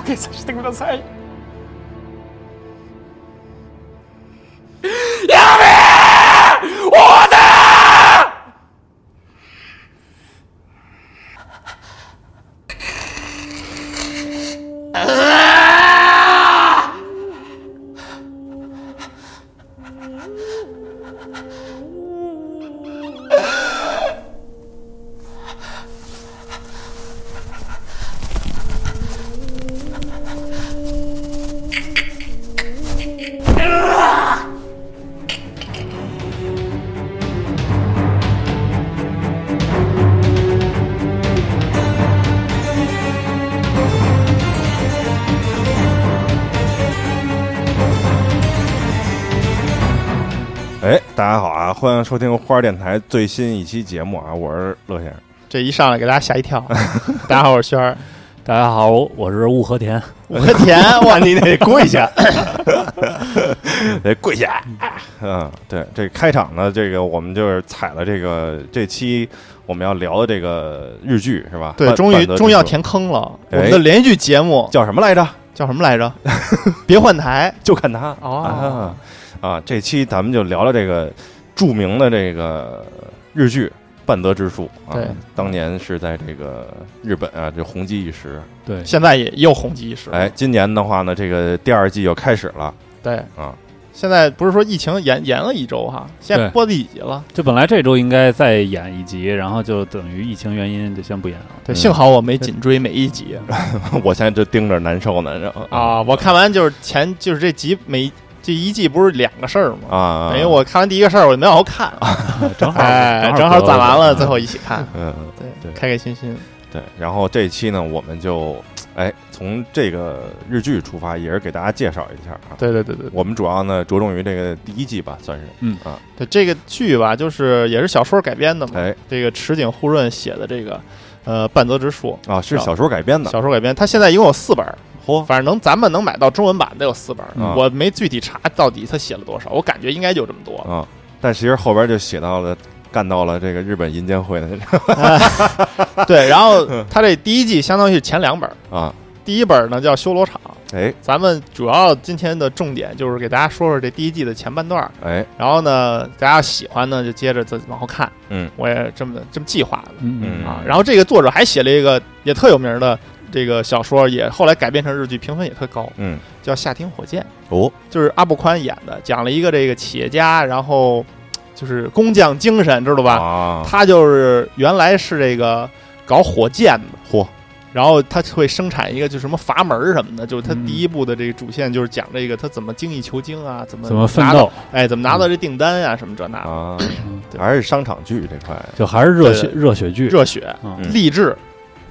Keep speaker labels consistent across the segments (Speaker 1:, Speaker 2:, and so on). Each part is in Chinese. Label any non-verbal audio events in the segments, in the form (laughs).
Speaker 1: お計算してくださいやべえオーダー
Speaker 2: 哎，大家好啊，欢迎收听花儿电台最新一期节目啊，我是乐先生。
Speaker 3: 这一上来给大家吓 (laughs) 一跳。大家好，我是轩 (laughs) 儿。
Speaker 4: 大家好，我是雾和田。
Speaker 3: 我的天， (laughs) 哇，你得跪下。
Speaker 2: 得哎跪下。嗯，对，这开场呢，这个我们就是踩了这个这期我们要聊的这个日剧是吧？
Speaker 3: (laughs) 对，
Speaker 2: 半
Speaker 3: 终于
Speaker 2: 半泽直
Speaker 3: 终于要
Speaker 2: 树
Speaker 3: 填坑了。
Speaker 2: 哎
Speaker 3: 我们的连续剧节目
Speaker 2: 叫什么来着？
Speaker 3: 叫什么来 (laughs) 着？别换台。
Speaker 2: 就看他
Speaker 3: 哦
Speaker 2: 啊啊！这期咱们就聊聊这个著名的这个日剧《半泽直树》啊
Speaker 3: 对，
Speaker 2: 当年是在这个日本啊，就红极一时。
Speaker 4: 对，
Speaker 3: 现在也又红极一时。
Speaker 2: 哎，，今年的话呢，这个第二季又开始了。
Speaker 3: 对
Speaker 2: 啊。
Speaker 3: 现在不是说疫情延延了一周哈，现在
Speaker 4: 对
Speaker 3: 播第几集了？
Speaker 4: 就本来这周应该再演一集，然后就等于疫情原因就先不演 (laughs) 了。
Speaker 3: 对，
Speaker 2: 嗯
Speaker 3: 幸好我没紧追每一集
Speaker 2: (laughs) 我现在就盯着难受呢，然后
Speaker 3: 啊！我看完就是前就是这集每这一季不是两个事儿吗？
Speaker 2: 啊，
Speaker 3: 等于哎我看完第一个事儿，我就没往后看，
Speaker 4: 正好
Speaker 3: 哎，正
Speaker 4: 正
Speaker 3: 好
Speaker 4: 隔
Speaker 3: 攒完 (laughs) 了，
Speaker 4: 嗯
Speaker 3: 最后一起看，
Speaker 2: 嗯。对
Speaker 3: 对，开开心心。
Speaker 2: 对，然后这一期呢，我们就哎从这个日剧出发，也是给大家介绍一下啊。
Speaker 3: 对对对对
Speaker 2: 我们主要呢着重于这个第一季吧，算是
Speaker 3: 对，这个剧吧，就是也是小说改编的嘛。
Speaker 2: 哎
Speaker 3: 这个池井户润写的这个，呃，半泽直树
Speaker 2: 啊是小说改编的，
Speaker 3: 小说改编，它现在一共有四本儿，
Speaker 2: 嚯
Speaker 3: 反正能咱们能买到中文版的有四本儿，
Speaker 2: 嗯
Speaker 3: 我没具体查到底他写了多少，我感觉应该就这么
Speaker 2: (laughs)
Speaker 3: 多了。
Speaker 2: 啊！但其实后边就写到了干到了这个日本银监会的 (laughs)
Speaker 3: 对，然后他这第一季相当于是前两本儿，
Speaker 2: 啊，
Speaker 3: 第一本儿呢叫《修罗场》。
Speaker 2: 哎
Speaker 3: 咱们主要今天的重点就是给大家说说这第一季的前半段儿，
Speaker 2: 哎
Speaker 3: 然后呢，大家喜欢呢就接着再往后看。
Speaker 2: 嗯，
Speaker 3: 我也这么这么计划的。
Speaker 4: 嗯
Speaker 2: 嗯
Speaker 3: 啊。然后这个作者还写了一个也特有名的这个小说，也后来改编成日剧，评分也特高，
Speaker 2: 嗯
Speaker 3: 叫《夏町火箭
Speaker 2: 哦》，
Speaker 3: 就是阿部宽演的，讲了一个这个企业家，然后就是工匠精神，知道吧？
Speaker 2: 啊
Speaker 3: 他就是原来是这个搞火箭的，
Speaker 2: 嚯
Speaker 3: 然后他会生产一个就什么阀门儿什么的，就是他
Speaker 4: 嗯
Speaker 3: 第一部的这个主线就是讲这个他怎么精益求精啊，怎么
Speaker 4: 怎么奋
Speaker 3: 拿到，
Speaker 4: 斗，
Speaker 3: 哎，怎么拿到这订单呀、什么这那的，
Speaker 2: 啊，
Speaker 3: 对
Speaker 2: 还是商场剧这块，
Speaker 4: 就还是热血
Speaker 3: 对
Speaker 4: 热血剧。
Speaker 3: 热血、
Speaker 4: 嗯
Speaker 2: 嗯
Speaker 3: 励志、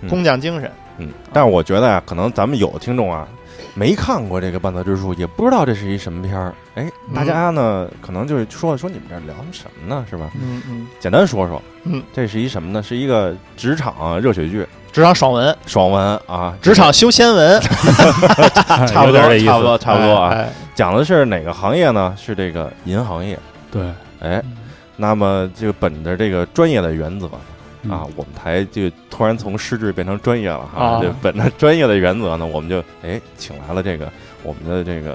Speaker 2: 嗯
Speaker 3: 工匠精神。
Speaker 2: 嗯，但是我觉得啊，可能咱们有的听众啊。没看过这个《半泽之树》，也不知道这是一什么片儿。哎，
Speaker 3: 嗯
Speaker 2: 大家呢，可能就是说说你们这聊什么呢，是吧？
Speaker 3: 嗯嗯，
Speaker 2: 简单说说，
Speaker 3: 嗯，
Speaker 2: 这是一什么呢？是一个职场热血剧，
Speaker 3: 职场爽文，
Speaker 2: 爽文啊，
Speaker 3: 职场修仙文， (laughs) 嗯
Speaker 2: 差不多
Speaker 4: 哎有点这，意思
Speaker 2: 差不多，差不多啊。
Speaker 3: 哎。哎
Speaker 2: 讲的是哪个行业呢？是这个银行业。
Speaker 4: 对
Speaker 2: 哎，
Speaker 3: 嗯
Speaker 2: 那么就本着这个专业的原则
Speaker 4: 嗯。
Speaker 2: 啊，我们台就突然从失智变成专业了哈。
Speaker 3: 啊
Speaker 2: 就本着专业的原则呢，我们就哎请来了这个我们的这个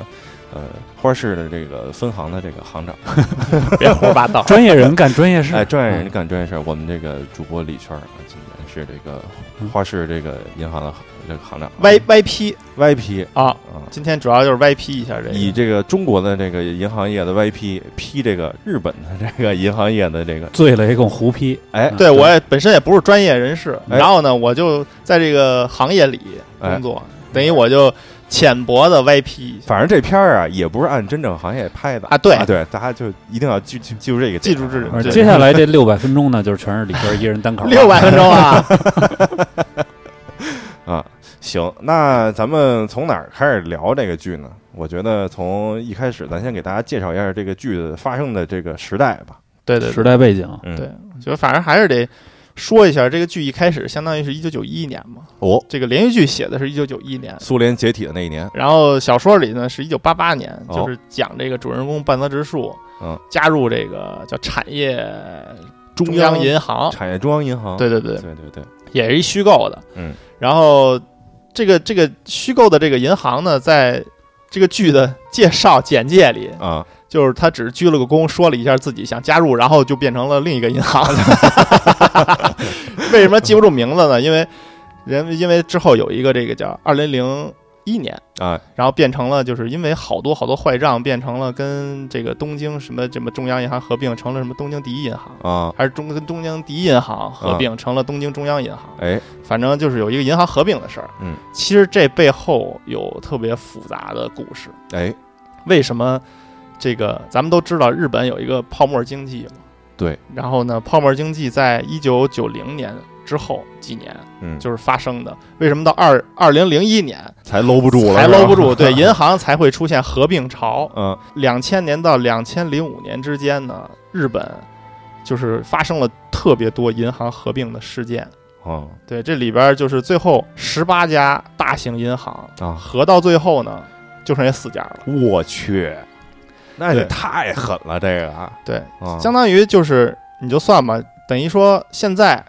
Speaker 2: 呃花市的这个分行的这个行长，
Speaker 3: 别胡说八道 (laughs)
Speaker 4: 专业人干专业事，
Speaker 2: 哎，专业
Speaker 3: 嗯
Speaker 2: 人干专业事儿。我们这个主播李圈儿啊，今年是这个
Speaker 3: 嗯
Speaker 2: 花市这个银行的行这个行长
Speaker 3: Y Y P
Speaker 2: YP
Speaker 3: 啊，
Speaker 2: 啊。
Speaker 3: 今天主要就是 Y P 一下这
Speaker 2: 以
Speaker 3: 个。
Speaker 2: 这个中国的这个银行业的 YP 批这个日本的这个银行业的这个，
Speaker 4: 醉了一共胡批，
Speaker 2: 哎
Speaker 4: 啊
Speaker 3: 对我也本身也不是专业人士，
Speaker 2: 哎
Speaker 3: 然后呢，我就在这个行业里工作，等于我就浅薄的 Y P 一下。
Speaker 2: 反正这片儿啊也不是按真正行业拍的
Speaker 3: 啊对
Speaker 2: 对，大家就一定要记记记住这个点啊，
Speaker 3: 记住这个
Speaker 4: 而
Speaker 3: 对
Speaker 4: 接下来这六百分钟呢，就是全是李哥一人单口
Speaker 3: (laughs)
Speaker 4: 了。
Speaker 3: 六百分钟啊，
Speaker 2: 啊。行，那咱们从哪儿开始聊这个剧呢？我觉得从一开始，咱先给大家介绍一下这个剧的发生的这个时代吧。
Speaker 3: 对对
Speaker 4: 时
Speaker 3: 对，
Speaker 4: 代背景，
Speaker 2: 嗯，
Speaker 3: 对就反正还是得说一下，这个剧一开始相当于是一九九一年嘛，
Speaker 2: 哦，
Speaker 3: 这个连续剧写的是一九九一年，
Speaker 2: 苏联解体的那一年，
Speaker 3: 然后小说里呢是一九八八年，
Speaker 2: 哦
Speaker 3: 就是讲这个主人公半泽直树，
Speaker 2: 嗯，
Speaker 3: 加入这个叫产业中
Speaker 2: 央
Speaker 3: 央银行，
Speaker 2: 产业中央银行，
Speaker 3: 哦对对对，
Speaker 2: 对对对，
Speaker 3: 也是一虚构的，
Speaker 2: 嗯，
Speaker 3: 然后这个这个虚构的这个银行呢，在这个剧的介绍简介里，
Speaker 2: 啊，
Speaker 3: 就是他只是鞠了个躬，说了一下自己想加入，然后就变成了另一个银行。 (laughs) 为什么记不住名字呢？因为人因为之后有一个这个叫二零零一年
Speaker 2: 啊，
Speaker 3: 然后变成了就是因为好多好多坏账变成了跟这个东京什么什么中央银行合并，成了什么东京第一银行。
Speaker 2: 啊，
Speaker 3: 还是中跟东京第一银行合并，成了东京中央银行。
Speaker 2: 哎，
Speaker 3: 反正就是有一个银行合并的事儿。
Speaker 2: 嗯，
Speaker 3: 其实这背后有特别复杂的故事。
Speaker 2: 哎，
Speaker 3: 为什么这个咱们都知道日本有一个泡沫经济嘛？
Speaker 2: 对。
Speaker 3: 然后呢，泡沫经济在一九九零年之后几年
Speaker 2: 嗯，
Speaker 3: 就是发生的。为什么到二二零零一年
Speaker 2: 才搂不住了，
Speaker 3: 才
Speaker 2: 是吧
Speaker 3: 搂不住？
Speaker 2: (laughs)
Speaker 3: 对，银行才会出现合并潮。
Speaker 2: 嗯
Speaker 3: 两千年到两千零五年之间呢，日本就是发生了特别多银行合并的事件。
Speaker 2: 哦
Speaker 3: 对，这里边就是最后十八家大型银行
Speaker 2: 啊，
Speaker 3: 合到最后呢，就剩下四家了。
Speaker 2: 我去，那也
Speaker 3: 对
Speaker 2: 太狠了，这个啊，
Speaker 3: 对，
Speaker 2: 啊
Speaker 3: 相当于就是你就算吧，等于说现在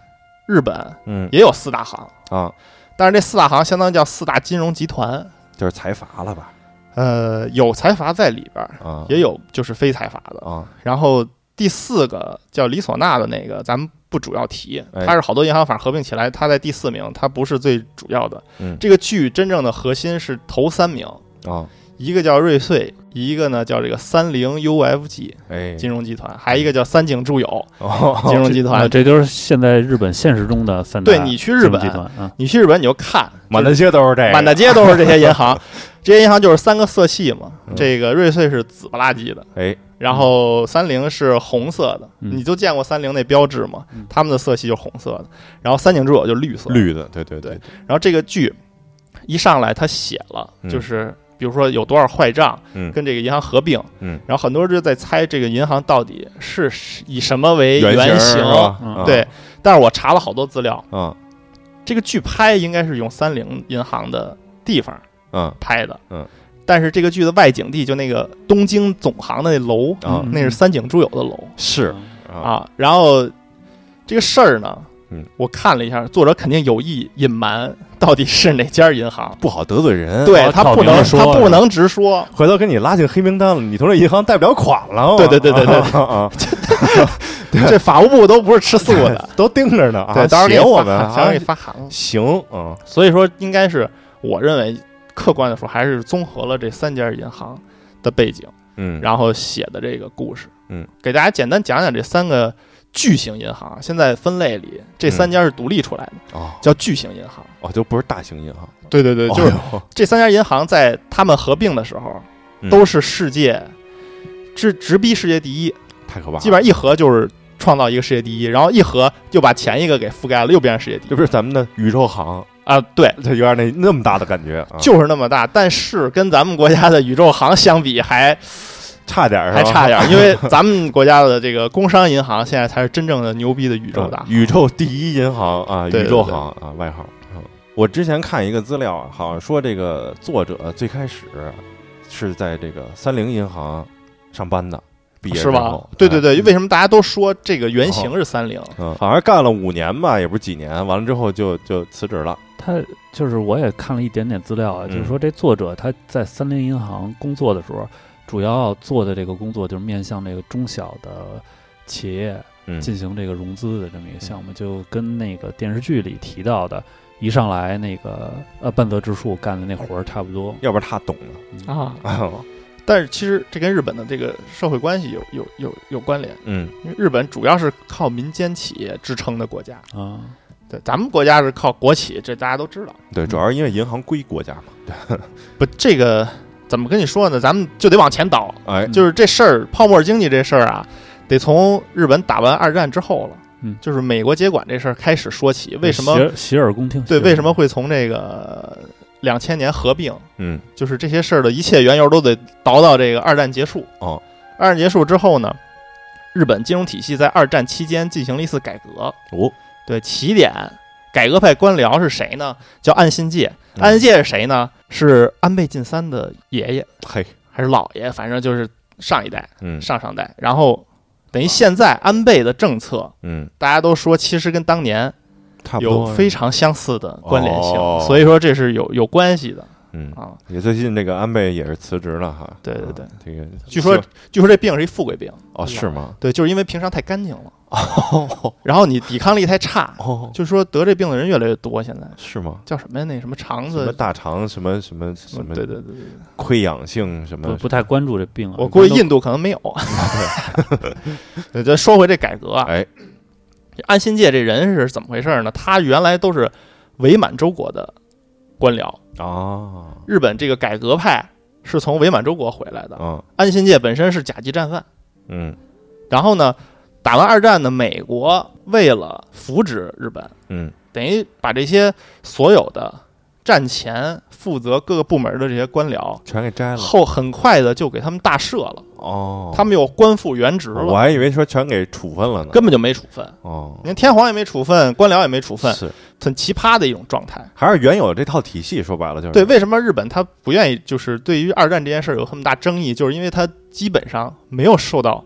Speaker 3: 日本
Speaker 2: 嗯
Speaker 3: 也有四大行，
Speaker 2: 啊，
Speaker 3: 但是这四大行相当于叫四大金融集团。
Speaker 2: 就是财阀了吧？
Speaker 3: 呃，有财阀在里边，
Speaker 2: 啊，
Speaker 3: 也有就是非财阀的。
Speaker 2: 啊，
Speaker 3: 然后第四个叫里索纳的那个，咱们不主要提，
Speaker 2: 哎
Speaker 3: 它是好多银行反而合并起来，它在第四名，它不是最主要的。
Speaker 2: 嗯
Speaker 3: 这个剧真正的核心是头三名，
Speaker 2: 啊，
Speaker 3: 一个叫瑞穗，一个呢叫这个三菱 UFG
Speaker 2: 哎，
Speaker 3: 金融集团，还一个叫三井住友
Speaker 2: 哦，
Speaker 3: 金融集团。
Speaker 4: 啊这就是现在日本现实中的三大
Speaker 3: 对你去日本
Speaker 4: 金融集团啊，
Speaker 3: 你去日本你就看，
Speaker 2: 满大街都是这个，
Speaker 3: 满大街都是这些银
Speaker 2: (laughs)
Speaker 3: 行，这些银行就是三个色系嘛
Speaker 2: 嗯。
Speaker 3: 这个瑞穗是紫不拉几的，
Speaker 2: 哎，
Speaker 3: 然后三菱是红色的，
Speaker 4: 嗯
Speaker 3: 你就见过三菱那标志嘛
Speaker 4: 嗯？
Speaker 3: 他们的色系就是红色的，然后三井住友就是绿色。。
Speaker 2: 绿的，对对对，
Speaker 3: 然后这个剧一上来他写了，
Speaker 2: 嗯
Speaker 3: 就是比如说有多少坏账
Speaker 2: 嗯
Speaker 3: 跟这个银行合并，
Speaker 2: 嗯，
Speaker 3: 然后很多人就在猜这个银行到底是以什么为
Speaker 2: 原
Speaker 3: 原
Speaker 2: 型
Speaker 3: 型
Speaker 2: 是。吧？
Speaker 4: 嗯
Speaker 2: 啊
Speaker 3: 对，，但是我查了好多资料，
Speaker 2: 啊
Speaker 3: 这个剧拍应该是用三菱银行的地方
Speaker 2: 啊
Speaker 3: 拍的，
Speaker 2: 嗯，
Speaker 3: 但是这个剧的外景地就那个东京总行的那楼，
Speaker 2: 啊
Speaker 4: 嗯，
Speaker 3: 那是三井住友的楼
Speaker 2: 是啊
Speaker 3: 啊。然后这个事儿呢，
Speaker 2: 嗯，
Speaker 3: 我看了一下，作者肯定有意隐瞒到底是哪家银行，
Speaker 2: 不好得罪人，
Speaker 3: 对
Speaker 4: 好
Speaker 3: 他
Speaker 4: 呃哦挑
Speaker 3: 不
Speaker 4: 明
Speaker 3: 能
Speaker 4: 了说
Speaker 3: 他
Speaker 4: 是
Speaker 3: 不
Speaker 4: 吧
Speaker 3: 能直说，
Speaker 2: 回头给你拉进黑名单了，你从这银行贷不了款了。
Speaker 4: 哦
Speaker 3: 对对对对对
Speaker 2: 啊啊
Speaker 3: (laughs)
Speaker 2: 啊。
Speaker 3: 这法务部都不是吃素的
Speaker 4: (laughs)
Speaker 2: (laughs) 都盯着呢啊！
Speaker 3: 对，到时候给
Speaker 2: 写
Speaker 3: 你
Speaker 2: 我
Speaker 3: 发
Speaker 2: 们
Speaker 3: 函，到时候
Speaker 2: 啊
Speaker 3: 给你，发函了。
Speaker 2: 行，嗯
Speaker 3: 所以说，应该是我认为客观的说，还是综合了这三家银行的背景，
Speaker 2: 嗯，
Speaker 3: 然后写的这个故事。
Speaker 2: 嗯，
Speaker 3: 给大家简单讲讲这三个巨型银行，啊现在分类里这三家是独立出来的，
Speaker 2: 哦
Speaker 3: 叫巨型银行。
Speaker 2: 哦，就不是大型银行，
Speaker 3: 对对对，就
Speaker 2: 哎
Speaker 3: 是
Speaker 2: 呦
Speaker 3: 这三家银行在他们合并的时候，
Speaker 2: 嗯
Speaker 3: 都是世界直直逼世界第一，
Speaker 2: 太可怕了，
Speaker 3: 基本上一合就是创造一个世界第一，然后一合就把前一个给覆盖了，又变成世界第一
Speaker 2: 这不是咱们的宇宙行，
Speaker 3: 啊！对，
Speaker 2: 这有点那那么大的感觉，啊
Speaker 3: 就是那么大，但是跟咱们国家的宇宙行相比还
Speaker 2: 差点儿
Speaker 3: 还差点儿，因为咱们国家的这个工商银行现在才是真正的牛逼的宇
Speaker 2: 宇
Speaker 3: 宙大行。
Speaker 2: 嗯宇宙第一银行啊，
Speaker 3: 对
Speaker 2: 宇
Speaker 3: 对
Speaker 2: 宙
Speaker 3: 对
Speaker 2: 行啊，外号。嗯我之前看一个资料啊，好像说这个作者呃最开始是在这个三菱银行上班的，毕业
Speaker 3: 是
Speaker 2: 之
Speaker 3: 吧
Speaker 2: 后？
Speaker 3: 对对
Speaker 2: 哎
Speaker 3: 对，为什么大家都说这个原型是三菱？
Speaker 2: 嗯，好像干了五年吧，也不是几年，完了之后就就辞职了。
Speaker 4: 他就是我也看了一点点资料啊，
Speaker 2: 嗯
Speaker 4: 就是说这作者他在三菱银行工作的时候，主要做的这个工作就是面向这个中小的企业
Speaker 2: 嗯
Speaker 4: 进行这个融资的这么一个项目，就跟那个电视剧里提到的，一上来那个呃半泽直树干的那活儿差不多。嗯
Speaker 2: 要不然他懂了。 (laughs)
Speaker 3: 啊，
Speaker 2: 啊
Speaker 3: 但是其实这跟日本的这个社会关系有有有有关联，
Speaker 2: 嗯
Speaker 3: 因为日本主要是靠民间企业支撑的国家，
Speaker 4: 啊，
Speaker 3: 对，咱们国家是靠国企，这大家都知道。，
Speaker 2: 对，主要是因为银行归国家嘛。
Speaker 3: 不，这个怎么跟你说呢？咱们就得往前倒，
Speaker 2: 哎，
Speaker 4: 嗯
Speaker 3: 就是这事儿，泡沫经济这事儿啊，得从日本打完二战之后了，
Speaker 4: 嗯
Speaker 3: 就是美国接管这事儿开始说起。为什
Speaker 4: 洗
Speaker 3: 么？
Speaker 4: 耳洗耳恭听？
Speaker 3: 对，
Speaker 4: 洗耳
Speaker 3: 为什么会从这个两千年合并，
Speaker 2: 嗯
Speaker 3: 就是这些事儿的一切缘由都得倒到这个二战结束。
Speaker 2: 哦，
Speaker 3: 二战结束之后呢，日本金融体系在二战期间进行了一次改革。
Speaker 2: 哦，
Speaker 3: 对，起点改革派官僚是谁呢？叫岸信介。
Speaker 2: 嗯
Speaker 3: 岸信介是谁呢？是安倍晋三的爷爷
Speaker 2: 嘿，
Speaker 3: 还是姥爷，反正就是上一代。
Speaker 2: 嗯啊
Speaker 3: 上上代，然后等于现在安倍的政策，
Speaker 2: 嗯
Speaker 3: 大家都说其实跟当年
Speaker 2: 差不
Speaker 3: 有
Speaker 2: 多
Speaker 3: 非常相似的关联性，
Speaker 2: 哦
Speaker 3: 所以说这是有有关系的
Speaker 2: 嗯，
Speaker 3: 啊。
Speaker 2: 也最近这个安倍也是辞职了哈。
Speaker 3: 对对对
Speaker 2: 啊，这个
Speaker 3: 据说据说这病是一富贵病，
Speaker 2: 哦是
Speaker 3: (laughs)
Speaker 2: 吗？
Speaker 3: 对，就是因为平常太干净了，然后你抵抗力太差，
Speaker 2: 哦
Speaker 3: 就是说得这病的人越来越多。现在
Speaker 2: 是吗？
Speaker 3: 叫什么呀？那什么肠
Speaker 2: 什么
Speaker 3: 子？
Speaker 2: 大肠什么什么什么啊
Speaker 3: 对对对，对
Speaker 2: 溃疡性什
Speaker 4: 不
Speaker 2: 么
Speaker 4: 不太关注这病啊。
Speaker 3: 我估计
Speaker 4: 一般
Speaker 3: 印度可能
Speaker 2: (laughs)
Speaker 3: 没有。
Speaker 2: 啊
Speaker 3: 对，咱说回这改革啊，
Speaker 2: 哎
Speaker 3: 安新界这人是怎么回事呢？他原来都是伪满洲国的官僚，
Speaker 2: 啊
Speaker 3: 日本这个改革派是从伪满洲国回来的。
Speaker 2: 啊
Speaker 3: 安新界本身是甲级战犯，
Speaker 2: 嗯
Speaker 3: 然后呢，打完二战呢，美国为了扶植日本，
Speaker 2: 嗯
Speaker 3: 等于把这些所有的战前负责各个部门的这些官僚，
Speaker 2: 全给摘了
Speaker 3: 后很快的就给他们大赦了，
Speaker 2: 哦，
Speaker 3: 他们又官复原职
Speaker 2: 我
Speaker 3: 了，
Speaker 2: 还以为说全给处分了呢。
Speaker 3: 根本就没处分。
Speaker 2: 哦，
Speaker 3: 连天皇也没处分，官僚也没处分，
Speaker 2: 是
Speaker 3: 很奇葩的一种状态。
Speaker 2: 还是原有这套体系，说白了就是
Speaker 3: 对，为什么日本他不愿意？就是对于二战这件事儿有这么大争议，就是因为他基本上没有受到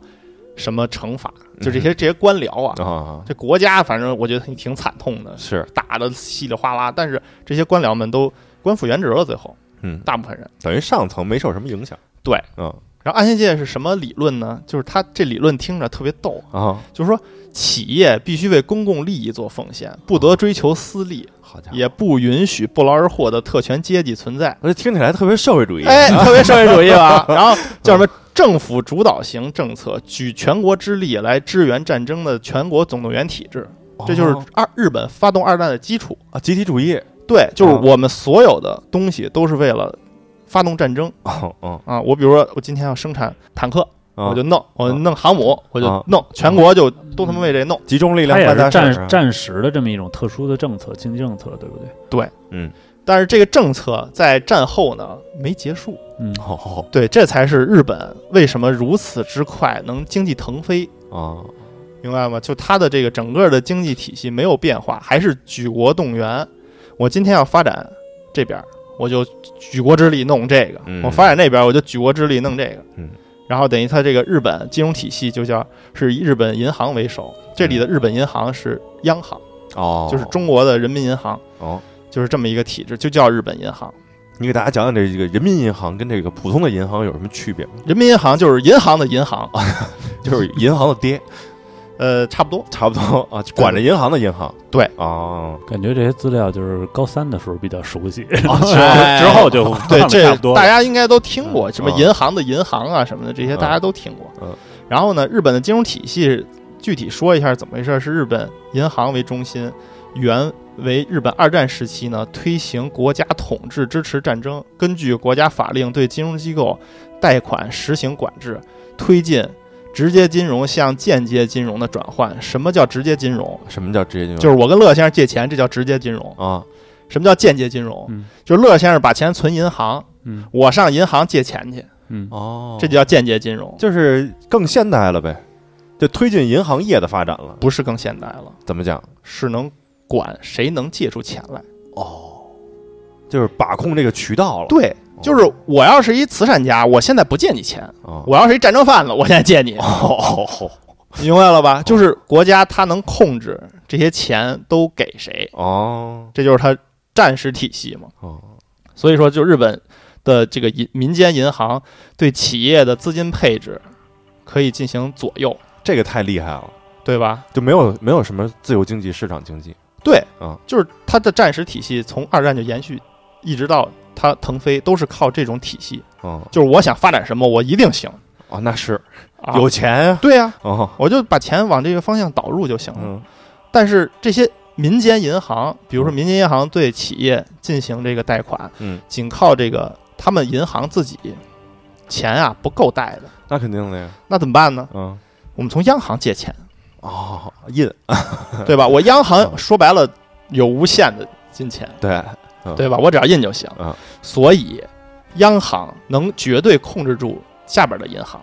Speaker 3: 什么惩罚，就这
Speaker 2: 嗯
Speaker 3: 些这些官僚啊，
Speaker 2: 啊
Speaker 3: 这国家反正我觉得挺挺惨痛的，
Speaker 2: 是
Speaker 3: 打的稀里哗啦，但是这些官僚们都官复原职了，最后
Speaker 2: 嗯，
Speaker 3: 大部分人。
Speaker 2: 等于上层没受什么影响。
Speaker 3: 对
Speaker 2: 嗯
Speaker 3: 然后安新界是什么理论呢？就是他这理论听着特别逗，
Speaker 2: 啊，
Speaker 3: 就是说企业必须为公共利益做奉献，不得追求私利，
Speaker 2: 好家伙，
Speaker 3: 也不允许不劳而获的特权阶级存在。
Speaker 2: 我这听起来特别社会主义。
Speaker 3: 哎， (laughs) 特别社会主义吧？ (laughs) 然后叫什么？政府主导型政策，举全国之力来支援战争的全国总动员体制，
Speaker 2: 哦，
Speaker 3: 这就是二日本发动二战的基础。
Speaker 2: 啊集体主义。
Speaker 3: 对，就是
Speaker 2: 啊
Speaker 3: 我们所有的东西都是为了发动战争
Speaker 2: 哦哦，
Speaker 3: 啊！我比如说，我今天要生产坦克，
Speaker 2: 啊
Speaker 3: 我就弄，我
Speaker 2: 啊
Speaker 3: 弄航母，我
Speaker 2: 啊
Speaker 3: 就弄，全国就都他妈为这弄。
Speaker 2: 集中力量
Speaker 4: 它也
Speaker 2: 办大
Speaker 4: 是
Speaker 2: 事儿
Speaker 4: 战
Speaker 2: 啊。
Speaker 4: 战时的这么一种特殊的政策，经济政策，对不对？
Speaker 3: 但是这个政策在战后呢没结束，
Speaker 4: 嗯，
Speaker 2: 哦
Speaker 3: 对，这才是日本为什么如此之快能经济腾飞，
Speaker 2: 啊
Speaker 3: 明白吗？就它的这个整个的经济体系没有变化，还是举国动员。我今天要发展这边儿，我就举国之力弄这个；
Speaker 2: 嗯
Speaker 3: 我发展那边儿，我就举国之力弄这个。
Speaker 2: 嗯，
Speaker 3: 然后等于它这个日本金融体系就叫是以日本银行为首，这里的日本银行是央行，
Speaker 2: 嗯哦，
Speaker 3: 就是中国的人民银行，
Speaker 2: 哦。
Speaker 3: 就是这么一个体制，就叫日本银行。
Speaker 2: 你给大家讲讲这这个人民银行跟这个普通的银行有什么区别吗？
Speaker 3: 人民银行就是银行的银行，
Speaker 2: 哦就是银行的
Speaker 3: (laughs)
Speaker 2: 爹，
Speaker 3: 呃，差不多。
Speaker 2: 差不多 (laughs) 啊，就管着银行的银行。
Speaker 3: 对
Speaker 2: 哦，
Speaker 4: 感觉这些资料就是高三的时候比较熟悉，
Speaker 3: 哎
Speaker 4: 之后就
Speaker 2: (laughs)
Speaker 3: 对，
Speaker 4: 忘得差
Speaker 3: 这
Speaker 4: 不多了
Speaker 3: 大家应该都听过，什么
Speaker 2: 嗯
Speaker 3: 银行的银行啊什么的，这些
Speaker 2: 嗯
Speaker 3: 大家都听过。
Speaker 2: 嗯
Speaker 3: 然后呢，日本的金融体系具体说一下怎么回事？是日本银行为中心，原为日本二战时期呢推行国家统治，支持战争，根据国家法令对金融机构贷款实行管制，推进。直接金融向间接金融的转换，什么叫直接金融？
Speaker 2: 什么叫职业金融？
Speaker 3: 就是我跟乐先生借钱，这叫直接金融。
Speaker 2: 啊，
Speaker 3: 什么叫间接金融？
Speaker 4: 嗯
Speaker 3: 就是乐先生把钱存银行，
Speaker 4: 嗯
Speaker 3: 我上银行借钱去，
Speaker 4: 嗯，
Speaker 2: 哦，
Speaker 3: 这就叫间接金融，
Speaker 2: 就是更现代了呗，就推进银行业的发展了。
Speaker 3: 不是更现代了，
Speaker 2: 怎么讲？
Speaker 3: 是能管谁能借出钱来。
Speaker 2: 哦，就是把控这个渠道了。
Speaker 3: 对，
Speaker 2: 哦，
Speaker 3: 就是我要是一慈善家，我现在不借你钱；
Speaker 2: 啊，
Speaker 3: 我要是一战争贩子，我现在借你，
Speaker 2: 哦
Speaker 3: (laughs) 明白了吧？就是国家它能控制这些钱都给谁，
Speaker 2: 哦
Speaker 3: 这就是它战时体系嘛。
Speaker 2: 哦，
Speaker 3: 所以说，就日本的这个银民间银行对企业的资金配置可以进行左右，
Speaker 2: 这个太厉害了，
Speaker 3: 对吧？
Speaker 2: 就没有没有什么自由经济、市场经济。
Speaker 3: 对，
Speaker 2: 啊
Speaker 3: 就是它的战时体系从二战就延续，一直到它腾飞，都是靠这种体系。
Speaker 2: 哦
Speaker 3: 就是我想发展什么，我一定行。
Speaker 2: 哦，那是
Speaker 3: 啊嗯
Speaker 2: 有钱啊。
Speaker 3: 对呀、
Speaker 2: 哦，
Speaker 3: 我就把钱往这个方向导入就行了。
Speaker 2: 嗯
Speaker 3: 但是这些民间银行，比如说民间银行对企业进行这个贷款，
Speaker 2: 嗯，
Speaker 3: 仅靠这个他们银行自己钱啊不够贷的，
Speaker 2: 那肯定的呀。
Speaker 3: 那怎么办呢？
Speaker 2: 嗯
Speaker 3: 我们从央行借
Speaker 2: (laughs)
Speaker 3: 钱，
Speaker 2: 哦，印
Speaker 3: 对吧？我央
Speaker 2: 嗯
Speaker 3: 行说白了有无限的金钱，
Speaker 2: 对，
Speaker 3: 对吧？我只要印就行。
Speaker 2: 嗯
Speaker 3: 所以，央行能绝对控制住下边的银行，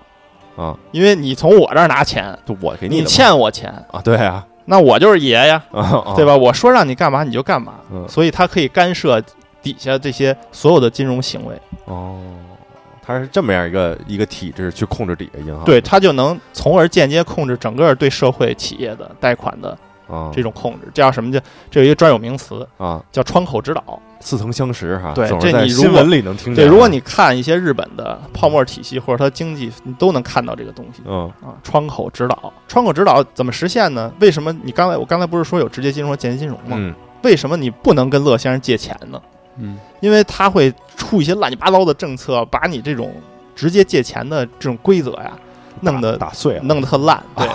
Speaker 2: 嗯，
Speaker 3: 因为你从我这儿拿钱，
Speaker 2: 就我给
Speaker 3: 你
Speaker 2: 的嘛
Speaker 3: 欠我钱，
Speaker 2: 啊，对啊，
Speaker 3: 那我就是爷呀，
Speaker 2: 啊，
Speaker 3: (laughs) 对吧？我说让你干嘛你就干嘛，
Speaker 2: 嗯
Speaker 3: 所以他可以干涉底下这些所有的金融行为，
Speaker 2: 哦，它是这么样一个一个体制去啊控制底下银行。
Speaker 3: 对，他就能从而间接控制整个对社会企业的贷款的
Speaker 2: 啊
Speaker 3: 这种控制，这叫什么叫？这有一个专有名词
Speaker 2: 啊，
Speaker 3: 叫窗口指导。
Speaker 2: 似曾相识哈。
Speaker 3: 对
Speaker 2: 总是
Speaker 3: 这
Speaker 2: 在
Speaker 3: 你如
Speaker 2: 新
Speaker 3: 果
Speaker 2: 闻里能听见
Speaker 3: 对，
Speaker 2: 啊。
Speaker 3: 如果你看一些日本的泡沫体系或者它经济，你都能看到这个东西
Speaker 2: 嗯
Speaker 3: 啊。窗口指导，窗口指导怎么实现呢？为什么你刚才我刚才不是说有直接金融和间接金融吗？
Speaker 2: 嗯
Speaker 3: 为什么你不能跟乐先生借钱呢？
Speaker 4: 嗯
Speaker 3: 因为他会出一些乱七八糟的政策，把你这种直接借钱的这种规则呀，弄得
Speaker 2: 打碎了，
Speaker 3: 弄得特烂，
Speaker 2: (laughs)
Speaker 3: 对，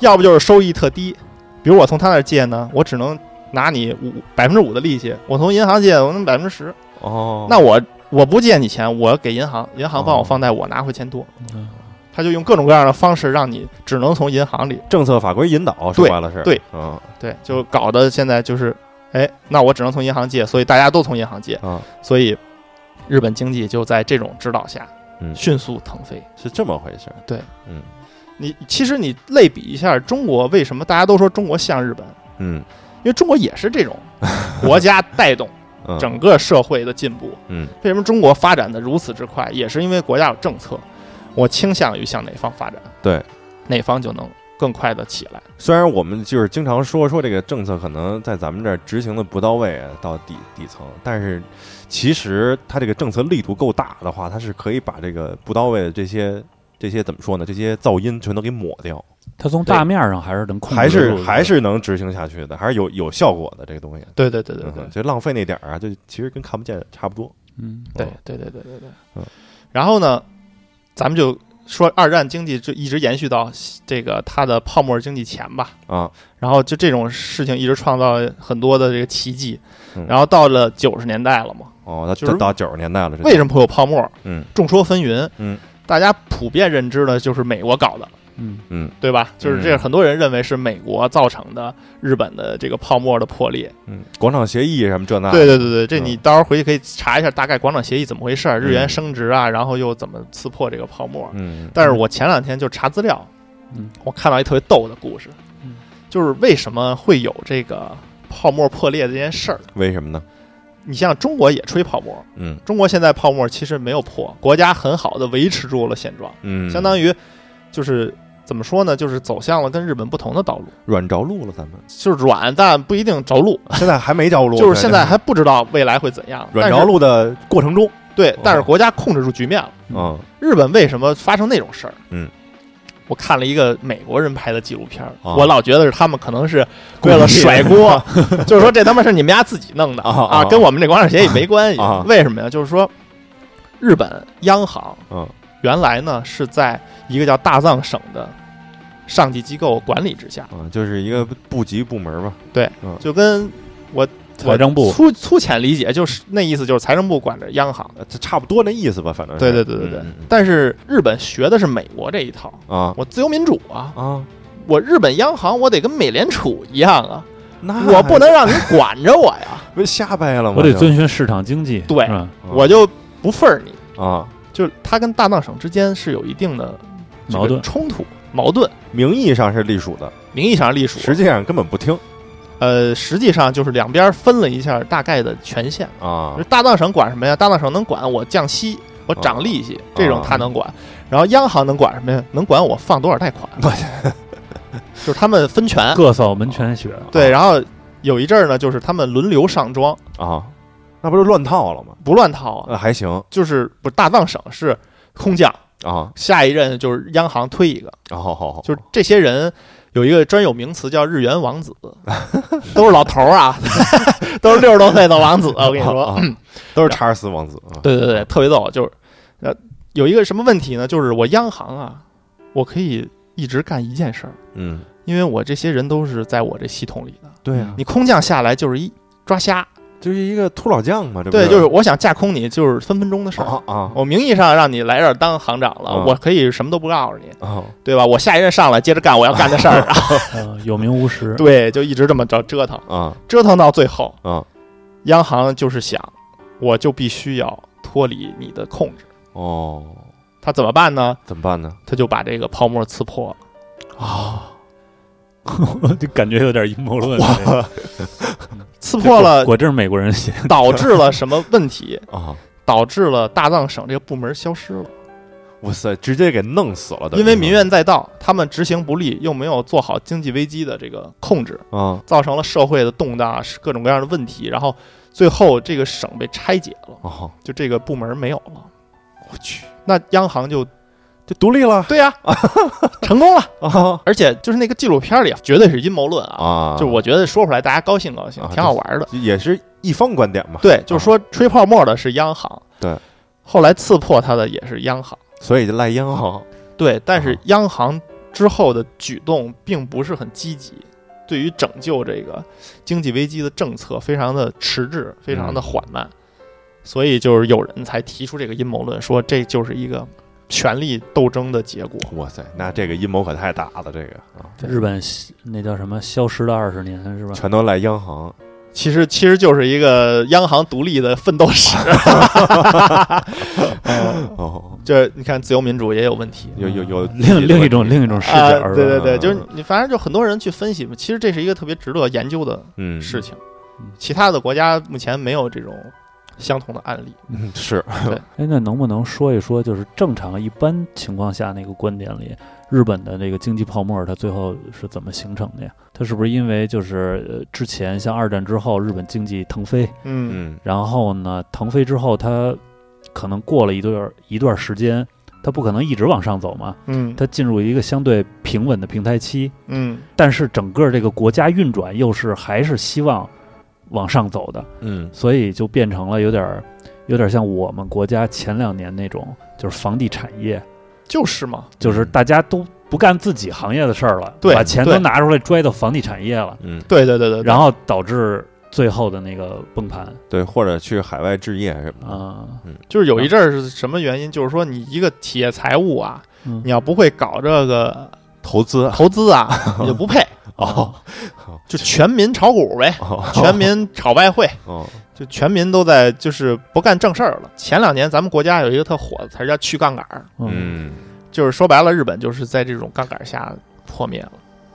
Speaker 3: 要不就是收益特低。比如我从他那儿借呢，我只能拿你五百分之五的利息；我从银行借，我能百分之十。
Speaker 2: 哦，
Speaker 3: 那我我不借你钱，我给银行，银行帮我
Speaker 2: 哦
Speaker 3: 放贷，我拿回钱多。
Speaker 4: 嗯
Speaker 3: 他就用各种各样的方式让你只能从银行里，
Speaker 2: 政策法规引导说白了是
Speaker 3: 对，
Speaker 2: 嗯
Speaker 3: 对，就搞得现在就是，哎，那我只能从银行借，所以大家都从银行借，
Speaker 2: 啊，
Speaker 3: 所以日本经济就在这种指导下
Speaker 2: 嗯
Speaker 3: 迅速腾飞。
Speaker 2: 是这么回事儿。
Speaker 3: 对，
Speaker 2: 嗯
Speaker 3: 你其实你类比一下中国，为什么大家都说中国像日本？
Speaker 2: 嗯
Speaker 3: 因为中国也是这种国家带动
Speaker 2: 嗯，
Speaker 3: 整个社会的进步。
Speaker 2: 嗯
Speaker 3: 为什么中国发展的如此之快，也是因为国家有政策，我倾向于向哪方发展，
Speaker 2: 对，
Speaker 3: 哪方就能更快的起来。
Speaker 2: 虽然我们就是经常说说这个政策可能在咱们这儿执行的不到位，到底底层，但是其实它这个政策力度够大的话，它是可以把这个不到位的这些这些怎么说呢？这些噪音全都给抹掉，
Speaker 4: 它从大面上还是能控制
Speaker 2: 还是
Speaker 4: 住的
Speaker 2: 还是能执行下去的，还是有有效果的这个东西。
Speaker 3: 对对对对
Speaker 2: 嗯
Speaker 3: 对
Speaker 2: 哼，就浪费那点儿啊，就其实跟看不见差不多。
Speaker 4: 嗯
Speaker 3: 对
Speaker 2: 嗯
Speaker 3: 对对对对对
Speaker 2: 嗯。
Speaker 3: 然后呢，咱们就说二战经济就一直延续到这个它的泡沫经济前吧。
Speaker 2: 啊，
Speaker 3: 然后就这种事情一直创造很多的这个奇迹
Speaker 2: 嗯。
Speaker 3: 然后到了九十年代了嘛，
Speaker 2: 哦，那
Speaker 3: 就
Speaker 2: 这
Speaker 3: 是
Speaker 2: 到九十年代了，这
Speaker 3: 为什么会有泡沫？
Speaker 2: 嗯，
Speaker 3: 众说纷纭。
Speaker 2: 嗯，
Speaker 3: 大家普遍认知的就是美国搞的，
Speaker 4: 嗯
Speaker 2: 嗯
Speaker 3: 对吧？就是这
Speaker 2: 嗯
Speaker 3: 很多人认为是美国造成的日本的这个泡沫的破裂。
Speaker 2: 嗯，广场协议什么这那，
Speaker 3: 对对对对，这你
Speaker 2: 嗯
Speaker 3: 到时候回去可以查一下大概广场协议怎么回事儿，日
Speaker 2: 嗯
Speaker 3: 元升值啊，然后又怎么刺破这个泡沫。
Speaker 2: 嗯，
Speaker 3: 但是我前两天就查资料，
Speaker 4: 嗯
Speaker 3: 我看到一特别逗的故事
Speaker 4: 嗯，
Speaker 3: 就是为什么会有这个泡沫破裂这件事儿？
Speaker 2: 为什么呢？
Speaker 3: 你像中国也吹泡沫，
Speaker 2: 嗯
Speaker 3: 中国现在泡沫其实没有破，国家很好的维持住了现状，
Speaker 2: 嗯，
Speaker 3: 相当于就是怎么说呢，就是走向了跟日本不同的道路，
Speaker 2: 软着陆了，咱们
Speaker 3: 就是软但不一定着陆，
Speaker 2: 现在还没着陆，
Speaker 3: 就是现在还不知道未来会怎样。
Speaker 2: 软
Speaker 3: 但
Speaker 2: 着
Speaker 3: 是
Speaker 2: 陆的过程中，哦
Speaker 3: 对，但是国家控制住局面了。
Speaker 2: 嗯
Speaker 3: 日本为什么发生那种事儿？
Speaker 2: 嗯，
Speaker 3: 我看了一个美国人拍的纪录片儿，
Speaker 2: 啊
Speaker 3: 我老觉得是他们可能是为了甩锅， (laughs) 就是说这他妈是你们家自己弄的
Speaker 2: (laughs) 啊啊
Speaker 3: 啊，跟我们这广场协议没关系
Speaker 2: 啊。
Speaker 3: 为什么呀？就是说，日本央行
Speaker 2: 嗯
Speaker 3: 原来呢是在一个叫大藏省的上级机构管理之下，
Speaker 2: 嗯，就是一个部级部门吧，
Speaker 3: 就跟我
Speaker 4: 财政部
Speaker 3: 我粗粗浅理解就是那意思，就是财政部管着央行。
Speaker 2: 呃这差不多那意思吧，反正是
Speaker 3: 对对对对对
Speaker 2: 嗯嗯。
Speaker 3: 但是日本学的是美国这一套，
Speaker 2: 嗯啊
Speaker 3: 我自由民主啊，
Speaker 2: 啊，
Speaker 3: 我日本央行我得跟美联储一样啊，
Speaker 2: 那
Speaker 3: 我不能让你管着我呀，
Speaker 2: 不是瞎掰了吗？
Speaker 4: 我得
Speaker 2: 就
Speaker 4: 遵循市场经济，
Speaker 3: 对
Speaker 4: 是吧
Speaker 2: 嗯
Speaker 3: 我就不份儿你。
Speaker 2: 啊，
Speaker 3: 就是它跟大藏省之间是有一定的这个
Speaker 4: 矛盾
Speaker 3: 冲突、矛盾，
Speaker 2: 名义上是隶属的，
Speaker 3: 名义上隶属，
Speaker 2: 实际上根本不听
Speaker 3: 呃，实际上就是两边分了一下大概的权限。
Speaker 2: 啊
Speaker 3: 就是大藏省管什么呀？大藏省能管我降息、我涨利息这种，它能管。然后央行能管什么呀？能管我放多少贷款，就是他们分权。
Speaker 4: 各扫门前雪。啊
Speaker 3: 对，然后有一阵儿呢，就是他们轮流上庄，
Speaker 2: 啊，那不是乱套了吗？
Speaker 3: 不乱套啊，
Speaker 2: 呃，还行
Speaker 3: 就是不大藏省是空降，
Speaker 2: 啊，
Speaker 3: 下一任就是央行推一个，
Speaker 2: 好好好，啊
Speaker 3: 就是这些人有一个专有名词叫日元王子，都是老头儿啊， (laughs) 都是六十多岁的王子，我跟你
Speaker 2: 啊
Speaker 3: 说，嗯
Speaker 2: 啊都是查尔斯王子啊，
Speaker 3: 对对对，特别逗，就是呃有一个什么问题呢？就是我央行啊，我可以一直干一件事儿，
Speaker 2: 嗯，
Speaker 3: 因为我这些人都是在我这系统里的，
Speaker 2: 对啊，
Speaker 3: 你空降下来就是一抓瞎，
Speaker 2: 就是一个秃老将嘛，这不
Speaker 3: 对，就是我想架空你，就是分分钟的事儿。
Speaker 2: 啊啊
Speaker 3: 我名义上让你来这儿当行长了，
Speaker 2: 嗯
Speaker 3: 我可以什么都不告诉你，
Speaker 2: 啊，
Speaker 3: 对吧？我下一任上来接着干我要干的事儿，啊
Speaker 4: 呃，有名无实。
Speaker 3: 对，就一直这么着折腾，
Speaker 2: 啊
Speaker 3: 折腾到最后，
Speaker 2: 啊，
Speaker 3: 央行就是想，我就必须要脱离你的控制，
Speaker 2: 哦，
Speaker 3: 他怎么办呢？
Speaker 2: 怎么办呢？
Speaker 3: 他就把这个泡沫刺破了。
Speaker 4: 就感觉有点阴谋论。
Speaker 3: 刺破了，
Speaker 4: 果真是美国人写。
Speaker 3: 导致了什么问题？
Speaker 2: 啊，
Speaker 3: 导致了大藏省这个部门消失了。
Speaker 2: 哇塞，直接给弄死了，等于
Speaker 3: 因为
Speaker 2: 是
Speaker 3: 民怨载道，他们执行不力，又没有做好经济危机的这个控制，
Speaker 2: 啊
Speaker 3: 造成了社会的动荡，是各种各样的问题，然后最后这个省被拆解了，
Speaker 2: (laughs) 哦，
Speaker 3: 就这个部门没有了，
Speaker 2: 我去，
Speaker 3: 那央行就
Speaker 2: 这独立了 (laughs)
Speaker 3: 对呀、成功了，
Speaker 2: 啊
Speaker 3: 而且就是那个纪录片里啊绝对是阴谋论啊，
Speaker 2: 啊！
Speaker 3: 就我觉得说出来大家高兴高兴
Speaker 2: 啊，
Speaker 3: 挺好玩的。
Speaker 2: 也是一方观点嘛，
Speaker 3: 对，就是说吹泡沫的是央行，
Speaker 2: 嗯对，
Speaker 3: 后来刺破它的也是央行，
Speaker 2: 所以就赖央行
Speaker 3: 对，但是
Speaker 2: 啊
Speaker 3: 央行之后的举动并不是很积极，对于拯救这个经济危机的政策非常的迟滞，非常
Speaker 2: 嗯
Speaker 3: 的缓慢，所以就是有人才提出这个阴谋论，说这就是一个权力斗争的结果。
Speaker 2: 哇塞，那这个阴谋可太大了，这个啊，
Speaker 3: 对
Speaker 4: 日本消那叫什么消失的二十年是吧？
Speaker 2: 全都赖央行，
Speaker 3: 其实其实就是一个央行独立的奋斗
Speaker 2: (laughs)
Speaker 3: 史。嗯
Speaker 2: 哦，
Speaker 3: 就是你看自由民主也有问题，
Speaker 2: 有有有
Speaker 4: 另另一种另一种视
Speaker 3: 啊
Speaker 4: 角，是吧
Speaker 3: 对对对，
Speaker 2: 嗯
Speaker 3: 就是你反正就很多人去分析嘛，其实这是一个特别值得研究的
Speaker 2: 嗯
Speaker 3: 事情
Speaker 4: 嗯。
Speaker 3: 其他的国家目前没有这种相同的案例。
Speaker 2: 嗯是
Speaker 4: 哎，那能不能说一说，就是正常一般情况下那个观点里，日本的这个经济泡沫它最后是怎么形成的呀？它是不是因为就是呃之前像二战之后日本经济腾飞，
Speaker 3: 嗯
Speaker 2: 嗯
Speaker 4: 然后呢腾飞之后它可能过了一段儿一段时间，它不可能一直往上走嘛，
Speaker 3: 嗯
Speaker 4: 它进入一个相对平稳的平台期，
Speaker 3: 嗯
Speaker 4: 但是整个这个国家运转又是还是希望往上走的，
Speaker 2: 嗯
Speaker 4: 所以就变成了有点儿，有点像我们国家前两年那种，就是房地产业，
Speaker 3: 就是嘛，
Speaker 4: 就是
Speaker 2: 嗯
Speaker 4: 大家都不干自己行业的事儿了，
Speaker 3: 对
Speaker 4: 把钱
Speaker 3: 对
Speaker 4: 都拿出来拽到房地产业了，
Speaker 2: 嗯，
Speaker 3: 对对对对。对
Speaker 4: 然后导致最后的那个崩盘
Speaker 2: 对，或者去海外置业什么
Speaker 4: 啊，
Speaker 3: 就是有一阵儿是什么原因？就是说你一个企业财务啊，
Speaker 4: 嗯
Speaker 3: 你要不会搞这个
Speaker 4: (laughs)
Speaker 2: 的投
Speaker 3: (laughs)
Speaker 2: 资
Speaker 3: 投资啊，你就不配。
Speaker 4: 啊
Speaker 2: 哦
Speaker 3: 就全民炒股呗，
Speaker 4: (laughs)
Speaker 2: 哦
Speaker 3: 全民炒外汇，
Speaker 2: 哦
Speaker 3: 就全民都在就是不干正事儿了。前两年咱们国家有一个特火的词儿叫去杠杆儿，
Speaker 4: 嗯
Speaker 2: 嗯
Speaker 3: 就是说白了，日本就是在这种杠杆下破灭了。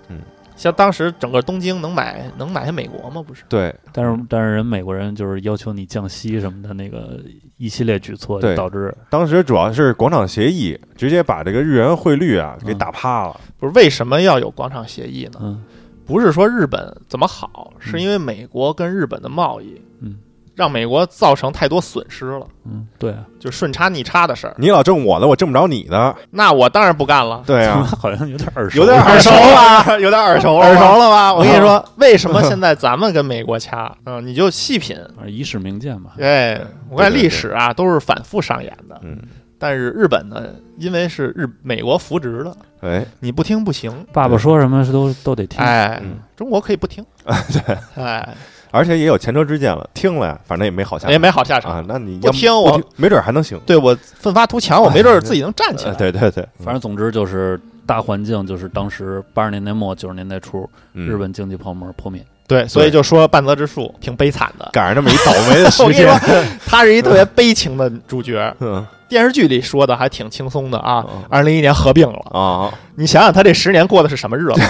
Speaker 2: 嗯，
Speaker 3: 像当时整个东京能买能买下美国吗？不是，
Speaker 2: 对
Speaker 4: 但是但是人美国人就是要求你降息什么的那个一系列举措，
Speaker 2: 对
Speaker 4: 就导致
Speaker 2: 当时主要是广场协议，直接把这个日元汇率啊给打趴了。
Speaker 3: 不是为什么要有广场协议呢？
Speaker 4: 嗯
Speaker 3: 不是说日本怎么好，
Speaker 2: 嗯
Speaker 3: 是因为美国跟日本的贸易，
Speaker 4: 嗯，
Speaker 3: 让美国造成太多损失了，
Speaker 4: 嗯对啊，
Speaker 3: 就顺差逆差的事儿。
Speaker 2: 你老挣我的，我挣不着你的。
Speaker 3: 那我当然不干了。
Speaker 2: 对
Speaker 4: (laughs)
Speaker 2: 啊，
Speaker 4: (laughs) 好像有点耳熟，
Speaker 2: 有点啊
Speaker 3: 耳熟了，有点耳熟
Speaker 2: 了啊
Speaker 3: 耳熟了吧？我跟你
Speaker 2: (laughs)
Speaker 3: 说，为什么现在咱们跟美国掐？嗯，你就细品，
Speaker 4: 啊以史明鉴嘛，
Speaker 3: 哎，我看
Speaker 2: 对对
Speaker 3: 历史啊都是反复上演的，
Speaker 2: 嗯，
Speaker 3: 但是日本呢，因为是日美国扶植的，
Speaker 2: 哎，
Speaker 3: 你不听不行。
Speaker 4: 爸爸说什么都都得听，
Speaker 3: 哎，
Speaker 2: 嗯
Speaker 3: 中国可以不
Speaker 2: (laughs)
Speaker 3: 听，对，哎，
Speaker 2: 而且也有前车之鉴了，听了呀，反正也没好下
Speaker 3: 也
Speaker 2: 场
Speaker 3: 哎没好下场。
Speaker 2: 啊。那你
Speaker 3: 不
Speaker 2: 要么
Speaker 3: 听我
Speaker 2: 没准还能行。
Speaker 3: 对我奋发图强，我没准儿自己能站起
Speaker 2: 呃 (laughs)
Speaker 3: 来。嗯
Speaker 2: 对对对，
Speaker 4: 反正总之就是大环境，就是当时八十年代末九十年代初，
Speaker 2: 正
Speaker 4: 日本经济泡沫破灭。
Speaker 3: 对，所以就说半泽直树挺悲惨的。
Speaker 2: 赶上这么一倒霉的
Speaker 3: (laughs) 我
Speaker 2: 时
Speaker 3: 跟你说
Speaker 2: 间，，
Speaker 3: 他是一特别悲情的主角。
Speaker 2: 嗯
Speaker 3: 电视剧里说的还挺轻松的啊
Speaker 2: 哦。
Speaker 3: 二零一一年合并了，
Speaker 2: 啊，
Speaker 3: 你想想他这十年过的是什么日子？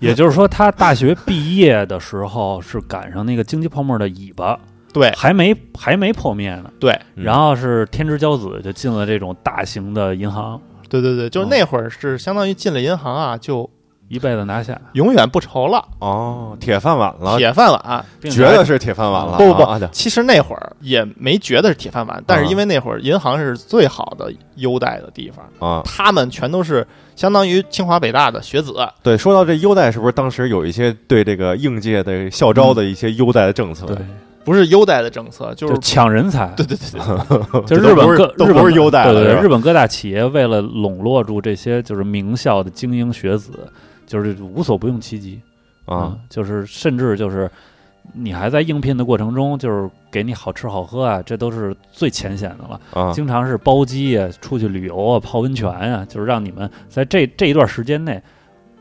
Speaker 4: 也就是说，他大学毕业的时候是赶上那个经济泡沫的尾
Speaker 2: (laughs)
Speaker 4: 巴，
Speaker 3: 对
Speaker 4: 还没还没破灭呢。
Speaker 3: 对
Speaker 2: 嗯
Speaker 4: 然后是天之骄子就进了这种大型的银行，
Speaker 3: 对对对，就是
Speaker 2: 嗯
Speaker 3: 那会儿是相当于进了银行啊，就
Speaker 4: 一辈子拿下，
Speaker 3: 永远不愁了，
Speaker 2: 哦，铁饭碗了，
Speaker 3: 铁饭碗、
Speaker 4: 并且
Speaker 2: 觉得是铁饭碗了。
Speaker 3: 不不不
Speaker 2: 啊啊对
Speaker 3: 其实那会儿也没觉得是铁饭碗，但
Speaker 2: 啊
Speaker 3: 是因为那会儿银行是最好的优待的地方，
Speaker 2: 啊，
Speaker 3: 他们全都是相当于清华北大的学子，
Speaker 2: 对，说到这优待，是不是当时有一些对这个应届的校招的一些优待的政策？
Speaker 4: 对，
Speaker 3: 不是优待的政策，就
Speaker 4: 就是抢人才。
Speaker 3: 对对对对，
Speaker 2: 这
Speaker 4: 就日
Speaker 2: 都
Speaker 4: 本
Speaker 2: 不是
Speaker 4: 各
Speaker 2: 都
Speaker 4: 日
Speaker 2: 不
Speaker 4: 本
Speaker 2: 是优待
Speaker 4: 对对
Speaker 2: 了，
Speaker 4: 对，
Speaker 2: 是
Speaker 4: 日
Speaker 2: 吧
Speaker 4: 本各大企业为了笼络住这些就是名校的精英学子，就是无所不用其极。
Speaker 2: 啊，
Speaker 4: 嗯，就是甚至就是你还在应聘的过程中，就是给你好吃好喝啊，这都是最浅显的了。
Speaker 2: 啊，
Speaker 4: 经常是包机啊、出去旅游啊、泡温泉啊，就是让你们在这这一段时间内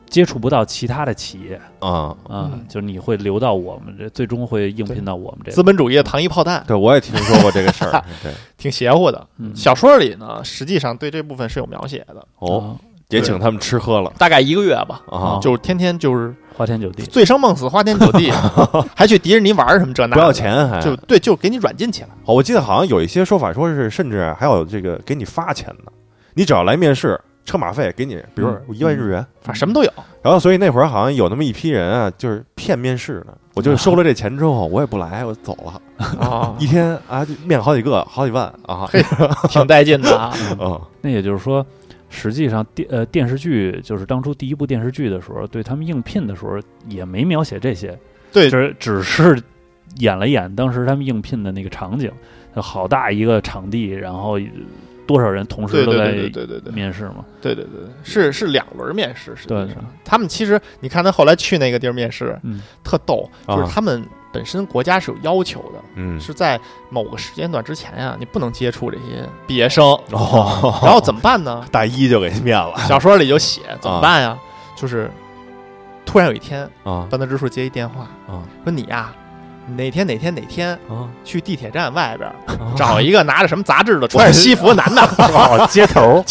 Speaker 4: 接触不到其他的企业
Speaker 2: 啊，
Speaker 4: 啊，
Speaker 3: 嗯
Speaker 4: 就是你会留到我们这，最终会应聘到我们这
Speaker 3: 资
Speaker 4: 个。
Speaker 3: 本主义的糖衣炮弹
Speaker 2: 对，我也听说过这个事
Speaker 3: (laughs)
Speaker 2: 儿。对，
Speaker 3: 挺邪乎的。
Speaker 4: 嗯
Speaker 3: 小说里呢，实际上对这部分是有描写的，
Speaker 2: 哦，
Speaker 4: 啊
Speaker 2: 也请他们吃喝了
Speaker 3: 大概一个月吧，
Speaker 2: 啊
Speaker 4: 哦，
Speaker 3: 就是天天就是
Speaker 4: 花天酒地，
Speaker 3: 醉生梦死、花天酒地，还去迪士尼玩儿什么这那，
Speaker 2: 不要，钱还。
Speaker 3: 就对，就给你软禁起来。
Speaker 2: 哦我记得好像有一些说法，说是甚至还有这个给你发钱的，你只要来面试，车马费给你，比如说
Speaker 3: 嗯
Speaker 2: 一万日元。
Speaker 3: 反正什么都有。
Speaker 2: 然后所以那会儿好像有那么一批人啊，就是骗面试的。我就收了这钱之后，我也不来，我走了，
Speaker 3: 啊，
Speaker 2: 一天啊就面好几个，好几万
Speaker 3: (laughs)
Speaker 2: 啊，
Speaker 3: 嘿挺带劲的啊！
Speaker 2: 嗯，
Speaker 4: 那也就是说，实际上电呃电视剧就是当初第一部电视剧的时候，对他们应聘的时候也没描写这些，
Speaker 3: 对
Speaker 4: 只只是演了演当时他们应聘的那个场景，好大一个场地，然后多少人同时
Speaker 3: 对
Speaker 4: 都
Speaker 3: 对
Speaker 4: 在
Speaker 3: 对对对对对
Speaker 4: 面试嘛，
Speaker 3: 对对对对，是是两轮面试，实际
Speaker 4: 对
Speaker 3: 上他们其实你看他后来去那个地儿面试，
Speaker 4: 嗯
Speaker 3: 特逗，就
Speaker 2: 啊
Speaker 3: 是他们本身国家是有要求的，
Speaker 2: 嗯，
Speaker 3: 是在某个时间段之前啊呀、你不能接触这些毕业生，
Speaker 2: (laughs) 哦，啊
Speaker 3: 然后怎么办呢？
Speaker 2: 大一就给面了
Speaker 3: (laughs) 小说里就写怎么办呀？就是突然有一天，
Speaker 2: 啊
Speaker 3: 半泽直树接一电话，
Speaker 2: 啊
Speaker 3: 说你呀、哪天哪天哪天
Speaker 2: 啊！
Speaker 3: 去地铁站外边儿找一个拿着什么杂志的穿着西服的男的，
Speaker 2: (laughs) 哦，街
Speaker 3: (laughs)
Speaker 2: 头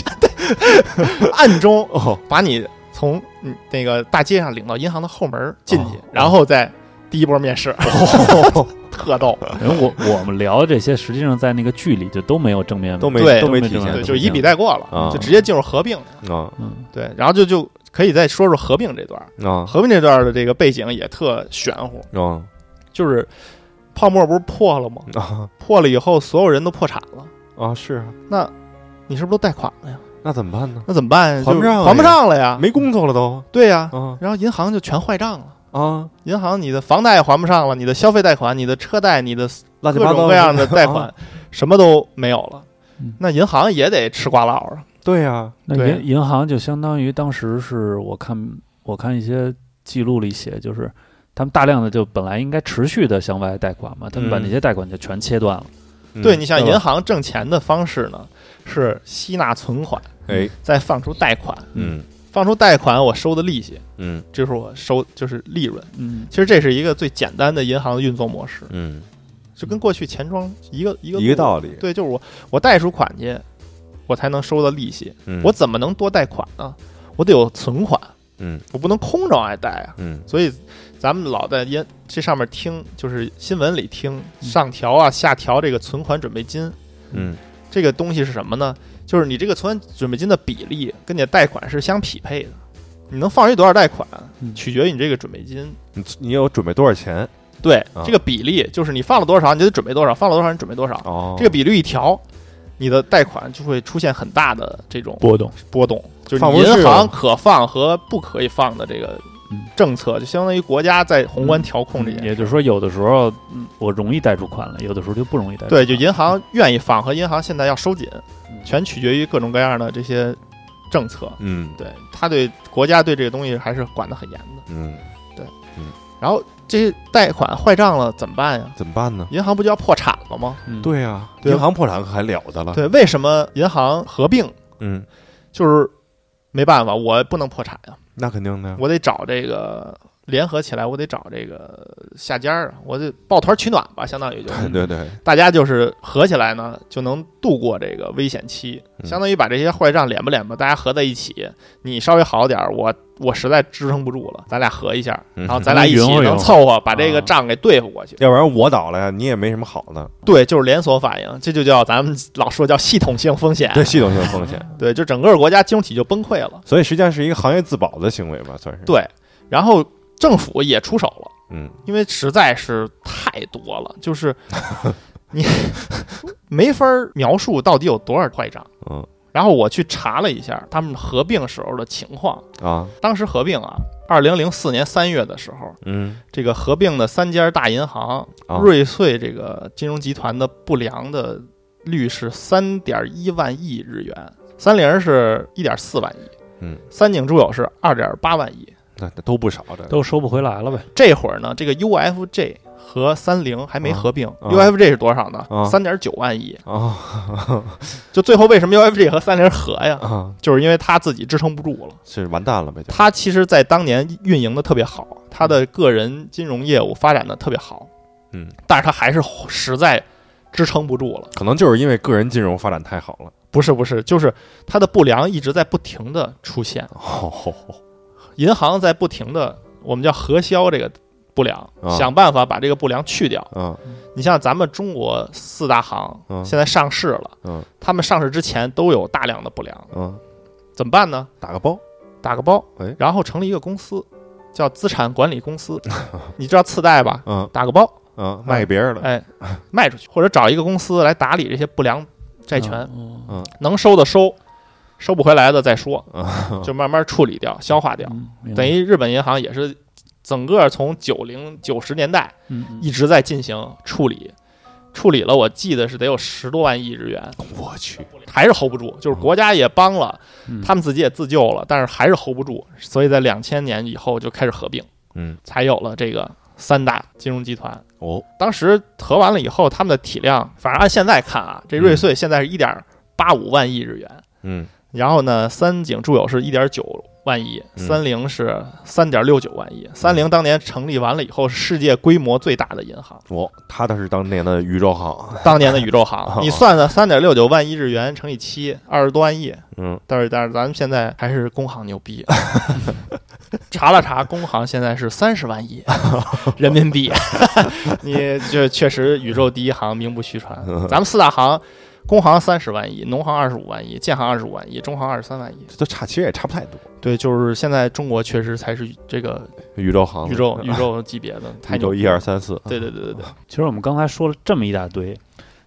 Speaker 3: 暗中
Speaker 2: 哦
Speaker 3: 把你从嗯那个大街上领到银行的后门儿进去
Speaker 2: 哦，
Speaker 3: 然后再第一波面试， (laughs) 特逗。
Speaker 2: 哎
Speaker 4: 因为我我们聊的这些，实际上在那个剧里就都没有正面
Speaker 2: 都没
Speaker 3: 对
Speaker 2: 都没
Speaker 4: 都没
Speaker 2: 体
Speaker 4: 正
Speaker 2: 现
Speaker 4: 面
Speaker 3: 对，
Speaker 4: 嗯
Speaker 3: 就以比带过
Speaker 2: 啊
Speaker 3: 了，就直接进入合并了。
Speaker 2: 啊
Speaker 4: 嗯
Speaker 3: 对，然后就就可以再说说合并这段儿。
Speaker 2: 啊
Speaker 3: 合并这段儿的这个背景也特玄乎，
Speaker 2: 啊
Speaker 3: 就是泡沫不是破了吗？
Speaker 2: 啊
Speaker 3: 破了以后，所有人都破产了，
Speaker 2: 啊！是啊，
Speaker 3: 你是不是都贷款了呀？
Speaker 2: 那怎么办呢？
Speaker 3: 那怎么办呀？
Speaker 2: 还不上了
Speaker 3: 就
Speaker 2: 呀
Speaker 3: 还不上了呀？
Speaker 2: 没工作了都
Speaker 3: 对呀，
Speaker 2: 啊
Speaker 3: 然后银行就全坏账了。
Speaker 2: 啊！
Speaker 3: 银行，你的房贷也还不上了，你的消费贷款、你的车贷、你的
Speaker 2: 乱七
Speaker 3: 各
Speaker 2: 八
Speaker 3: 种
Speaker 2: 糟
Speaker 3: 各样的贷款
Speaker 2: 啊，
Speaker 3: 什么都没有了
Speaker 4: 嗯。
Speaker 3: 那银行也得吃瓜落啊。
Speaker 2: 对呀，
Speaker 4: 那
Speaker 3: 对
Speaker 4: 银银行就相当于当时是我看我看一些记录里写，就是他们大量的就本来应该持续的向外贷款嘛，他们把
Speaker 2: 嗯
Speaker 4: 那些贷款就全切断了。
Speaker 2: 嗯
Speaker 3: 对，你像
Speaker 4: 对吧
Speaker 3: 银行挣钱的方式呢，是吸纳存款，
Speaker 2: 哎
Speaker 3: 再放出贷款，
Speaker 2: 嗯
Speaker 3: 放出贷款我收的利息，
Speaker 2: 嗯
Speaker 3: 这是我收就是利润。
Speaker 4: 嗯，
Speaker 3: 其实这是一个最简单的银行的运作模式，
Speaker 2: 嗯，
Speaker 3: 就跟过去钱庄一个一个
Speaker 2: 一个
Speaker 3: 路
Speaker 2: 道理。
Speaker 3: 对，就是我我贷出款去，我才能收到利息。
Speaker 2: 嗯
Speaker 3: 我怎么能多贷款呢？我得有存款，
Speaker 2: 嗯
Speaker 3: 我不能空着往外贷啊。
Speaker 2: 嗯
Speaker 3: 所以咱们老在银这上面听，就是新闻里听上调啊、下调这个存款准备金
Speaker 2: 嗯
Speaker 3: 这个东西是什么呢？就是你这个存款准备金的比例跟你的贷款是相匹配的。你能放出多少贷款，
Speaker 4: 嗯
Speaker 3: 取决于你这个准备金。
Speaker 2: 你你有准备多少钱？
Speaker 3: 对
Speaker 2: 啊，
Speaker 3: 这个比例就是你放了多少，你就得准备多少；放了多少，你准备多少。
Speaker 2: 哦，
Speaker 3: 这个比率一调，你的贷款就会出现很大的这种
Speaker 4: 波动。
Speaker 3: 波动，就是
Speaker 2: 放
Speaker 3: 你
Speaker 2: 不是
Speaker 3: 银行
Speaker 2: 了
Speaker 3: 可放和不可以放的这个
Speaker 4: 嗯
Speaker 3: 政策，就相当于国家在宏
Speaker 2: 嗯
Speaker 3: 观调控这件事。
Speaker 4: 也就是说，有的时候嗯我容易贷出款了，有的时候就不容易贷出款。
Speaker 3: 对，就银行愿意放和银行现在要收紧，
Speaker 4: 啊嗯
Speaker 3: 全取决于各种各样的这些政策。
Speaker 2: 嗯
Speaker 3: 对，他对国家对这个东西还是管得很严的。
Speaker 2: 嗯，
Speaker 3: 然后这些贷款坏账了怎么办呀？
Speaker 2: 怎么办呢？
Speaker 3: 银行不就要破产了吗？
Speaker 4: 嗯，
Speaker 2: 对啊呀，
Speaker 3: 对啊
Speaker 2: 银行破产可还了得了？
Speaker 3: 对，为什么银行合并
Speaker 2: 嗯，
Speaker 3: 就是没办法，我不能破产呀、
Speaker 2: 那肯定的呀。
Speaker 3: 我得找这个联合起来，我得找这个下家儿啊，我得抱团取暖吧，相当于就是
Speaker 2: 对对，
Speaker 3: 大家就是合起来呢，就能度过这个危险期，
Speaker 2: 嗯
Speaker 3: 相当于把这些坏账敛吧敛吧，大家合在一起，你稍微好点儿，我我实在支撑不住了，咱俩合一下，
Speaker 2: 嗯
Speaker 3: 然后咱俩一起
Speaker 4: 能匀乎匀
Speaker 3: 能
Speaker 4: 乎
Speaker 3: 凑合把这个账给对付过去。
Speaker 2: 要不然我倒了呀，你也没什么好的。
Speaker 3: 对，就是连锁反应，这就叫咱们老说叫系统性风险。
Speaker 2: 对系统性风险，
Speaker 3: 对，就整个国家金融体就崩溃了。
Speaker 2: 所以实际上是一个行业自保的行为吧，算是。，
Speaker 3: 对，然后政府也出手了。
Speaker 2: 嗯
Speaker 3: 因为实在是太多了，就是
Speaker 2: (laughs)
Speaker 3: 你没法儿描述到底有多少坏账。
Speaker 2: 嗯
Speaker 3: 然后我去查了一下他们合并时候的情况，
Speaker 2: 啊
Speaker 3: 当时合并啊，二零零四年三月的时候，
Speaker 2: 嗯
Speaker 3: 这个合并的三家大银行，
Speaker 2: 啊
Speaker 3: 瑞穗这个金融集团的不良的率是三点一万亿日元，三菱是一点四万亿，
Speaker 2: 嗯，
Speaker 3: 三井住友是二点八万亿。
Speaker 2: 那那都不少的。
Speaker 4: 都收不回来了呗。
Speaker 3: 这会儿呢，这个 UFJ 和三菱还没合并、
Speaker 2: 啊
Speaker 3: u f j 是多少呢
Speaker 2: 啊？
Speaker 3: 三点九万亿。
Speaker 2: 啊
Speaker 3: 就最后为什么 UFJ 和三菱合呀？
Speaker 2: 啊，
Speaker 3: 就是因为他自己支撑不住了。
Speaker 2: 是完蛋了呗，就
Speaker 3: 他其实，在当年运营的特别好，他的个人金融业务发展的特别好，
Speaker 2: 嗯，
Speaker 3: 但是他还是实在支撑不住了。
Speaker 2: 可能就是因为个人金融发展太好了。
Speaker 3: 不是不是，就是他的不良一直在不停的出现，
Speaker 2: 哦，
Speaker 3: 银行在不停的，我们叫核销这个不良，
Speaker 2: 啊
Speaker 3: 想办法把这个不良去掉。
Speaker 2: 嗯
Speaker 3: 你像咱们中国四大行
Speaker 2: 嗯
Speaker 3: 现在上市了，
Speaker 2: 嗯
Speaker 3: 他们上市之前都有大量的不良，
Speaker 2: 嗯，
Speaker 3: 怎么办呢？
Speaker 2: 打个包，
Speaker 3: 打个包
Speaker 2: 哎，
Speaker 3: 然后成立一个公司，叫资产管理公司。 (laughs) 你知道次贷吧？
Speaker 2: 嗯
Speaker 3: 打个包，
Speaker 2: 嗯，卖给别人了，
Speaker 3: 哎，卖出去，或者找一个公司来打理这些不良债权，
Speaker 4: 嗯
Speaker 3: 能收的收，收不回来的再说，
Speaker 2: 嗯
Speaker 3: 就慢慢处理掉、消化掉。
Speaker 4: 嗯明白
Speaker 3: 等于日本银行也是整个从九零九十年代
Speaker 4: 嗯嗯
Speaker 3: 一直在进行处理，处理了我记得是得有十多万亿日元，
Speaker 2: 我去，
Speaker 3: 还是 hold 不住，就是国家也帮了，
Speaker 4: 嗯
Speaker 3: 他们自己也自救了，但是还是 hold 不住，所以在两千年以后就开始合并，
Speaker 2: 嗯
Speaker 3: 才有了这个三大金融集团。
Speaker 2: 哦，
Speaker 3: 当时合完了以后，他们的体量，反正按现在看啊，这瑞穗现在是一点八五万亿日元，
Speaker 2: 嗯
Speaker 3: 然后呢，三井住友是一点九万亿，
Speaker 2: 嗯
Speaker 3: 三菱是三点六九万亿。三菱当年成立完了以后，是世界规模最大的银行，
Speaker 2: 我他倒是当年的宇宙行，
Speaker 3: (laughs) 当年的宇宙行
Speaker 2: (laughs) 哦，
Speaker 3: 你算算三点六九万亿日元乘以七，二十多万亿。
Speaker 2: 嗯
Speaker 3: 但是但是咱们现在还是工行牛
Speaker 2: (laughs)
Speaker 3: 逼，查了查，工行现在是三十
Speaker 2: (laughs)
Speaker 3: 万亿人民币， (laughs) 你这确实宇宙第一行名不虚传。
Speaker 2: 嗯
Speaker 3: 咱们四大行，工行三十万亿，农行二十五万亿，建行二十五万亿，中行二十三万亿。
Speaker 2: 这都差，其实也差不太多，
Speaker 3: 对，就是现在中国确实才是这个
Speaker 2: 宇宙行，
Speaker 3: 宇宙宇宙级别的，太
Speaker 2: 宇
Speaker 3: 牛
Speaker 2: 宙
Speaker 3: 逼
Speaker 2: 一
Speaker 3: 了
Speaker 2: 二。三嗯四，
Speaker 3: 对对对对对，
Speaker 4: 其实我们刚才说了这么一大堆，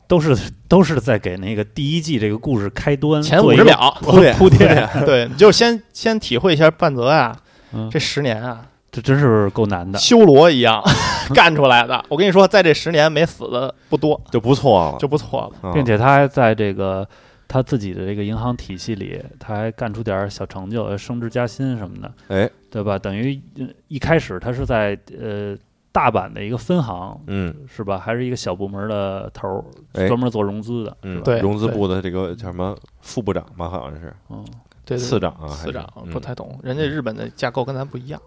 Speaker 4: 都是都是在给那个第一季这个故事开端
Speaker 3: 前
Speaker 4: 做
Speaker 3: 五
Speaker 4: 一
Speaker 3: 十
Speaker 4: 个
Speaker 3: 秒，
Speaker 4: 铺垫铺垫，
Speaker 2: (laughs)
Speaker 3: 对，你就先先体会一下半泽啊，
Speaker 4: 嗯
Speaker 3: 这十年啊，
Speaker 4: 这真是够难的。
Speaker 3: 修罗一样 (laughs) 干出来的。我跟你说，在这十年没死的不多，
Speaker 2: 就不错了，
Speaker 3: 就不错了。
Speaker 2: 嗯
Speaker 4: 并且他还在这个他自己的这个银行体系里，他还干出点儿小成就，升职加薪什么的，
Speaker 2: 哎，
Speaker 4: 对吧？等于呃一开始他是在呃大阪的一个分行，
Speaker 2: 嗯
Speaker 4: 是吧？还是一个小部门的头儿，
Speaker 2: 哎
Speaker 4: 专门做融资的，
Speaker 2: 嗯，
Speaker 3: 对
Speaker 2: 融资部的这个叫什么副部长吧，好像是
Speaker 4: 嗯，
Speaker 3: 对对
Speaker 2: 次长啊，还
Speaker 3: 呃次
Speaker 2: 是
Speaker 3: 长
Speaker 2: 嗯
Speaker 3: 不太懂，人家日本的架构跟咱不一样。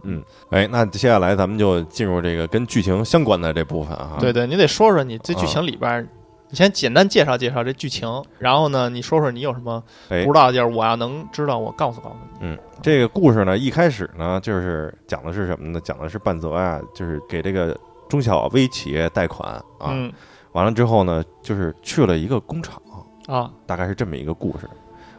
Speaker 2: 哎，那接下来咱们就进入这个跟剧情相关的这部分啊。
Speaker 3: 对对，你得说说你这
Speaker 2: 嗯
Speaker 3: 剧情里边儿，你先简单介绍介绍这剧情，然后呢，你说说你有什么
Speaker 2: 哎
Speaker 3: 不知，道的地儿，我要能知道，我告诉告诉你。
Speaker 2: 这个故事呢，一开始呢，就是讲的是什么呢？讲的是半泽啊，就是给这个中小微企业贷款啊。
Speaker 3: 嗯
Speaker 2: 完了之后呢，就是去了一个工厂，
Speaker 3: 啊，
Speaker 2: 大概是这么一个故事。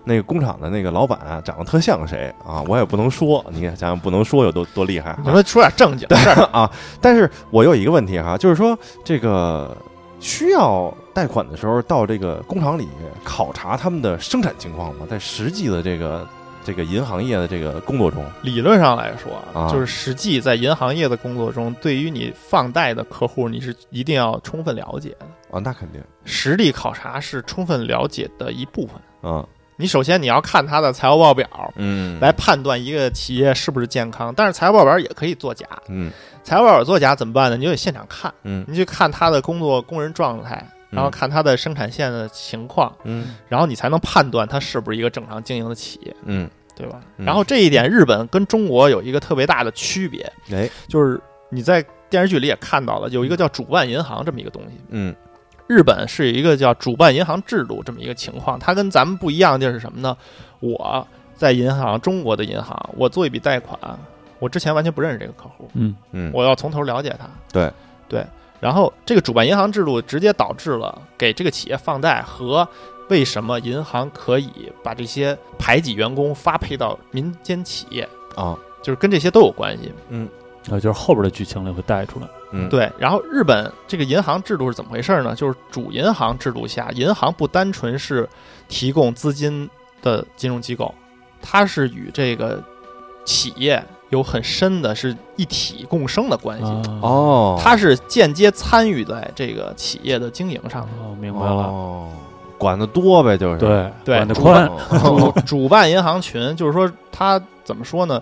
Speaker 2: 那个工厂的那个老板啊，长得特像谁啊？我也不能说，你也想想不能说有多多厉害啊
Speaker 3: 你们说点正经事儿。
Speaker 2: 啊！但是我有一个问题哈、就是说这个需要贷款的时候到这个工厂里考察他们的生产情况吗？在实际的这个这个银行业的这个工作中，
Speaker 3: 理论上来说
Speaker 2: 啊
Speaker 3: 就是实际在银行业的工作中，对于你放贷的客户，你是一定要充分了解的。
Speaker 2: 啊，那肯定
Speaker 3: 实地考察是充分了解的一部分。
Speaker 2: 啊，
Speaker 3: 你首先你要看它的财务报表
Speaker 2: 嗯
Speaker 3: 来，判断一个企业是不是健康，但是财务报表也可以作假。
Speaker 2: 嗯
Speaker 3: 财务报表作假怎么办呢？你就得现场看，
Speaker 2: 嗯
Speaker 3: 你去看他的工作工人状态，
Speaker 2: 嗯
Speaker 3: 然后看他的生产线的情况，
Speaker 2: 嗯
Speaker 3: 然后你才能判断它是不是一个正常经营的企业，
Speaker 2: 嗯，
Speaker 3: 对吧？
Speaker 2: 嗯
Speaker 3: 然后这一点，日本跟中国有一个特别大的区别，
Speaker 2: 哎，
Speaker 3: 就是你在电视剧里也看到了，有一个叫主办银行这么一个东西。
Speaker 2: 嗯
Speaker 3: 日本是有一个叫主办银行制度这么一个情况，它跟咱们不一样的地儿是什么呢？我在银行，中国的银行，我做一笔贷款，我之前完全不认识这个客户，
Speaker 4: 嗯，
Speaker 2: 嗯，
Speaker 3: 我要从头了解他。
Speaker 2: 对
Speaker 3: 对，然后这个主办银行制度直接导致了给这个企业放贷和为什么银行可以把这些排挤员工发配到民间企业，
Speaker 2: 啊，
Speaker 3: 就是跟这些都有关系。
Speaker 4: 呃，就是后边的剧情里会带出来，
Speaker 2: 嗯，
Speaker 3: 对，然后日本这个银行制度是怎么回事呢？就是主银行制度下，银行不单纯是提供资金的金融机构，它是与这个企业有很深的是一体共生的关系，
Speaker 4: 哦，
Speaker 2: 哦，
Speaker 3: 它是间接参与在这个企业的经营上
Speaker 2: (laughs)
Speaker 3: 的。
Speaker 4: 哦，明白了，
Speaker 2: 哦，管的多呗，就是哦
Speaker 4: 对
Speaker 3: 对
Speaker 4: 管得
Speaker 3: 主
Speaker 4: 宽，
Speaker 3: 主主办银行群，就是说它怎么说呢？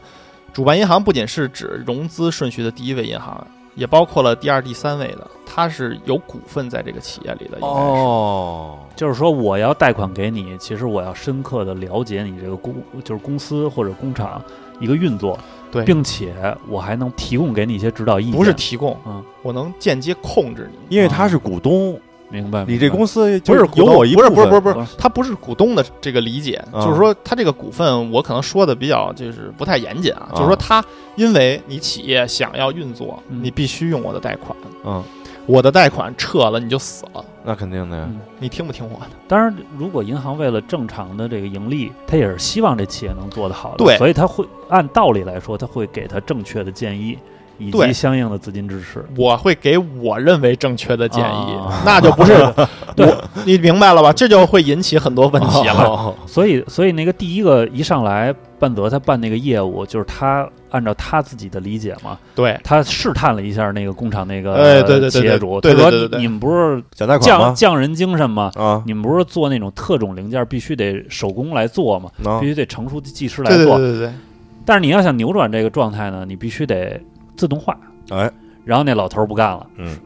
Speaker 3: 主办银行不仅是指融资顺序的第一位银行，也包括了第二、第三位的，它是有股份在这个企业里的，应该是。
Speaker 2: 哦，
Speaker 4: 就是说，我要贷款给你，其实我要深刻的了解你这个公，就是公司或者工厂一个运作，
Speaker 3: 对
Speaker 4: 并且我还能提供给你一些指导意见。
Speaker 3: 不是提供，
Speaker 4: 嗯
Speaker 3: 我能间接控制你。
Speaker 2: 因为他是股东，
Speaker 4: 明白？
Speaker 2: 你这公司
Speaker 3: 哦不
Speaker 2: 就是有
Speaker 3: 股东
Speaker 2: 我一
Speaker 3: 不是
Speaker 2: 部
Speaker 3: 不是
Speaker 2: 分
Speaker 3: 不是不
Speaker 4: 啊
Speaker 3: 是，他不是股东的这个理解，
Speaker 2: 啊
Speaker 3: 就是说他这个股份我可能说的比较就是不太严谨啊，
Speaker 2: 啊
Speaker 3: 就是说他因为你企业想要运作，
Speaker 4: 嗯
Speaker 3: 你必须用我的贷款，
Speaker 2: 嗯，
Speaker 3: 我的贷款撤了你就死了，
Speaker 2: 那肯定的呀
Speaker 4: 嗯，
Speaker 3: 你听不听我的？
Speaker 4: 当然，如果银行为了正常的这个盈利，他也是希望这企业能做得好的，
Speaker 3: 对
Speaker 4: 所以他会按道理来说，他会给他正确的建议以及
Speaker 3: 对
Speaker 4: 相应的资金支持。
Speaker 3: 我会给我认为正确的建议，
Speaker 4: 啊
Speaker 3: 那就不是
Speaker 4: 对
Speaker 3: 我，你明白了吧？这就会引起很多问题
Speaker 2: 哦
Speaker 3: 了。
Speaker 4: 所以，所以那个第一个一上来，半泽他办那个业务，就是他按照他自己的理解嘛，
Speaker 3: 对，
Speaker 4: 他试探了一下那个工厂那个
Speaker 3: 哎对对对对
Speaker 4: 企业主，
Speaker 3: 对对
Speaker 4: 他说
Speaker 3: 对对
Speaker 4: 你
Speaker 3: 对
Speaker 4: 你们不是
Speaker 2: 假贷款
Speaker 4: 匠
Speaker 2: 吗？
Speaker 4: 匠人精神吗？
Speaker 2: 啊，
Speaker 4: 你们不是做那种特种零件必须得手工来做吗？
Speaker 2: 能
Speaker 4: 必须得成熟的技师来
Speaker 3: 啊对对
Speaker 4: 做
Speaker 3: 对。对对，
Speaker 4: 但是你要想扭转这个状态呢，你必须得自动化。
Speaker 2: 哎，
Speaker 4: 然后那老头儿不干了，
Speaker 2: 嗯，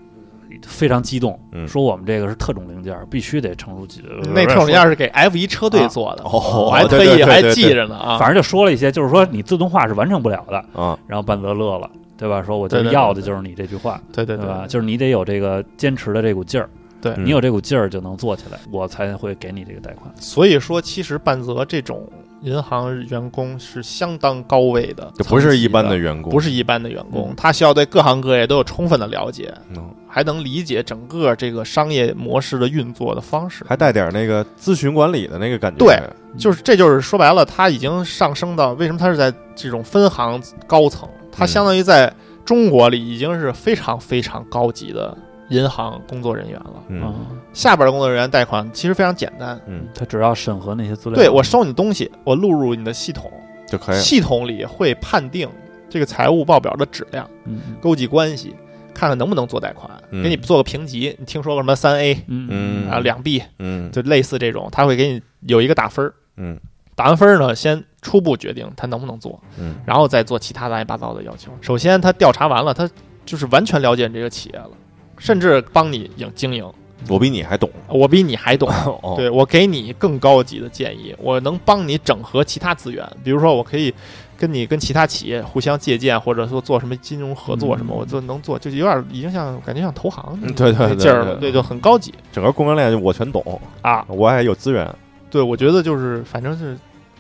Speaker 4: 非常激动，
Speaker 2: 嗯
Speaker 4: 说我们这个是特种零件，必须得成熟技。
Speaker 3: 那特种件是给 F 一车队做的，
Speaker 2: 哦
Speaker 3: 我还特
Speaker 2: 对对
Speaker 3: 意
Speaker 2: 对
Speaker 3: 还
Speaker 2: 对
Speaker 3: 记着呢啊。
Speaker 4: 呃反正就说了一些，就是说你自动化是完成不了的。
Speaker 2: 啊，
Speaker 4: 然后半泽乐了，对吧？说我就
Speaker 3: 对对对
Speaker 4: 要的就是你这句话，
Speaker 3: 对对对
Speaker 4: 吧？就是你得有这个坚持的这股劲儿，
Speaker 3: 对
Speaker 4: 你有这股劲儿就能做起来，我才会给你这个贷款。
Speaker 3: 所以说，其实半泽这种银行员工是相当高位的，
Speaker 2: 这不是一般的
Speaker 3: 的，
Speaker 2: 员工，
Speaker 3: 不是一般的员工，
Speaker 4: 嗯
Speaker 3: 他需要对各行各业都有充分的了解，
Speaker 2: 嗯，
Speaker 3: 还能理解整个这个商业模式的运作的方式。
Speaker 2: 还带点那个咨询管理的那个感觉，
Speaker 3: 对就是这就是说白了，他已经上升到为什么他是在这种分行高层，他
Speaker 2: 嗯
Speaker 3: 相当于在中国里已经是非常非常高级的银行工作人员了。
Speaker 2: 嗯
Speaker 4: 嗯，
Speaker 3: 下边的工作人员贷款其实非常简单，
Speaker 2: 嗯
Speaker 4: 他只要审核那些资料，
Speaker 3: 对我收你东西，我录入你的系统，
Speaker 2: 就可以了，
Speaker 3: 系统里会判定这个财务报表的质量，
Speaker 4: 嗯，嗯
Speaker 3: 勾稽关系，看看能不能做贷款，
Speaker 2: 嗯
Speaker 3: 给你做个评级。你听说过什么三 A
Speaker 4: 嗯
Speaker 2: 嗯
Speaker 3: 啊、两 B，
Speaker 2: 嗯
Speaker 3: 就类似这种，他会给你有一个打分儿。
Speaker 2: 嗯
Speaker 3: 打完分儿呢，先初步决定他能不能做，
Speaker 2: 嗯
Speaker 3: 然后再做其他乱七八糟的要求。首先，他调查完了，他就是完全了解你这个企业了，甚至帮你营经营。
Speaker 2: 我比你还懂，
Speaker 3: 我比你还懂，
Speaker 2: 哦，
Speaker 3: 对我给你更高级的建议，我能帮你整合其他资源，比如说我可以跟你跟其他企业互相借鉴，或者说做什么金融合作什么，
Speaker 4: 嗯
Speaker 3: 我就能做，就是有点已经像感觉像投行
Speaker 2: 嗯对对
Speaker 3: 那
Speaker 2: 对
Speaker 3: 劲儿了，对，就很高级
Speaker 2: 整个供应链我全懂，
Speaker 3: 啊。
Speaker 2: 我还有资源，
Speaker 3: 对，我觉得就是反正是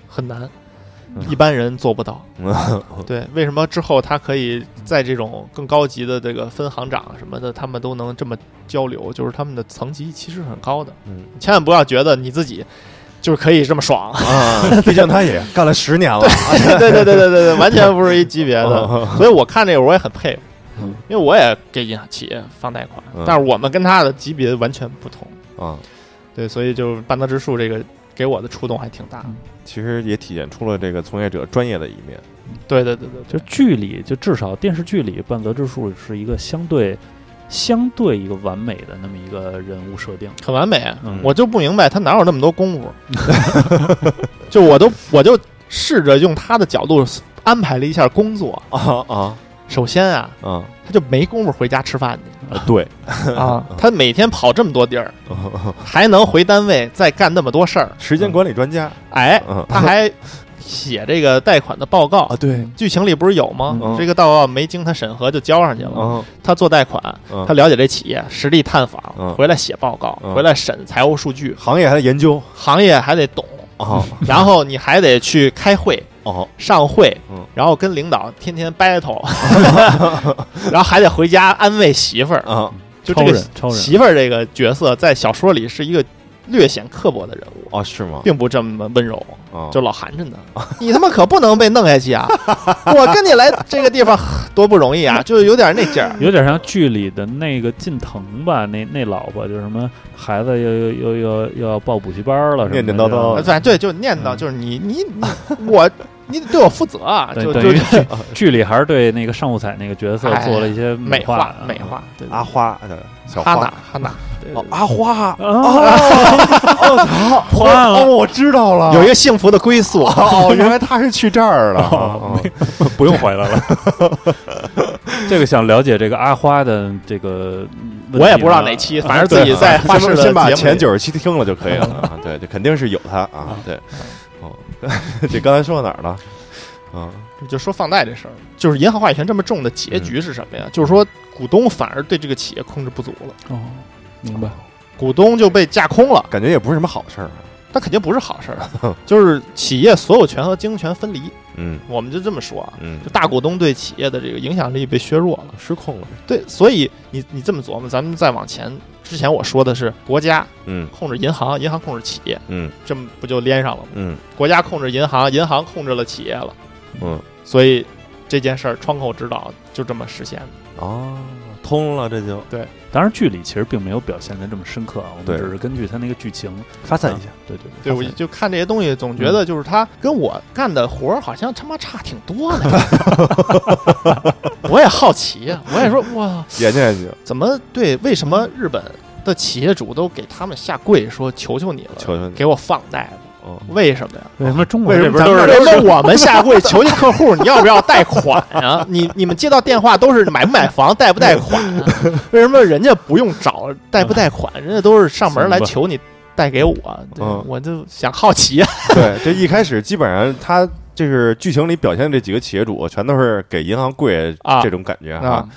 Speaker 3: 很难
Speaker 2: 嗯，
Speaker 3: 一般人做不到。
Speaker 2: 嗯
Speaker 3: 对，为什么之后他可以在这种更高级的这个分行长什么的，他们都能这么交流，就是他们的层级其实很高的，
Speaker 2: 嗯
Speaker 3: 千万不要觉得你自己就是可以这么
Speaker 4: (laughs)
Speaker 3: 爽。
Speaker 2: 啊， (laughs) 毕竟他也干了十年了，
Speaker 3: 对对对对对对，完全不是一级别的。
Speaker 2: 哦
Speaker 3: 所以我看这个我也很佩服
Speaker 4: 嗯，
Speaker 3: 因为我也给银行企业放贷款
Speaker 2: 嗯，
Speaker 3: 但是我们跟他的级别完全不同。
Speaker 2: (laughs) 啊，
Speaker 3: 对，所以就是半泽直树这个给我的触动还挺大的。
Speaker 2: 其实也体现出了这个从业者专业的一面，
Speaker 3: 对对对对对，
Speaker 4: 就剧里，就至少电视剧里，半泽直树是一个相对相对一个完美的那么一个人物设定。
Speaker 3: 很完美。
Speaker 4: 嗯
Speaker 3: 我就不明白他哪有那么多功
Speaker 4: (laughs)
Speaker 3: 夫，就我都我就试着用他的角度安排了一下工作。
Speaker 2: (laughs) 啊啊
Speaker 3: 首先啊，
Speaker 2: 啊，
Speaker 3: 他就没工夫回家吃饭
Speaker 4: (laughs)
Speaker 3: 去
Speaker 2: 对，
Speaker 3: 啊，他每天跑这么多地儿，还能回单位再干那么多事儿，
Speaker 2: (laughs) 时间管理专家
Speaker 3: 哎，
Speaker 2: 嗯
Speaker 3: 他还写这个贷款的报告
Speaker 2: 啊，。对，
Speaker 3: 剧情里不是有吗？
Speaker 2: 嗯
Speaker 3: 这个报告没经他审核就交上去了。
Speaker 2: 啊
Speaker 3: 他做贷款，
Speaker 2: 啊
Speaker 3: 他，了解这企业，实地探访，
Speaker 2: 嗯
Speaker 3: 回来写报告，
Speaker 2: 嗯
Speaker 3: 回来审财务数据，
Speaker 2: 行业还在研究
Speaker 3: 行业还得懂，
Speaker 2: 啊
Speaker 3: 然后你还得去开会、
Speaker 2: 哦
Speaker 3: 上会
Speaker 2: 嗯，
Speaker 3: 然后跟领导天天 battle，然后还得回家安慰媳妇儿。
Speaker 2: 啊
Speaker 3: 就
Speaker 4: 超
Speaker 3: 这
Speaker 4: 人
Speaker 3: 个，
Speaker 4: 超人，
Speaker 3: 媳妇儿这个角色在小说里是一个略显刻薄的人物，
Speaker 2: 哦是吗？
Speaker 3: 并不这么温柔，
Speaker 2: 啊，
Speaker 3: 嗯就老寒碜他。 (laughs) 你他妈可不能被弄下去啊！ (laughs) 我跟你来这个地方多不容易啊，就是有点那劲 (laughs) 儿。
Speaker 4: 有点像剧里的那个近藤吧，那那老婆就是什么孩子又又又又又要报补习班了，什么的
Speaker 2: 念念叨叨
Speaker 3: 反正对，就念叨，
Speaker 4: 嗯
Speaker 3: 就是你你你我你得对我负责啊，
Speaker 4: 对
Speaker 3: 就
Speaker 4: 等
Speaker 3: 就
Speaker 4: 于剧剧里还是对那个上午彩那个角色
Speaker 3: 哎
Speaker 4: 做了一些
Speaker 3: 美
Speaker 4: 化嗯
Speaker 3: 化，美化，对
Speaker 2: 阿
Speaker 3: 对
Speaker 2: 花啊呃小
Speaker 3: 哈
Speaker 2: 花
Speaker 3: 娜哈娜，对对
Speaker 2: 哦阿花
Speaker 4: 啊，
Speaker 2: 啊，
Speaker 4: 换了
Speaker 2: 哦，我知道了，
Speaker 3: 有一个幸福的归宿。啊 (laughs)
Speaker 2: 哦，原来他是去这儿了，哦
Speaker 4: 不用回来了。
Speaker 3: (laughs)
Speaker 4: 这个想了解这个阿花的这个，嗯问题
Speaker 3: 我也不知道
Speaker 4: 呢
Speaker 3: 哪期，反正自己在花式
Speaker 2: 啊先
Speaker 3: 的
Speaker 2: 先把
Speaker 3: 节目
Speaker 2: 前
Speaker 3: 里
Speaker 2: 九十期听了就可以
Speaker 3: (laughs)
Speaker 2: 了啊，对，这肯定是有他
Speaker 3: 嗯
Speaker 2: 啊，对，哦， (laughs) 这刚才说到哪儿了？啊，
Speaker 3: 就说放贷这事儿，就是银行话语权这么重的嗯结局是什么呀？就是说股东反而对这个企业控制不足了，
Speaker 4: 哦，明白。
Speaker 3: 股东就被架空了，
Speaker 2: 感觉也不是什么好事儿啊。
Speaker 3: 那肯定不是好事儿啊，就是企业所有权和经营权分离，
Speaker 2: 嗯
Speaker 3: 我们就这么说啊，
Speaker 2: 嗯
Speaker 3: 就，大股东对企业的这个影响力被削弱了。
Speaker 2: 失控了。
Speaker 3: 对，所以你你这么琢磨，咱们再往前，之前我说的是国家
Speaker 2: 嗯
Speaker 3: 控制银行，银行控制企业，
Speaker 2: 嗯
Speaker 3: 这么不就连上了吗？
Speaker 2: 嗯
Speaker 3: 国家控制银行，银行控制了企业了，
Speaker 2: 嗯，
Speaker 3: 所以这件事儿窗口指导就这么实现的。
Speaker 2: 哦，通了，这就
Speaker 4: 当然，剧里其实并没有表现的这么深刻啊，我
Speaker 2: 对
Speaker 4: 们只是根据他那个剧情
Speaker 2: 发散一下。
Speaker 4: 对对
Speaker 3: 啊对，我就看这些东西，总觉得就是他跟我干的活儿好像他妈差挺多的。我也好奇呀、我也说哇，
Speaker 2: 研究研究，
Speaker 3: 怎么对？为什么日本的企业主都给他们下跪说求求你了，
Speaker 2: 求求你。
Speaker 3: 给我放贷吧？
Speaker 2: 哦，
Speaker 3: 为什么呀？
Speaker 4: 为什么中国
Speaker 2: 为
Speaker 4: 这
Speaker 2: 什么
Speaker 4: 边
Speaker 2: 咱们
Speaker 3: 为什么我们下跪求求客户，你要不要贷款
Speaker 2: (laughs)
Speaker 3: 啊？你你们接到电话都是买不买房、贷不贷款、
Speaker 2: (laughs)
Speaker 3: 啊？为什么人家不用找贷不贷款，人家都是上门来求你贷给我？对
Speaker 2: 嗯
Speaker 3: 我就想好奇啊。
Speaker 2: 对，这一开始基本上他就是剧情里表现的这几个企业主，全都是给银行跪
Speaker 3: 啊
Speaker 2: 这种感觉
Speaker 3: 啊
Speaker 2: 哈。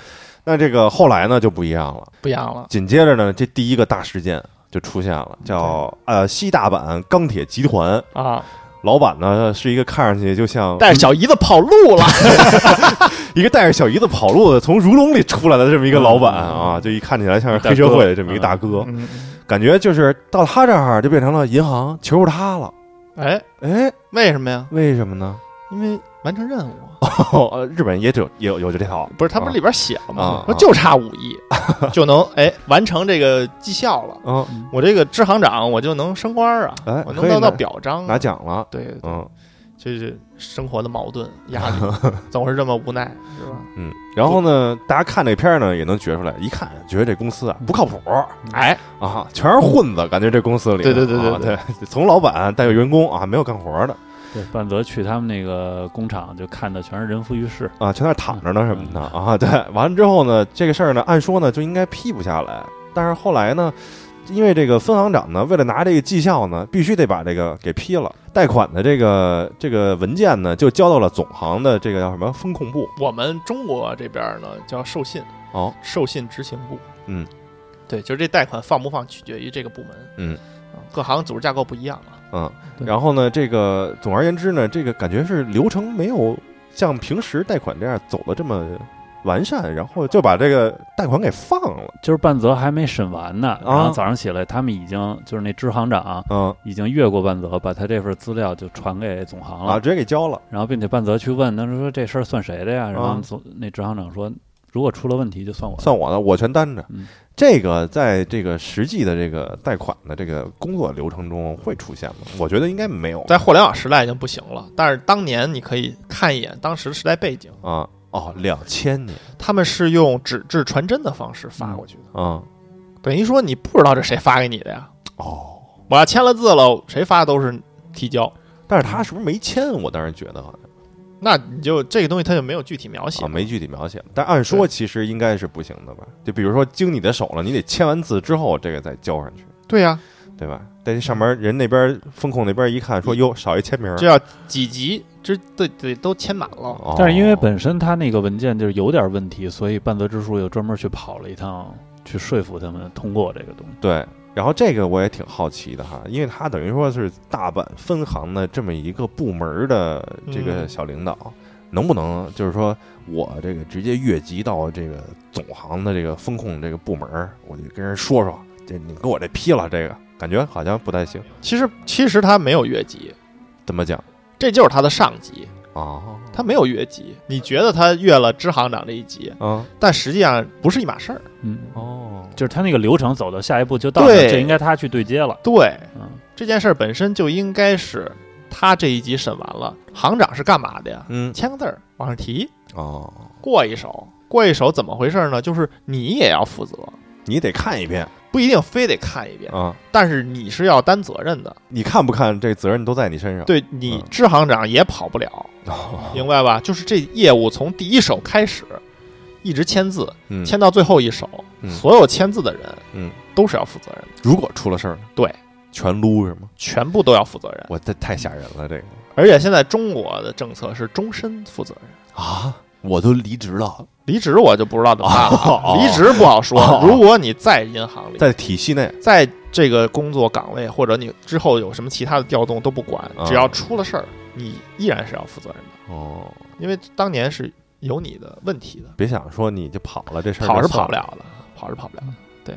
Speaker 2: 那这个后来呢就不一样了，
Speaker 3: 不一样了，
Speaker 2: 紧接着呢，这第一个大事件就出现了，叫呃西大阪钢铁集团，
Speaker 3: 啊，
Speaker 2: 老板呢是一个看上去就像
Speaker 3: 但是小姨子跑路了，
Speaker 2: 一个带着小姨子跑路的从如笼里出来的这么一个老板啊，就一看起来像是黑社会的这么一个大啊哥，
Speaker 3: 嗯，
Speaker 2: 感觉就是到他这儿就变成了银行求他了。
Speaker 3: 哎，
Speaker 2: 哎，
Speaker 3: 为什么呀？
Speaker 2: 为什么呢？
Speaker 3: 因为完成任务，
Speaker 2: 哦，呃日本也只有也有有这套，
Speaker 3: 不是他不是里边写
Speaker 2: 啊
Speaker 3: 了吗？说就差五
Speaker 2: (laughs)
Speaker 3: 亿就能哎完成这个绩效了，
Speaker 2: 嗯，
Speaker 3: 我这个支行长我就能升官啊
Speaker 2: 哎，
Speaker 3: 我
Speaker 2: 可
Speaker 3: 能
Speaker 2: 以
Speaker 3: 得到
Speaker 2: 拿
Speaker 3: 表彰啊
Speaker 2: 拿，奖了，
Speaker 3: 对
Speaker 2: 嗯
Speaker 3: 就是生活的矛盾、
Speaker 2: (laughs)
Speaker 3: 压力，总是这么无奈，是吧？
Speaker 2: 嗯。然后呢，大家看这片儿呢也能觉出来，一看觉得这公司啊不靠谱
Speaker 3: 哎，
Speaker 2: 啊，全是混子，感觉这公司里
Speaker 3: 对对对对
Speaker 2: 啊对，从老板带到员工啊，没有干活的
Speaker 4: 对半泽去他们那个工厂就看的全是人浮于事，
Speaker 2: 啊，全在那躺着呢
Speaker 4: 嗯
Speaker 2: 什么的啊。对，完了之后呢，这个事儿呢，按说呢就应该批不下来，但是后来呢。因为这个分行长呢，为了拿这个绩效呢，必须得把这个给批了。贷款的这个这个文件呢，就交到了总行的这个叫什么风控部。
Speaker 3: 我们中国这边呢叫授信，
Speaker 2: 哦，
Speaker 3: 授信执行部，
Speaker 2: 嗯，
Speaker 3: 对，就是这贷款放不放取决于这个部门，
Speaker 2: 嗯
Speaker 3: 啊，各行组织架构不一样啊，
Speaker 2: 嗯，
Speaker 4: 对
Speaker 2: 然后呢，这个总而言之呢，这个感觉是流程没有像平时贷款这样走的这么完善，然后就把这个贷款给放了。
Speaker 4: 就是半泽还没审完呢，然
Speaker 2: 啊
Speaker 4: 后早上起来他们已经就是那支行长
Speaker 2: 嗯
Speaker 4: 已经越过半泽，把他这份资料就传给总行了
Speaker 2: 啊，，直接给交了。
Speaker 4: 然后并且半泽去问，他说这事儿算谁的呀？然
Speaker 2: 啊
Speaker 4: 后总那支行长说，如果出了问题就算我的。
Speaker 2: 算我的，我全担着。
Speaker 4: 嗯
Speaker 2: 这个在这个实际的这个贷款的这个工作流程中会出现吗？我觉得应该没有
Speaker 3: 在互联网时代已经不行了，但是当年你可以看一眼当时的时代背景，
Speaker 2: 啊。哦，两千年
Speaker 3: 他们是用纸质传真的方式发过去的，
Speaker 2: 啊、
Speaker 3: 等于说你不知道这谁发给你的呀，
Speaker 2: 哦，
Speaker 3: 我要签了字了，谁发都是提交。
Speaker 2: 但是他是不是没签？我当时觉得好像
Speaker 3: 那你就这个东西，它就没有具体描写
Speaker 2: 啊，没具体描写。但按说其实应该是不行的吧？就比如说经你的手了，你得签完字之后，这个再交上去，
Speaker 3: 对呀、
Speaker 2: 对吧？但是上面人那边风控那边一看，说哟少一签名儿，
Speaker 3: 嗯这要几级，这得得都签满了。
Speaker 2: 哦
Speaker 4: 但是因为本身他那个文件就是有点问题，所以半泽直树又专门去跑了一趟，去说服他们通过这个东西。
Speaker 2: 对，然后这个我也挺好奇的哈，因为他等于说是大阪分行的这么一个部门儿的这个
Speaker 3: 嗯
Speaker 2: 小领导，能不能就是说我这个直接越级到这个总行的这个风控这个部门儿，我就跟人说说，这你给我这批了，这个感觉好像不太行，
Speaker 3: 其实其实他没有越级，
Speaker 2: 怎么讲
Speaker 3: 这就是他的上级，
Speaker 2: 啊？
Speaker 3: 他没有越级。你觉得他越了支行长这一级，
Speaker 2: 啊
Speaker 3: 但实际上不是一码事儿。
Speaker 4: 嗯，
Speaker 2: 哦，
Speaker 4: 就是他那个流程走到下一步就到这
Speaker 3: 对
Speaker 4: 儿，这应该他去对接了。
Speaker 3: 对，
Speaker 4: 嗯，
Speaker 3: 这件事儿本身就应该是他这一级审完了，行长是干嘛的呀？
Speaker 2: 嗯
Speaker 3: 签个字儿往上提，
Speaker 2: 哦，
Speaker 3: 过一手，过一手怎么回事呢？就是你也要负责，
Speaker 2: 你得看一遍
Speaker 3: 不一定非得看一遍，
Speaker 2: 啊。
Speaker 3: 但是你是要担责任的。
Speaker 2: 你看不看？这责任都在你身上。，
Speaker 3: 对你
Speaker 2: 嗯
Speaker 3: 支行长也跑不了， (laughs) 明白吧？就是这业务从第一手开始，一直签字，
Speaker 2: 嗯，
Speaker 3: 签到最后一手，
Speaker 2: 嗯
Speaker 3: 所有签字的人，
Speaker 2: 嗯，
Speaker 3: 都是要负责任的，
Speaker 2: 如果出了事儿，
Speaker 3: 对，
Speaker 2: 全撸是吗？
Speaker 3: 全部都要负责任。
Speaker 2: 我这太吓人了，这个
Speaker 3: 而且现在中国的政策是终身负责任，
Speaker 2: 啊，
Speaker 1: 我都离职了，
Speaker 3: 离职我就不知道怎么办
Speaker 1: 哦
Speaker 3: 了，离职不好
Speaker 1: 哦
Speaker 3: 说。如果你在银行里，
Speaker 2: 在体系内，
Speaker 3: 在这个工作岗位或者你之后有什么其他的调动都不管
Speaker 2: 啊，
Speaker 3: 只要出了事儿，你依然是要负责任的，
Speaker 2: 哦，
Speaker 3: 因为当年是有你的问题的，
Speaker 2: 别想说你就跑了，这事儿
Speaker 3: 跑
Speaker 2: 就是算
Speaker 3: 跑不，了的，跑是跑不了的。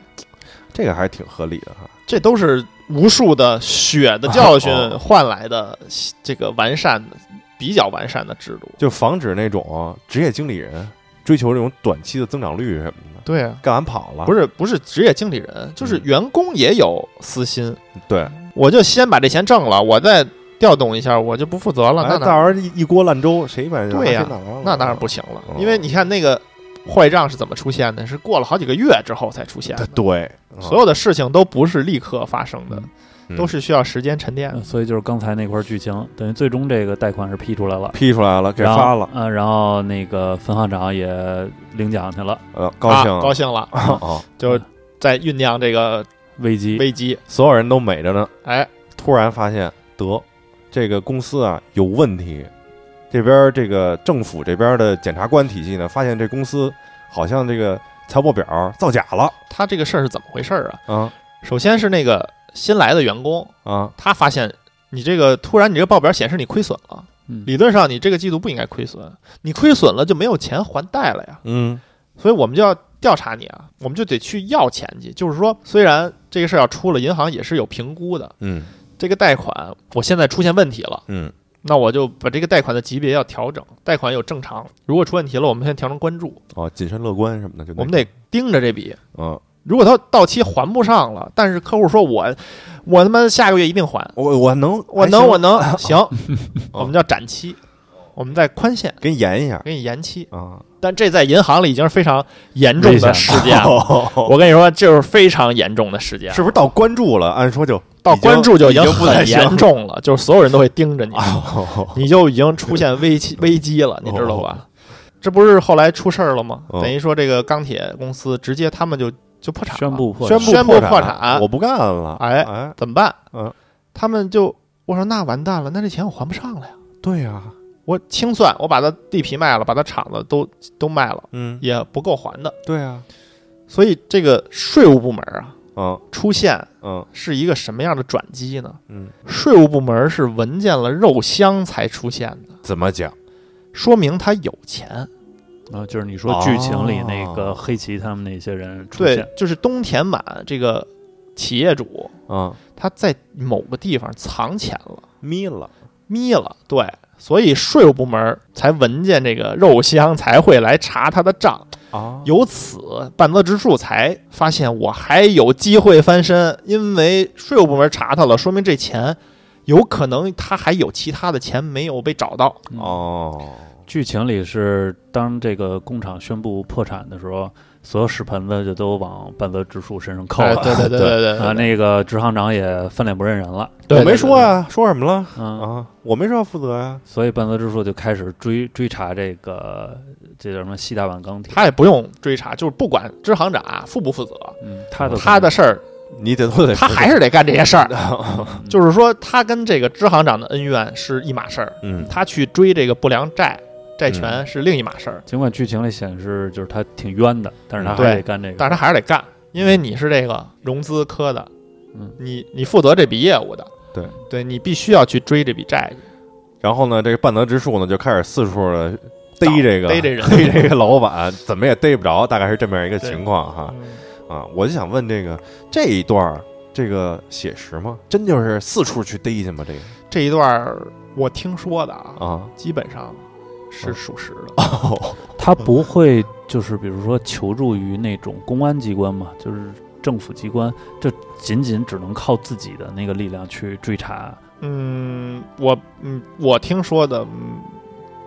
Speaker 2: 这个还是挺合理的哈。
Speaker 3: 这都是无数的血的教训
Speaker 2: 哦
Speaker 3: 换来的这个完善的、比较完善的制度。
Speaker 2: 就防止那种职业经理人追求这种短期的增长率什么的，
Speaker 3: 对啊，
Speaker 2: 干完跑了，
Speaker 3: 不
Speaker 2: 是
Speaker 3: 是不是职业经理人，就是员工也有私心。
Speaker 2: 对，
Speaker 3: 我就先把这钱挣了，我再调动一下，我就不负责了。
Speaker 2: 哎
Speaker 3: 那
Speaker 2: 到时
Speaker 3: 哪
Speaker 2: 候一一锅烂粥，谁把
Speaker 3: 对呀那当然不
Speaker 2: 行。
Speaker 3: 行了
Speaker 2: 哦，
Speaker 3: 因为你看那个坏账是怎么出现的，是过了好几个月之后才出现的。
Speaker 2: 对，啊
Speaker 3: 所有的事情都不是立刻发生的，
Speaker 2: 嗯
Speaker 3: 都是需要时间沉淀的
Speaker 4: 呃。所以就是刚才那块剧情，等于最终这个贷款是批出来了，
Speaker 2: 批出来了，给
Speaker 4: 然后
Speaker 2: 发了，
Speaker 4: 呃，然后那个分行长也领奖去了，
Speaker 2: 呃，高兴
Speaker 3: 啊
Speaker 2: 了
Speaker 3: 高兴了，
Speaker 2: (laughs) 哦，
Speaker 3: 就在酝酿这个
Speaker 4: 危机
Speaker 3: 危机。
Speaker 2: 所有人都美着呢，
Speaker 3: 哎，
Speaker 2: 突然发现得这个公司啊有问题，这边儿这个政府这边儿的检察官体系呢，发现这公司好像这个财报表儿造假了
Speaker 3: 他这个事儿是怎么回事儿啊？
Speaker 2: 啊
Speaker 3: 首先是那个新来的员工，
Speaker 2: 啊，
Speaker 3: 他发现你这个突然你这个报表显示你亏损了，
Speaker 4: 嗯
Speaker 3: 理论上你这个季度不应该亏损，你亏损了就没有钱还贷了呀，
Speaker 2: 嗯
Speaker 3: 所以我们就要调查你啊，我们就得去要钱去。就是说，虽然这个事儿要出了，银行也是有评估的，
Speaker 2: 嗯
Speaker 3: 这个贷款我现在出现问题了。
Speaker 2: 嗯
Speaker 3: 那我就把这个贷款的级别要调整，贷款有正常，如果出问题了，我们先调成关注，
Speaker 2: 哦，谨慎乐观什么的，就那
Speaker 3: 我们得盯着这笔，
Speaker 2: 嗯，
Speaker 3: 如果他到期还不上了，但是客户说我我他妈下个月一定还，
Speaker 2: 我我能
Speaker 3: 我能我
Speaker 2: 能
Speaker 3: (laughs) 能行，我们叫展期，我们再宽限，
Speaker 2: 给你延一下
Speaker 3: 给你延期。
Speaker 2: 啊，
Speaker 3: 但这在银行里已经是非常严重的事件
Speaker 2: (laughs)
Speaker 3: 了。我跟你说，这就是非常严重的事件，
Speaker 2: 哦是不是到关注了？按说就
Speaker 3: 到
Speaker 2: (laughs)
Speaker 3: 关注就
Speaker 2: 已经不太
Speaker 3: 很
Speaker 2: 行
Speaker 3: 严重了，就是所有人都会盯着你，
Speaker 2: 哦
Speaker 3: 你就已经出现危机危机了，你知道吧？这不是后来出事儿了吗？
Speaker 2: 哦
Speaker 3: 等于说这个钢铁公司直接他们就就破产了，
Speaker 4: 宣布破
Speaker 2: 宣
Speaker 4: 产
Speaker 2: 布
Speaker 3: 宣布
Speaker 2: 破
Speaker 3: 破产
Speaker 2: 我不干了，
Speaker 3: 哎
Speaker 2: 哎，
Speaker 3: 怎么办？
Speaker 2: 嗯，
Speaker 3: 他们就我说那完蛋了，那这钱我还不上了呀。
Speaker 2: 对呀，
Speaker 3: 我清算，我把他地皮卖了，把他厂子都都卖了，
Speaker 2: 嗯，
Speaker 3: 也不够还的。
Speaker 2: 对呀，
Speaker 3: 所以这个税务部门啊，
Speaker 2: 嗯
Speaker 3: 出现
Speaker 2: 嗯
Speaker 3: 是一个什么样的转机呢？
Speaker 2: 嗯，
Speaker 3: 税务部门是闻见了肉香才出现的，
Speaker 2: 怎么讲？
Speaker 3: 说明他有钱。
Speaker 4: 啊，就是你说剧情里那个黑崎他们那些人出现
Speaker 3: 哦对，，就是东田满这个企业主，
Speaker 2: 嗯，
Speaker 3: 他在某个地方藏钱了，
Speaker 2: 眯了，
Speaker 3: 眯了。对，所以税务部门才闻见这个肉香，才会来查他的账。
Speaker 2: 啊，
Speaker 3: 由此，半泽直树才发现我还有机会翻身，因为税务部门查他了，说明这钱有可能他还有其他的钱没有被找到。
Speaker 4: 嗯
Speaker 2: 哦，
Speaker 4: 剧情里是当这个工厂宣布破产的时候，所有屎盆子就都往半泽直树身上扣
Speaker 3: 哎
Speaker 4: 了。
Speaker 3: 对对对对对
Speaker 4: 啊，那个直行长也翻脸不认人了，
Speaker 3: 对
Speaker 2: 我没说，呀，说什么了
Speaker 3: 哦
Speaker 4: 嗯，
Speaker 2: 啊？我没说要负责呀，
Speaker 4: 所以半泽直树就开始追追查这个这叫什么西大阪钢铁，
Speaker 3: 他也不用追查，就是不管支行长啊负不负责，
Speaker 4: 嗯，他的
Speaker 3: 他的事儿
Speaker 2: 你得都得
Speaker 3: 他还是得干这些事儿。
Speaker 4: 嗯
Speaker 3: 就是说，他跟这个支行长的恩怨是一码事儿，
Speaker 2: 嗯
Speaker 3: 他去追这个不良债债权是另一码事儿，
Speaker 4: 尽管剧情里显示就是他挺冤的，但是他
Speaker 3: 嗯对
Speaker 4: 还得干这个，
Speaker 3: 但是他还是得干，因为你是这个融资科的，
Speaker 4: 嗯
Speaker 3: 你你负责这笔业务的，
Speaker 2: 对
Speaker 3: 对，你必须要去追这笔债去，
Speaker 2: 然后呢，这个半泽直树呢就开始四处的逮这个
Speaker 3: 逮这人
Speaker 2: 逮 (laughs) 这个老板，怎么也逮不着，大概是这么样一个
Speaker 3: 对
Speaker 2: 情况哈。
Speaker 3: 嗯
Speaker 2: 啊，我就想问这个这一段儿这个写实吗？真就是四处去逮去吗？这个
Speaker 3: 这一段儿我听说的啊，
Speaker 2: 啊，
Speaker 3: 基本上是
Speaker 2: 嗯
Speaker 3: 属实的，
Speaker 4: 他不会就是比如说求助于那种公安机关嘛，就是政府机关，就仅仅只能靠自己的那个力量去追查。
Speaker 3: 嗯，我嗯我听说的，嗯，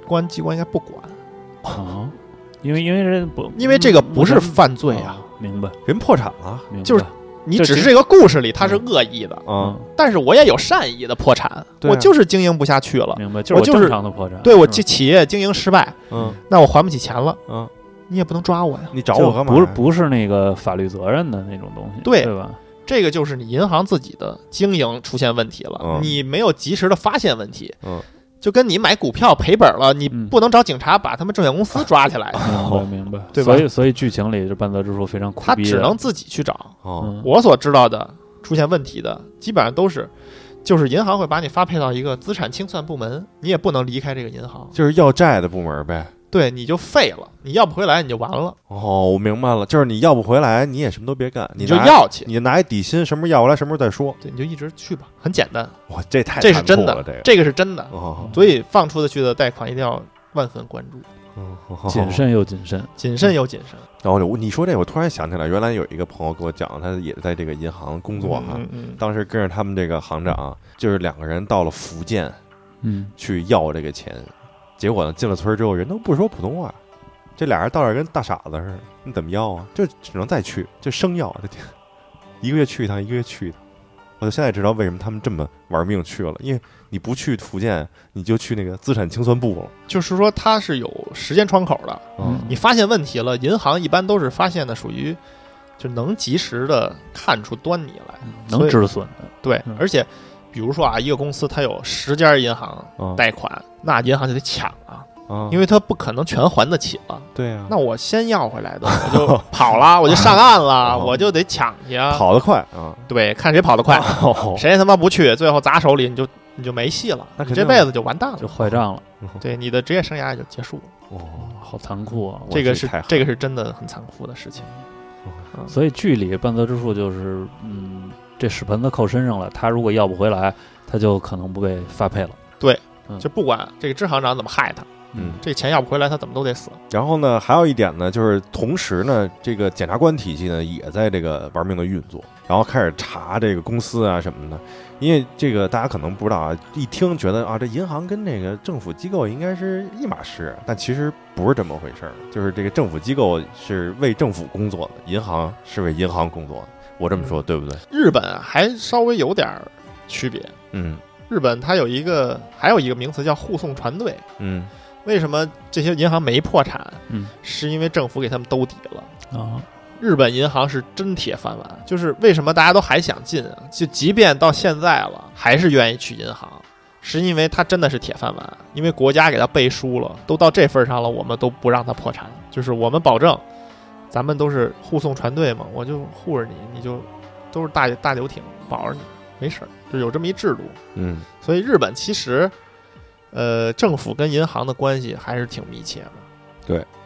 Speaker 3: 公安机关应该不管，
Speaker 4: 啊，因为因为人不，
Speaker 3: 因为这
Speaker 2: 嗯
Speaker 3: 个不是犯罪
Speaker 4: 对
Speaker 3: 啊，
Speaker 4: 明白，
Speaker 2: 人破产了
Speaker 4: 明白，嗯
Speaker 3: 就是你
Speaker 4: 这
Speaker 3: 只
Speaker 4: 只
Speaker 3: 是这个故事里他
Speaker 2: 嗯
Speaker 3: 是恶意的，
Speaker 2: 啊，
Speaker 3: 但是我也有善意的破产，
Speaker 2: 对啊
Speaker 3: 我就是经营不下去了，
Speaker 4: 明白，就
Speaker 3: 嗯我
Speaker 4: 是
Speaker 3: 就是
Speaker 4: 正常的破绽，
Speaker 3: 对我
Speaker 4: 嗯
Speaker 3: 企企业经营失败，
Speaker 2: 嗯
Speaker 3: 那我还不起钱了，
Speaker 2: 嗯，
Speaker 3: 你也不能抓我呀。
Speaker 2: 你找
Speaker 4: 就
Speaker 2: 我干嘛
Speaker 4: 不是
Speaker 2: 呀？
Speaker 4: 不是那个法律责任的那种东西，
Speaker 3: 对
Speaker 4: 对吧？
Speaker 3: 这个就是你银行自己的经营出现问题了，
Speaker 2: 嗯
Speaker 3: 你没有及时的发现问题，
Speaker 2: 嗯
Speaker 3: 就跟你买股票赔本了，你
Speaker 4: 嗯
Speaker 3: 不能找警察把他们证券公司
Speaker 2: 啊
Speaker 3: 抓起来，
Speaker 4: 明 (laughs) 白明白，
Speaker 3: 对吧
Speaker 4: 所以所以剧情里这半泽直树非常
Speaker 2: (laughs)
Speaker 4: 苦
Speaker 3: 他
Speaker 4: 逼的，
Speaker 3: 只能自己去找。
Speaker 2: 哦，
Speaker 4: 嗯
Speaker 3: 我所知道的出现问题的，基本上都是，就是银行会把你发配到一个资产清算部门，你也不能离开这个银行，
Speaker 2: 就是要债的部门呗。
Speaker 3: 对，你就废了，你要不回来你就完了，
Speaker 2: 哦，我明白了，就是你要不回来，你也什么都别干，
Speaker 3: 你
Speaker 2: 你
Speaker 3: 就
Speaker 2: 拿，
Speaker 3: 要去，
Speaker 2: 你拿一底薪，什么时候要回来，什么时候再说。
Speaker 3: 对，你就一直去吧，很简单，
Speaker 2: 哇，这太
Speaker 3: 这是
Speaker 2: 残酷
Speaker 3: 真的
Speaker 2: 了，这，个
Speaker 3: 这个是真的，
Speaker 2: 哦，
Speaker 3: 所以放出的去的贷款一定要万分关注，
Speaker 2: 哦哦哦
Speaker 4: 谨慎又谨慎，
Speaker 3: 谨慎又谨慎，
Speaker 2: 然后我你说这，我突然想起来，原来有一个朋友跟我讲，他也在这个银行工作哈、
Speaker 3: 嗯嗯
Speaker 2: 当时跟着他们这个行长，就是两个人到了福建
Speaker 4: 嗯，
Speaker 2: 去要这个钱，结果呢进了村儿之后，人都不说普通话，这俩人到这儿跟大傻子似的，你怎么要啊？就只能再去，就生要，这一个月去一趟，一个月去一趟。我就现在知道为什么他们这么玩命去了，因为你不去福建，你就去那个资产清算部了。
Speaker 3: 就是说它是有时间窗口的，
Speaker 2: 嗯
Speaker 4: 嗯
Speaker 3: 你发现问题了，银行一般都是发现的属于。就能及时的看出端倪来，所
Speaker 4: 嗯能
Speaker 3: 以
Speaker 4: 止损的，
Speaker 3: 对
Speaker 4: 嗯，
Speaker 3: 而且比如说啊，一个公司它有十家银行
Speaker 2: 啊
Speaker 3: 贷款，那银行就得抢啊，
Speaker 2: 啊，为
Speaker 3: 因为它不可能全还得起了。
Speaker 2: 对啊，
Speaker 3: 那我先要回
Speaker 2: (laughs)
Speaker 3: 来的，我就跑啦，我就上岸啦，
Speaker 2: 哦
Speaker 3: 我就得抢去啊。
Speaker 2: 跑得快啊，
Speaker 3: 对，看谁跑得快，
Speaker 2: (laughs) 哦
Speaker 3: 谁他妈不去，最后砸手里你就你就没戏了，
Speaker 2: 那肯
Speaker 3: 你
Speaker 2: 定
Speaker 3: 这辈子就完蛋
Speaker 4: 就
Speaker 3: 了。
Speaker 4: 坏账了，
Speaker 3: 对，你的职业生涯也就结束了。
Speaker 2: 哦，
Speaker 4: 好残酷啊！我
Speaker 3: 这个
Speaker 2: 这
Speaker 3: 是
Speaker 2: 太狠嗯
Speaker 3: 这个是真的很残酷的事情。
Speaker 4: 所以剧里半泽之树就是，嗯，这屎盆子扣身上了，他如果要不回来，他就可能不被发配了。嗯
Speaker 3: 就不管这个支行长怎么害他，
Speaker 2: 嗯。
Speaker 3: 这钱要不回来他怎么都得死。
Speaker 2: 然后呢，还有一点呢，就是同时呢，这个检察官体系呢也在这个玩命的运作，然后开始查这个公司啊什么的。因为这个大家可能不知道啊，一听觉得啊，这银行跟这个政府机构应该是一码事，但其实不是这么回事儿。就是这个政府机构是为政府工作的，银行是为银行工作的。我这么说对不对？
Speaker 3: 日本啊还稍微有点儿区别，
Speaker 2: 嗯
Speaker 3: 日本它有一个还有一个名词叫护送船队。
Speaker 2: 嗯，
Speaker 3: 为什么这些银行没破产？
Speaker 4: 嗯，
Speaker 3: 是因为政府给他们兜底了。
Speaker 4: 啊，
Speaker 3: 日本银行是真铁饭碗，就是为什么大家都还想进啊？就即便到现在了，还是愿意去银行，是因为它真的是铁饭碗，因为国家给它背书了，都到这份儿上了，我们都不让它破产，就是我们保证，咱们都是护送船队嘛，我就护着你，你就都是大大游艇保着你，没事儿，就有这么一制度。
Speaker 2: 嗯
Speaker 3: 所以日本其实，呃，政府跟银行的关系还是挺密切的。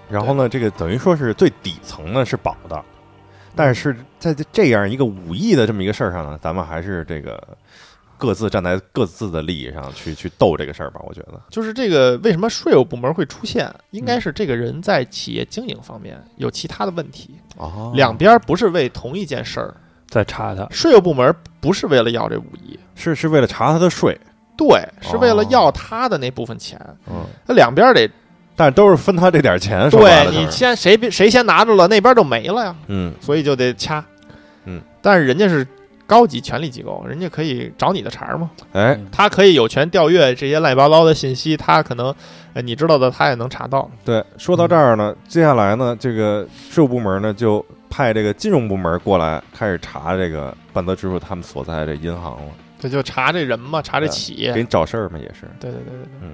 Speaker 2: 然后呢，这个等于说是最底层呢是保的，但是在这这样一个五亿的这么一个事儿上呢，咱们还是这个各自站在各自的利益上去去斗这个事儿吧。我觉得，
Speaker 3: 就是这个为什么税务部门会出现，应该是这个人在企业经营方面有其他的问题，
Speaker 2: 哦
Speaker 3: 两边不是为同一件事儿，
Speaker 4: 再查他，
Speaker 3: 税务部门不是为了要这五亿。
Speaker 2: 是是为了查他的税，
Speaker 3: 对，是为了要他的那部分钱，
Speaker 2: 嗯，
Speaker 3: 那两边得
Speaker 2: 但是都是分他这点钱，说白
Speaker 3: 对
Speaker 2: 了
Speaker 3: 你
Speaker 2: 就是，
Speaker 3: 先谁别谁先拿着了，那边就没了呀，
Speaker 2: 嗯，
Speaker 3: 所以就得掐。
Speaker 2: 嗯，
Speaker 3: 但是人家是高级权力机构，人家可以找你的茬儿嘛。
Speaker 2: 哎，
Speaker 4: 嗯
Speaker 3: 他可以有权调阅这些乱七八糟的信息，他可能，呃，你知道的，他也能查到。
Speaker 2: 对，说到这儿呢，接下来呢，这个税务部门呢就派这个金融部门过来开始查这个半泽直树他们所在的这银行了，
Speaker 3: 这就查这人嘛，查这企业。
Speaker 2: 给你找事儿嘛，也是。
Speaker 3: 对对对对对，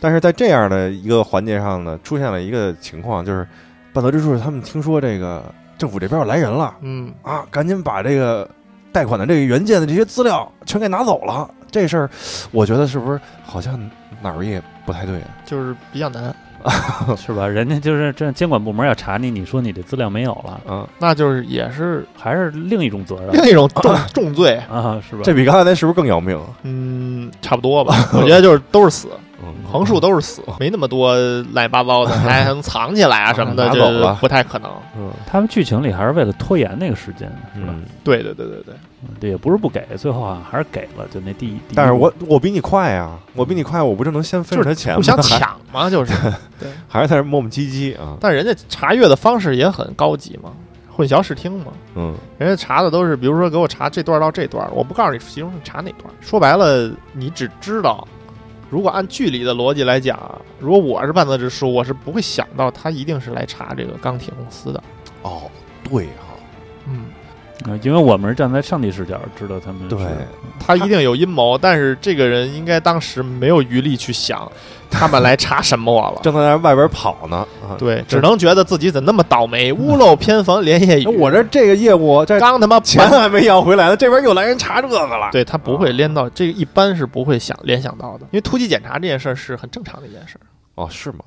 Speaker 2: 但是在这样的一个环节上呢，出现了一个情况，就是半泽之树他们听说这个政府这边要来人了
Speaker 3: 嗯，
Speaker 2: 啊，赶紧把这个贷款的这个原件的这些资料全给拿走了。这事儿，我觉得是不是好像哪儿也不太对啊？
Speaker 3: 就是比较难，
Speaker 4: 嗯是吧？人家就是这监管部门要查你，你说你这资料没有了，
Speaker 2: 啊，
Speaker 3: 那就是也是
Speaker 4: 还是另一种责任
Speaker 2: (laughs)
Speaker 3: 另一种重重罪，
Speaker 4: 啊，是吧？
Speaker 2: 这比刚才那是不是更要命？
Speaker 3: 嗯，差不多 (laughs) 吧。我觉得就是都是死，
Speaker 2: 嗯，
Speaker 3: 横竖都是 (laughs) 死，没那么多乱七八糟 (laughs) 的，还还能藏起来啊什么的，
Speaker 2: 拿
Speaker 3: 这
Speaker 2: 走了
Speaker 3: 不太可能。
Speaker 2: 嗯
Speaker 4: 他们剧情里还是为了拖延那个时间，是吧？
Speaker 2: 嗯，
Speaker 3: 对对对对对，
Speaker 4: 嗯这也不是不给，最后好像还是给了，就那第一。第一
Speaker 2: 但是我我比你快呀，我比你快，我不就能先分着他钱
Speaker 3: 互
Speaker 2: 吗？
Speaker 3: 相抢嘛， (laughs) 就是。
Speaker 2: (laughs) 还是在这磨磨唧唧啊？
Speaker 3: 但人家查阅的方式也很高级嘛，混淆视听嘛。
Speaker 2: 嗯，
Speaker 3: 人家查的都是，比如说给我查这段到这段，我不告诉你其中是查哪段。说白了，你只知道，如果按剧里的逻辑来讲，如果我是半泽直树，我是不会想到他一定是来查这个钢铁公司的。
Speaker 2: 哦，对哈，
Speaker 3: 嗯，
Speaker 4: 啊，因为我们是站在上帝视角知道他们是
Speaker 2: 对
Speaker 3: 他一定有阴谋，但是这个人应该当时没有余力去想他们来查什么我了。
Speaker 2: 正在那外边跑呢啊！
Speaker 3: 对，只能觉得自己怎么那么倒霉，屋漏偏逢连夜雨。
Speaker 2: 哎我这这个业务这
Speaker 3: 刚他妈
Speaker 2: 钱还没要回来呢，这边又来人查这个了。
Speaker 3: 对他
Speaker 2: 啊
Speaker 3: 不会连到这个，一般是不会想联想到的，因为突击检查这件事儿是很正常的一件事儿。
Speaker 2: 哦，是吗？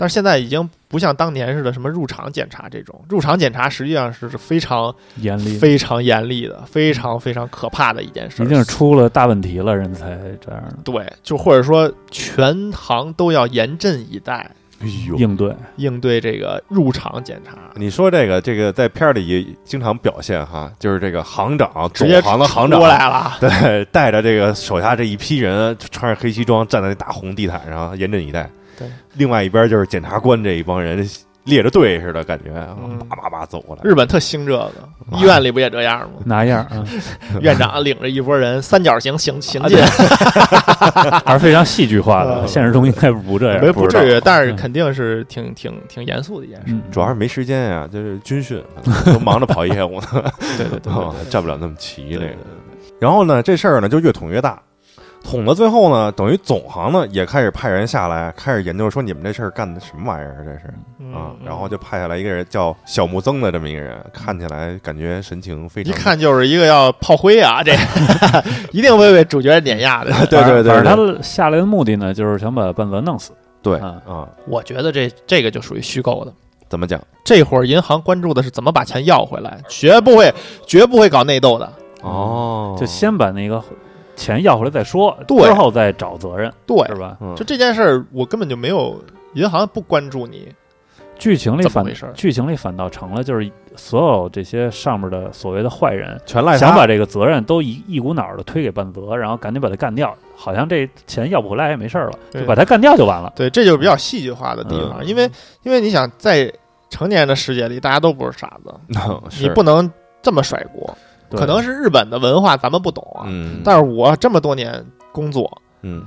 Speaker 3: 但是现在已经不像当年似的什么入场检查这种，入场检查实际上是是非常
Speaker 4: 严厉，
Speaker 3: 非常严厉的，非常非常可怕的一件事儿。
Speaker 4: 一定是出了大问题了，人才这样
Speaker 3: 对，就或者说全行都要严阵以待，
Speaker 2: 哎呦
Speaker 4: 应对。
Speaker 3: 应对这个入场检查。
Speaker 2: 你说这个这个在片儿里也经常表现哈，就是这个行长
Speaker 3: 直
Speaker 2: 总
Speaker 3: 接
Speaker 2: 行的行
Speaker 3: 出
Speaker 2: 长，
Speaker 3: 来了，
Speaker 2: (laughs) 对，带着这个手下这一批人，穿着黑西装站在那大红地毯上，严阵以待。
Speaker 3: 对，
Speaker 2: 另外一边就是检察官这一帮人列着队似的，感觉啊
Speaker 3: 嗯
Speaker 2: 叭叭叭走过来。
Speaker 3: 日本特兴这个，医院里不也这样 (laughs) 吗？
Speaker 4: 拿样啊，
Speaker 3: 院长领着一拨人三角形行行进，
Speaker 4: 啊
Speaker 3: (laughs)
Speaker 4: 还是非常戏剧化的。
Speaker 3: 嗯
Speaker 4: 现实中应该不这样，
Speaker 3: 没不
Speaker 4: 知道
Speaker 3: 至于，但是肯定是挺挺挺严肃的一件事。
Speaker 4: 嗯，
Speaker 2: 主要是没时间呀、就是军
Speaker 3: (laughs)
Speaker 2: 训，可能都忙着跑业务呢，
Speaker 3: 对对对
Speaker 2: 啊
Speaker 3: 对，
Speaker 2: (laughs) 站不了那么齐
Speaker 3: 对
Speaker 2: 这
Speaker 3: 对
Speaker 2: 个。然后呢，这事儿呢就越捅越大，捅到最后呢，等于总行呢也开始派人下来，开始研究说你们这事儿干的什么玩意儿，这是
Speaker 3: 嗯
Speaker 2: 啊。
Speaker 3: 嗯
Speaker 2: 然后就派下来一个人叫小木曾的这么一个人，看起来感觉神情非常
Speaker 3: 一看就是一个要炮灰啊，这 (laughs) 一定会被主角碾压的。
Speaker 2: 对对对对
Speaker 4: 反正他下来的目的呢，就是想把半泽弄死。
Speaker 2: 对
Speaker 4: 啊
Speaker 2: 啊，
Speaker 3: 我觉得这这个就属于虚构的。
Speaker 2: 怎么讲
Speaker 3: 这会儿银行关注的是怎么把钱要回来，绝不会绝不会搞内斗的。
Speaker 2: 哦
Speaker 4: 就先把那个钱要回来再说，
Speaker 3: 对
Speaker 4: 之后再找责任，
Speaker 3: 对，
Speaker 4: 是吧？
Speaker 2: 嗯
Speaker 3: 就这件事儿，我根本就没有银行不关注你。
Speaker 4: 剧情
Speaker 3: 怎
Speaker 4: 里
Speaker 3: 么
Speaker 4: 反
Speaker 3: 回事儿
Speaker 4: 剧情里反倒成了就是所有这些上面的所谓的坏人，
Speaker 2: 全赖他
Speaker 4: 想把这个责任都一一股脑儿的推给半泽，然后赶紧把他干掉，好像这钱要不回来也没事儿了，
Speaker 3: 对
Speaker 4: 就把他干掉就完了。
Speaker 3: 对，这就是比较戏剧化的地方，
Speaker 2: 嗯
Speaker 3: 因为因为你想在成年人的世界里，大家都不是傻子，
Speaker 2: (laughs)
Speaker 3: 你
Speaker 2: 是
Speaker 3: 不能这么甩锅。
Speaker 4: 对
Speaker 3: 可能是日本的文化咱们不懂啊，
Speaker 2: 嗯，
Speaker 3: 但是我这么多年工作，
Speaker 2: 嗯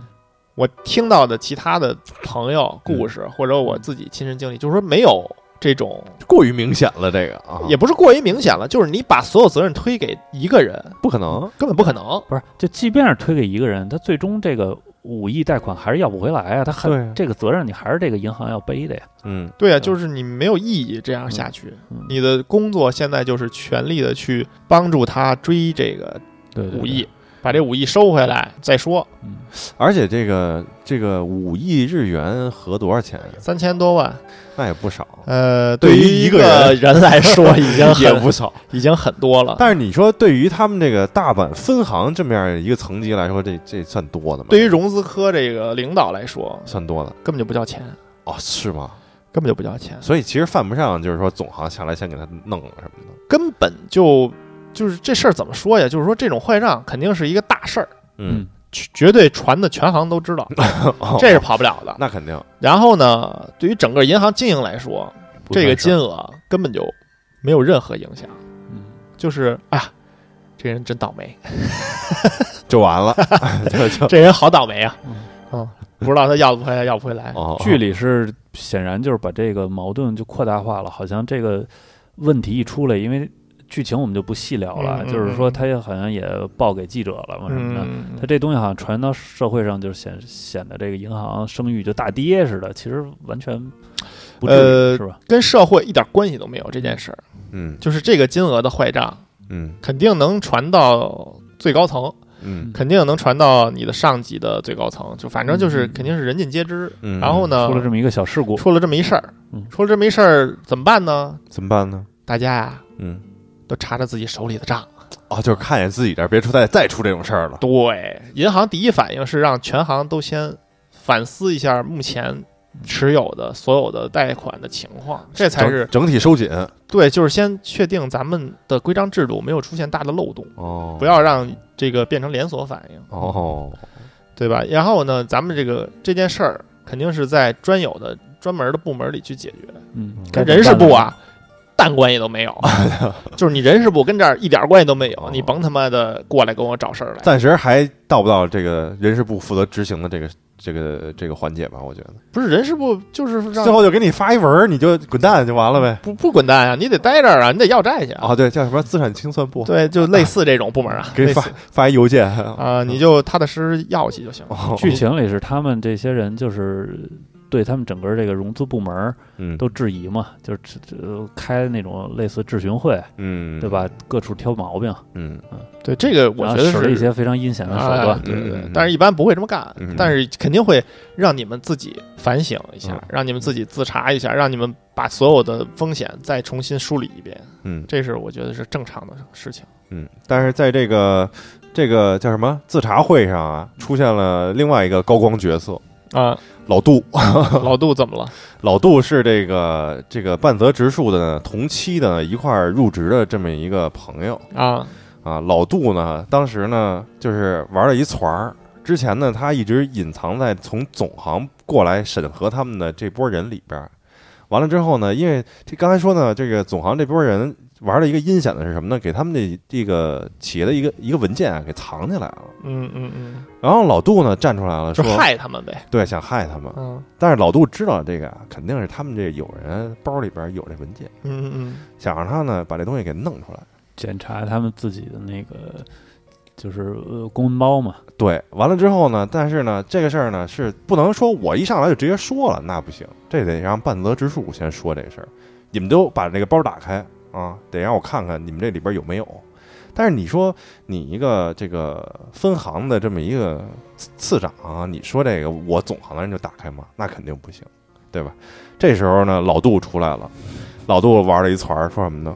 Speaker 3: 我听到的其他的朋友故事、或者我自己亲身经历，就是说没有这种，
Speaker 2: 过于明显了这个啊，
Speaker 3: 也不是过于明显了，就是你把所有责任推给一个人，
Speaker 2: 不可能
Speaker 3: 根本不可能。
Speaker 4: 不是，就即便是推给一个人，他最终这个五亿贷款还是要不回来啊，他
Speaker 2: 对
Speaker 4: 很
Speaker 2: 啊
Speaker 4: 这个责任你还是这个银行要背的呀。
Speaker 2: 嗯
Speaker 3: 对啊，
Speaker 4: 嗯
Speaker 3: 就是你没有意义这样下去。
Speaker 4: 嗯
Speaker 3: 你的工作现在就是全力的去帮助他追这个
Speaker 4: 对
Speaker 3: 五亿，，把这五亿收回来再说，
Speaker 4: 嗯，
Speaker 2: 而且这个这个五亿日元合多少钱？啊
Speaker 3: 三千多万。
Speaker 2: 那也不少，
Speaker 3: 呃，
Speaker 2: 对于
Speaker 3: 于
Speaker 2: 一
Speaker 3: 一
Speaker 2: 个
Speaker 3: 个人来 (laughs) 说，已经
Speaker 2: 也
Speaker 3: 很
Speaker 2: 不少。
Speaker 3: 已经很多了。
Speaker 2: 但是你说，对于他们这个大阪分行这么样一个层级来说，这这算多的吗？
Speaker 3: 对于融资科这个领导来说，
Speaker 2: 算多的
Speaker 3: 根本就不叫钱，
Speaker 2: 哦，是吗？
Speaker 3: 根本就不叫钱，
Speaker 2: 所以其实犯不上，就是说总行下来先给他弄了什么的。
Speaker 3: 根本就就是这事儿怎么说呀？就是说这种坏账肯定是一个大事儿，
Speaker 2: 嗯，
Speaker 3: 绝绝对传的全行都知道，
Speaker 2: 哦
Speaker 3: 嗯这是跑不了的。
Speaker 2: (laughs) 那肯定
Speaker 3: 然后呢，对于整个银行经营来说，
Speaker 4: 不
Speaker 3: 这
Speaker 4: 算
Speaker 3: 个
Speaker 4: 事
Speaker 3: 金
Speaker 4: 儿，
Speaker 3: 额根本就没有任何影响，
Speaker 4: 嗯
Speaker 3: 就是啊，这人真倒
Speaker 4: (laughs)
Speaker 3: 霉，
Speaker 2: 就完
Speaker 3: (laughs)
Speaker 2: 了，就就
Speaker 3: 这人好倒霉啊
Speaker 4: 嗯，
Speaker 3: 嗯，不知道他要不回来，要不回来。
Speaker 2: 哦，
Speaker 4: 剧里是显然就是把这个矛盾就扩大化了，好像这个问题一出来，因为剧情我们就不细聊了，
Speaker 3: 嗯嗯
Speaker 4: 就是说他也好像也报给记者了哦嘛什么的。
Speaker 3: 嗯
Speaker 4: 他，这东西好像传到社会上，就是显显得这个银行声誉就大跌似的，其实完全不至于、
Speaker 3: 呃
Speaker 4: 是吧？
Speaker 3: 跟社会一点关系都没有这件事儿，
Speaker 2: 嗯
Speaker 3: 就是这个金额的坏账
Speaker 2: 嗯
Speaker 3: 肯定能传到最高层，
Speaker 2: 嗯
Speaker 3: 肯定能传到你的上级的最高层，就反正就是
Speaker 4: 嗯
Speaker 3: 肯定是人尽皆知。
Speaker 2: 嗯，
Speaker 3: 然后呢
Speaker 4: 出，了这么一个小事故，
Speaker 3: 出了这么一事儿
Speaker 4: 嗯，
Speaker 3: 出了这么一事儿怎么办呢？
Speaker 2: 怎么办呢？
Speaker 3: 大家呀
Speaker 2: 嗯，
Speaker 3: 都查查自己手里的账。
Speaker 2: 哦，就是看见自己这儿，别出再再出这种事儿了。
Speaker 3: 对，银行第一反应是让全行都先反思一下目前持有的所有的贷款的情况，这才是
Speaker 2: 整整体收紧
Speaker 3: 对，就是先确定咱们的规章制度没有出现大的漏洞，
Speaker 2: 哦，
Speaker 3: 不要让这个变成连锁反应。
Speaker 2: 哦，
Speaker 3: 对吧？然后呢，咱们这个这件事儿肯定是在专有的专门的部门里去解决，
Speaker 4: 嗯，
Speaker 3: 跟人事部，啊，蛋关系都
Speaker 2: (laughs)
Speaker 3: 没有，就是你人事部跟这儿一点关系都没有
Speaker 2: 哦，
Speaker 3: 你甭他妈的过来跟我找事儿来。
Speaker 2: 暂时还到不到这个人事部负责执行的这个这个这个环节吧，我觉得。
Speaker 3: 不是人事部就是让
Speaker 2: 最后就给你发一文儿，你就滚蛋就完了呗。
Speaker 3: 不不滚蛋啊，你得待这儿啊，你得要债去啊。
Speaker 2: 啊，对，叫什么资产清算部，
Speaker 3: 对，就类似这种部门啊，
Speaker 2: 啊给
Speaker 3: 类
Speaker 2: 发
Speaker 3: 似
Speaker 2: 发一邮件。
Speaker 3: 啊、你就踏踏实实要去就行了。
Speaker 2: 哦
Speaker 4: 剧情里是他们这些人就是对他们整个这个融资部门儿
Speaker 2: 嗯
Speaker 4: 都质疑嘛，就是质呃开那种类似质询会，
Speaker 2: 嗯，
Speaker 4: 对？吧？各处挑毛病，
Speaker 2: 嗯，
Speaker 3: 对这个，我
Speaker 4: 然
Speaker 3: 觉
Speaker 4: 后
Speaker 3: 得
Speaker 4: 使
Speaker 2: 啊
Speaker 4: 了
Speaker 3: 是
Speaker 4: 一些非常阴险的手段。
Speaker 3: 哎对
Speaker 2: 嗯
Speaker 3: 对
Speaker 2: 嗯
Speaker 3: 对
Speaker 2: 嗯，
Speaker 3: 但是一般不会这么干
Speaker 2: 嗯，
Speaker 3: 但是肯定会让你们自己反省一下
Speaker 2: 嗯，
Speaker 3: 让你们自己自查一下，让你们把所有的风险再重新梳理一遍，
Speaker 2: 嗯
Speaker 3: 这是我觉得是正常的事情。
Speaker 2: 嗯，但是在这个这个叫什么自查会上啊，出现了另外一个高光角色，
Speaker 3: 啊，
Speaker 2: 老杜。
Speaker 3: (laughs)
Speaker 2: (laughs)
Speaker 3: 老杜怎么了？
Speaker 2: 老杜是这个这个半泽直树的呢同期的呢一块儿入职的这么一个朋友
Speaker 3: 啊，
Speaker 2: 啊。老杜呢，当时呢就是玩了一团儿。之前呢，他一直隐藏在从总行过来审核他们的这波人里边儿。完了之后呢，因为这刚才说呢，这个总行这波人玩了一个阴险的是什么呢？给他们的这个企业的一个一个文件啊给藏起来了。
Speaker 3: 嗯嗯嗯，
Speaker 2: 然后老杜呢站出来了，
Speaker 3: 就
Speaker 2: 说
Speaker 3: 害他们呗。
Speaker 2: 对，想害他们。
Speaker 3: 嗯
Speaker 2: 但是老杜知道这个啊肯定是他们这有人包里边有这文件，
Speaker 3: 嗯嗯
Speaker 2: 想让他呢把这东西给弄出来。
Speaker 4: 检查他们自己的那个就是呃公文包嘛，
Speaker 2: 对，完了之后呢，但是呢，这个事儿呢是不能说我一上来就直接说了，那不行，这得让半泽直树先说这事儿。你们都把这个包打开啊，得让我看看你们这里边有没有。但是你说你一个这个分行的这么一个次次长啊，你说这个我总行的人就打开吗？那肯定不行，对吧？这时候呢，老杜出来了，老杜玩了一团儿，说什么呢？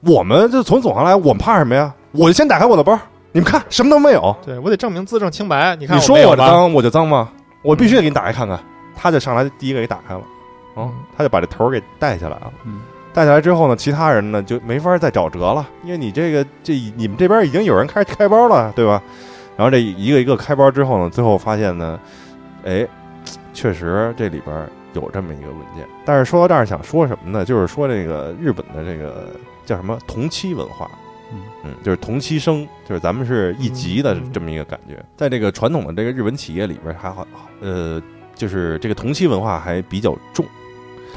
Speaker 2: 我们就从总行来，我们怕什么呀？我就先打开我的包，你们看什么都没有。
Speaker 3: 嗯，对我得证明自证清白。你看
Speaker 2: 你说
Speaker 3: 我
Speaker 2: 我
Speaker 3: 没有
Speaker 2: 这
Speaker 3: 吧，
Speaker 2: 脏我就脏吗？我必须得给你打开看看。他就上来第一个给打开了，啊、
Speaker 3: 嗯
Speaker 2: 他就把这头儿给带下来了。
Speaker 4: 嗯
Speaker 2: 带下来之后呢，其他人呢就没法再找辙了，因为你这个这你们这边已经有人开始开包了，对吧？然后这一个一个开包之后呢，最后发现呢，哎，确实这里边有这么一个文件。但是说到这儿，想说什么呢？就是说这个日本的这个叫什么同期文化，
Speaker 4: 嗯
Speaker 2: 嗯，就是同期生，就是咱们是一级的
Speaker 3: 嗯嗯
Speaker 2: 这么一个感觉。在这个传统的这个日本企业里边，还好，呃，就是这个同期文化还比较重。
Speaker 4: 嗯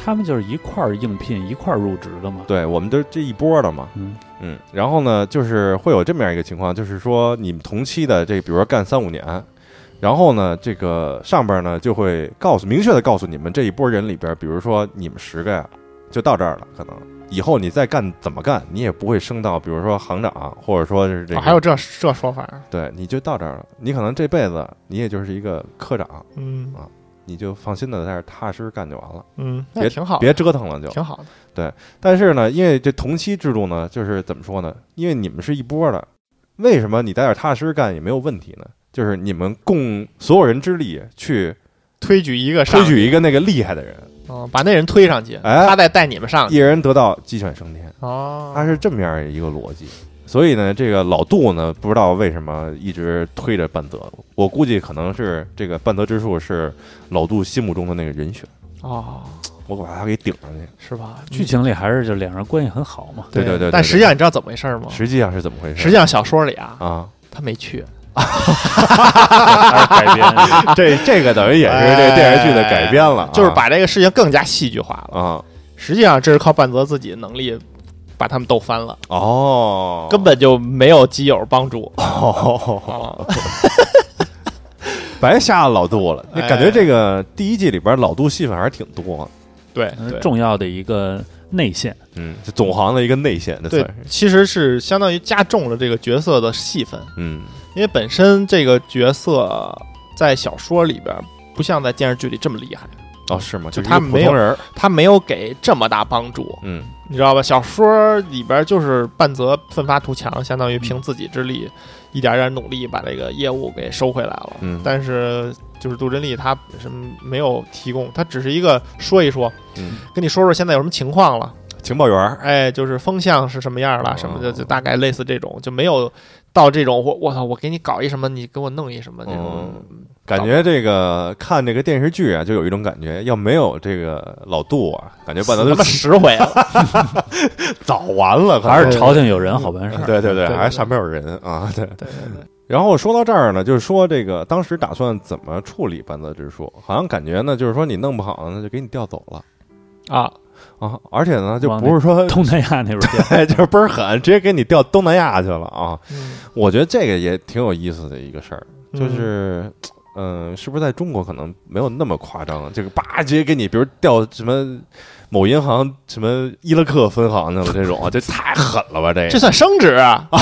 Speaker 4: 他们就是一块儿应聘一块儿入职的嘛。
Speaker 2: 对，我们都是这一波的嘛，
Speaker 4: 嗯，
Speaker 2: 嗯，然后呢，就是会有这么样一个情况，就是说你们同期的这，比如说干三五年，然后呢，这个上边呢就会告诉明确的告诉你们这一波人里边，比如说你们十个呀，就到这儿了，可能以后你再干怎么干，你也不会升到，比如说行长，或者说是这个，
Speaker 3: 啊还有这这说法。
Speaker 2: 对，你就到这儿了，你可能这辈子你也就是一个科长，
Speaker 3: 嗯
Speaker 2: 你就放心的在这儿踏实干就完了，
Speaker 3: 嗯，那也挺好，
Speaker 2: 别折腾了就。
Speaker 3: 挺好的。
Speaker 2: 但是呢，因为这同期制度呢，就是怎么说呢？因为你们是一波的，为什么你在点踏实干也没有问题呢？就是你们供所有人之力去
Speaker 3: 推举一个上
Speaker 2: 推，举一个那个厉害的人，
Speaker 3: 嗯，把那人推上去，
Speaker 2: 哎
Speaker 3: 他再带你们上去。
Speaker 2: 一人得道，鸡犬升天，
Speaker 3: 哦，
Speaker 2: 它是这么样一个逻辑。所以呢，这个老杜呢，不知道为什么一直推着半泽，我估计可能是这个半泽之树是老杜心目中的那个人选，
Speaker 3: 哦，
Speaker 2: 我把他给顶上去。
Speaker 3: 是吧？
Speaker 4: 剧情里还是就两人关系很好
Speaker 2: (laughs)
Speaker 4: 嘛。
Speaker 2: 对对对对
Speaker 3: 但
Speaker 2: 对
Speaker 3: 实际上你知道怎么回事吗？
Speaker 2: 实际上是怎么回事？
Speaker 3: 实际上小说里啊，
Speaker 2: 啊，
Speaker 3: 他没去，
Speaker 4: 还是改编的
Speaker 2: 这这个等于也是这个电视剧的改编了啊，
Speaker 3: 哎就是把这个事情更加戏剧化了。
Speaker 2: 啊，
Speaker 3: 实际上这是靠半泽自己的能力把他们斗翻了，
Speaker 2: 哦，
Speaker 3: 根本就没有基友帮助
Speaker 2: 哦，
Speaker 3: 啊。
Speaker 2: 白瞎老杜了。
Speaker 3: 哎
Speaker 2: 感觉这个第一季里边老杜戏份还是挺多的，
Speaker 3: 对
Speaker 4: 是
Speaker 3: 对
Speaker 4: 重要的一个内线。
Speaker 2: 嗯，就总行的一个内线，这算
Speaker 3: 对
Speaker 2: 是，，
Speaker 3: 其实是相当于加重了这个角色的戏份，
Speaker 2: 嗯
Speaker 3: 因为本身这个角色在小说里边不像在电视剧里这么厉害，
Speaker 2: 哦，是吗？
Speaker 3: 就是他
Speaker 2: 一个普
Speaker 3: 没有
Speaker 2: 通人儿，
Speaker 3: 他没有给这么大帮助。
Speaker 2: 嗯
Speaker 3: 你知道吧？小说里边就是半泽奋发图强，相当于
Speaker 2: 嗯
Speaker 3: 凭自己之力，一点点努力把这个业务给收回来了。
Speaker 2: 嗯
Speaker 3: 但是就是杜真丽她本身没有提供，她只是一个说一说，
Speaker 2: 嗯，
Speaker 3: 跟你说说现在有什么情况了，
Speaker 2: 情报员儿，
Speaker 3: 哎，就是风向是什么样了，什么
Speaker 2: 哦
Speaker 3: 的，就大概类似这种，就没有到这种我我操，我给你搞一什么，你给我弄一什么这
Speaker 2: 哦
Speaker 3: 种。
Speaker 2: 嗯感觉这个看这个电视剧啊，就有一种感觉，要没有这个老杜啊，感觉
Speaker 3: 死
Speaker 2: 半
Speaker 3: 他
Speaker 2: 泽
Speaker 3: 妈
Speaker 2: 就
Speaker 3: 十回了，
Speaker 2: 早完了，可能嗯
Speaker 4: 还是朝廷有人好办事儿。
Speaker 2: 对对对，(laughs)
Speaker 3: 对
Speaker 2: 还是上边有人啊，对，
Speaker 3: 对对对，
Speaker 2: 然后说到这儿呢，就是说这个当时打算怎么处理半泽直树，好像感觉呢，就是说你弄不好呢，就给你调走了
Speaker 3: 啊，
Speaker 2: 啊，而且呢，就
Speaker 4: 往
Speaker 2: 不是说 (laughs)
Speaker 4: 东南亚那边儿
Speaker 2: 哎，就是倍儿狠，直接给你调东南亚去了啊！
Speaker 3: 嗯
Speaker 2: 我觉得这个也挺有意思的一个事儿，就是，嗯、是不是在中国可能没有那么夸张？啊这个叭直接给你，比如调什么某银行什么伊拉克分行去了，这种啊这太狠了吧？这
Speaker 3: 这算升职啊？
Speaker 2: 哦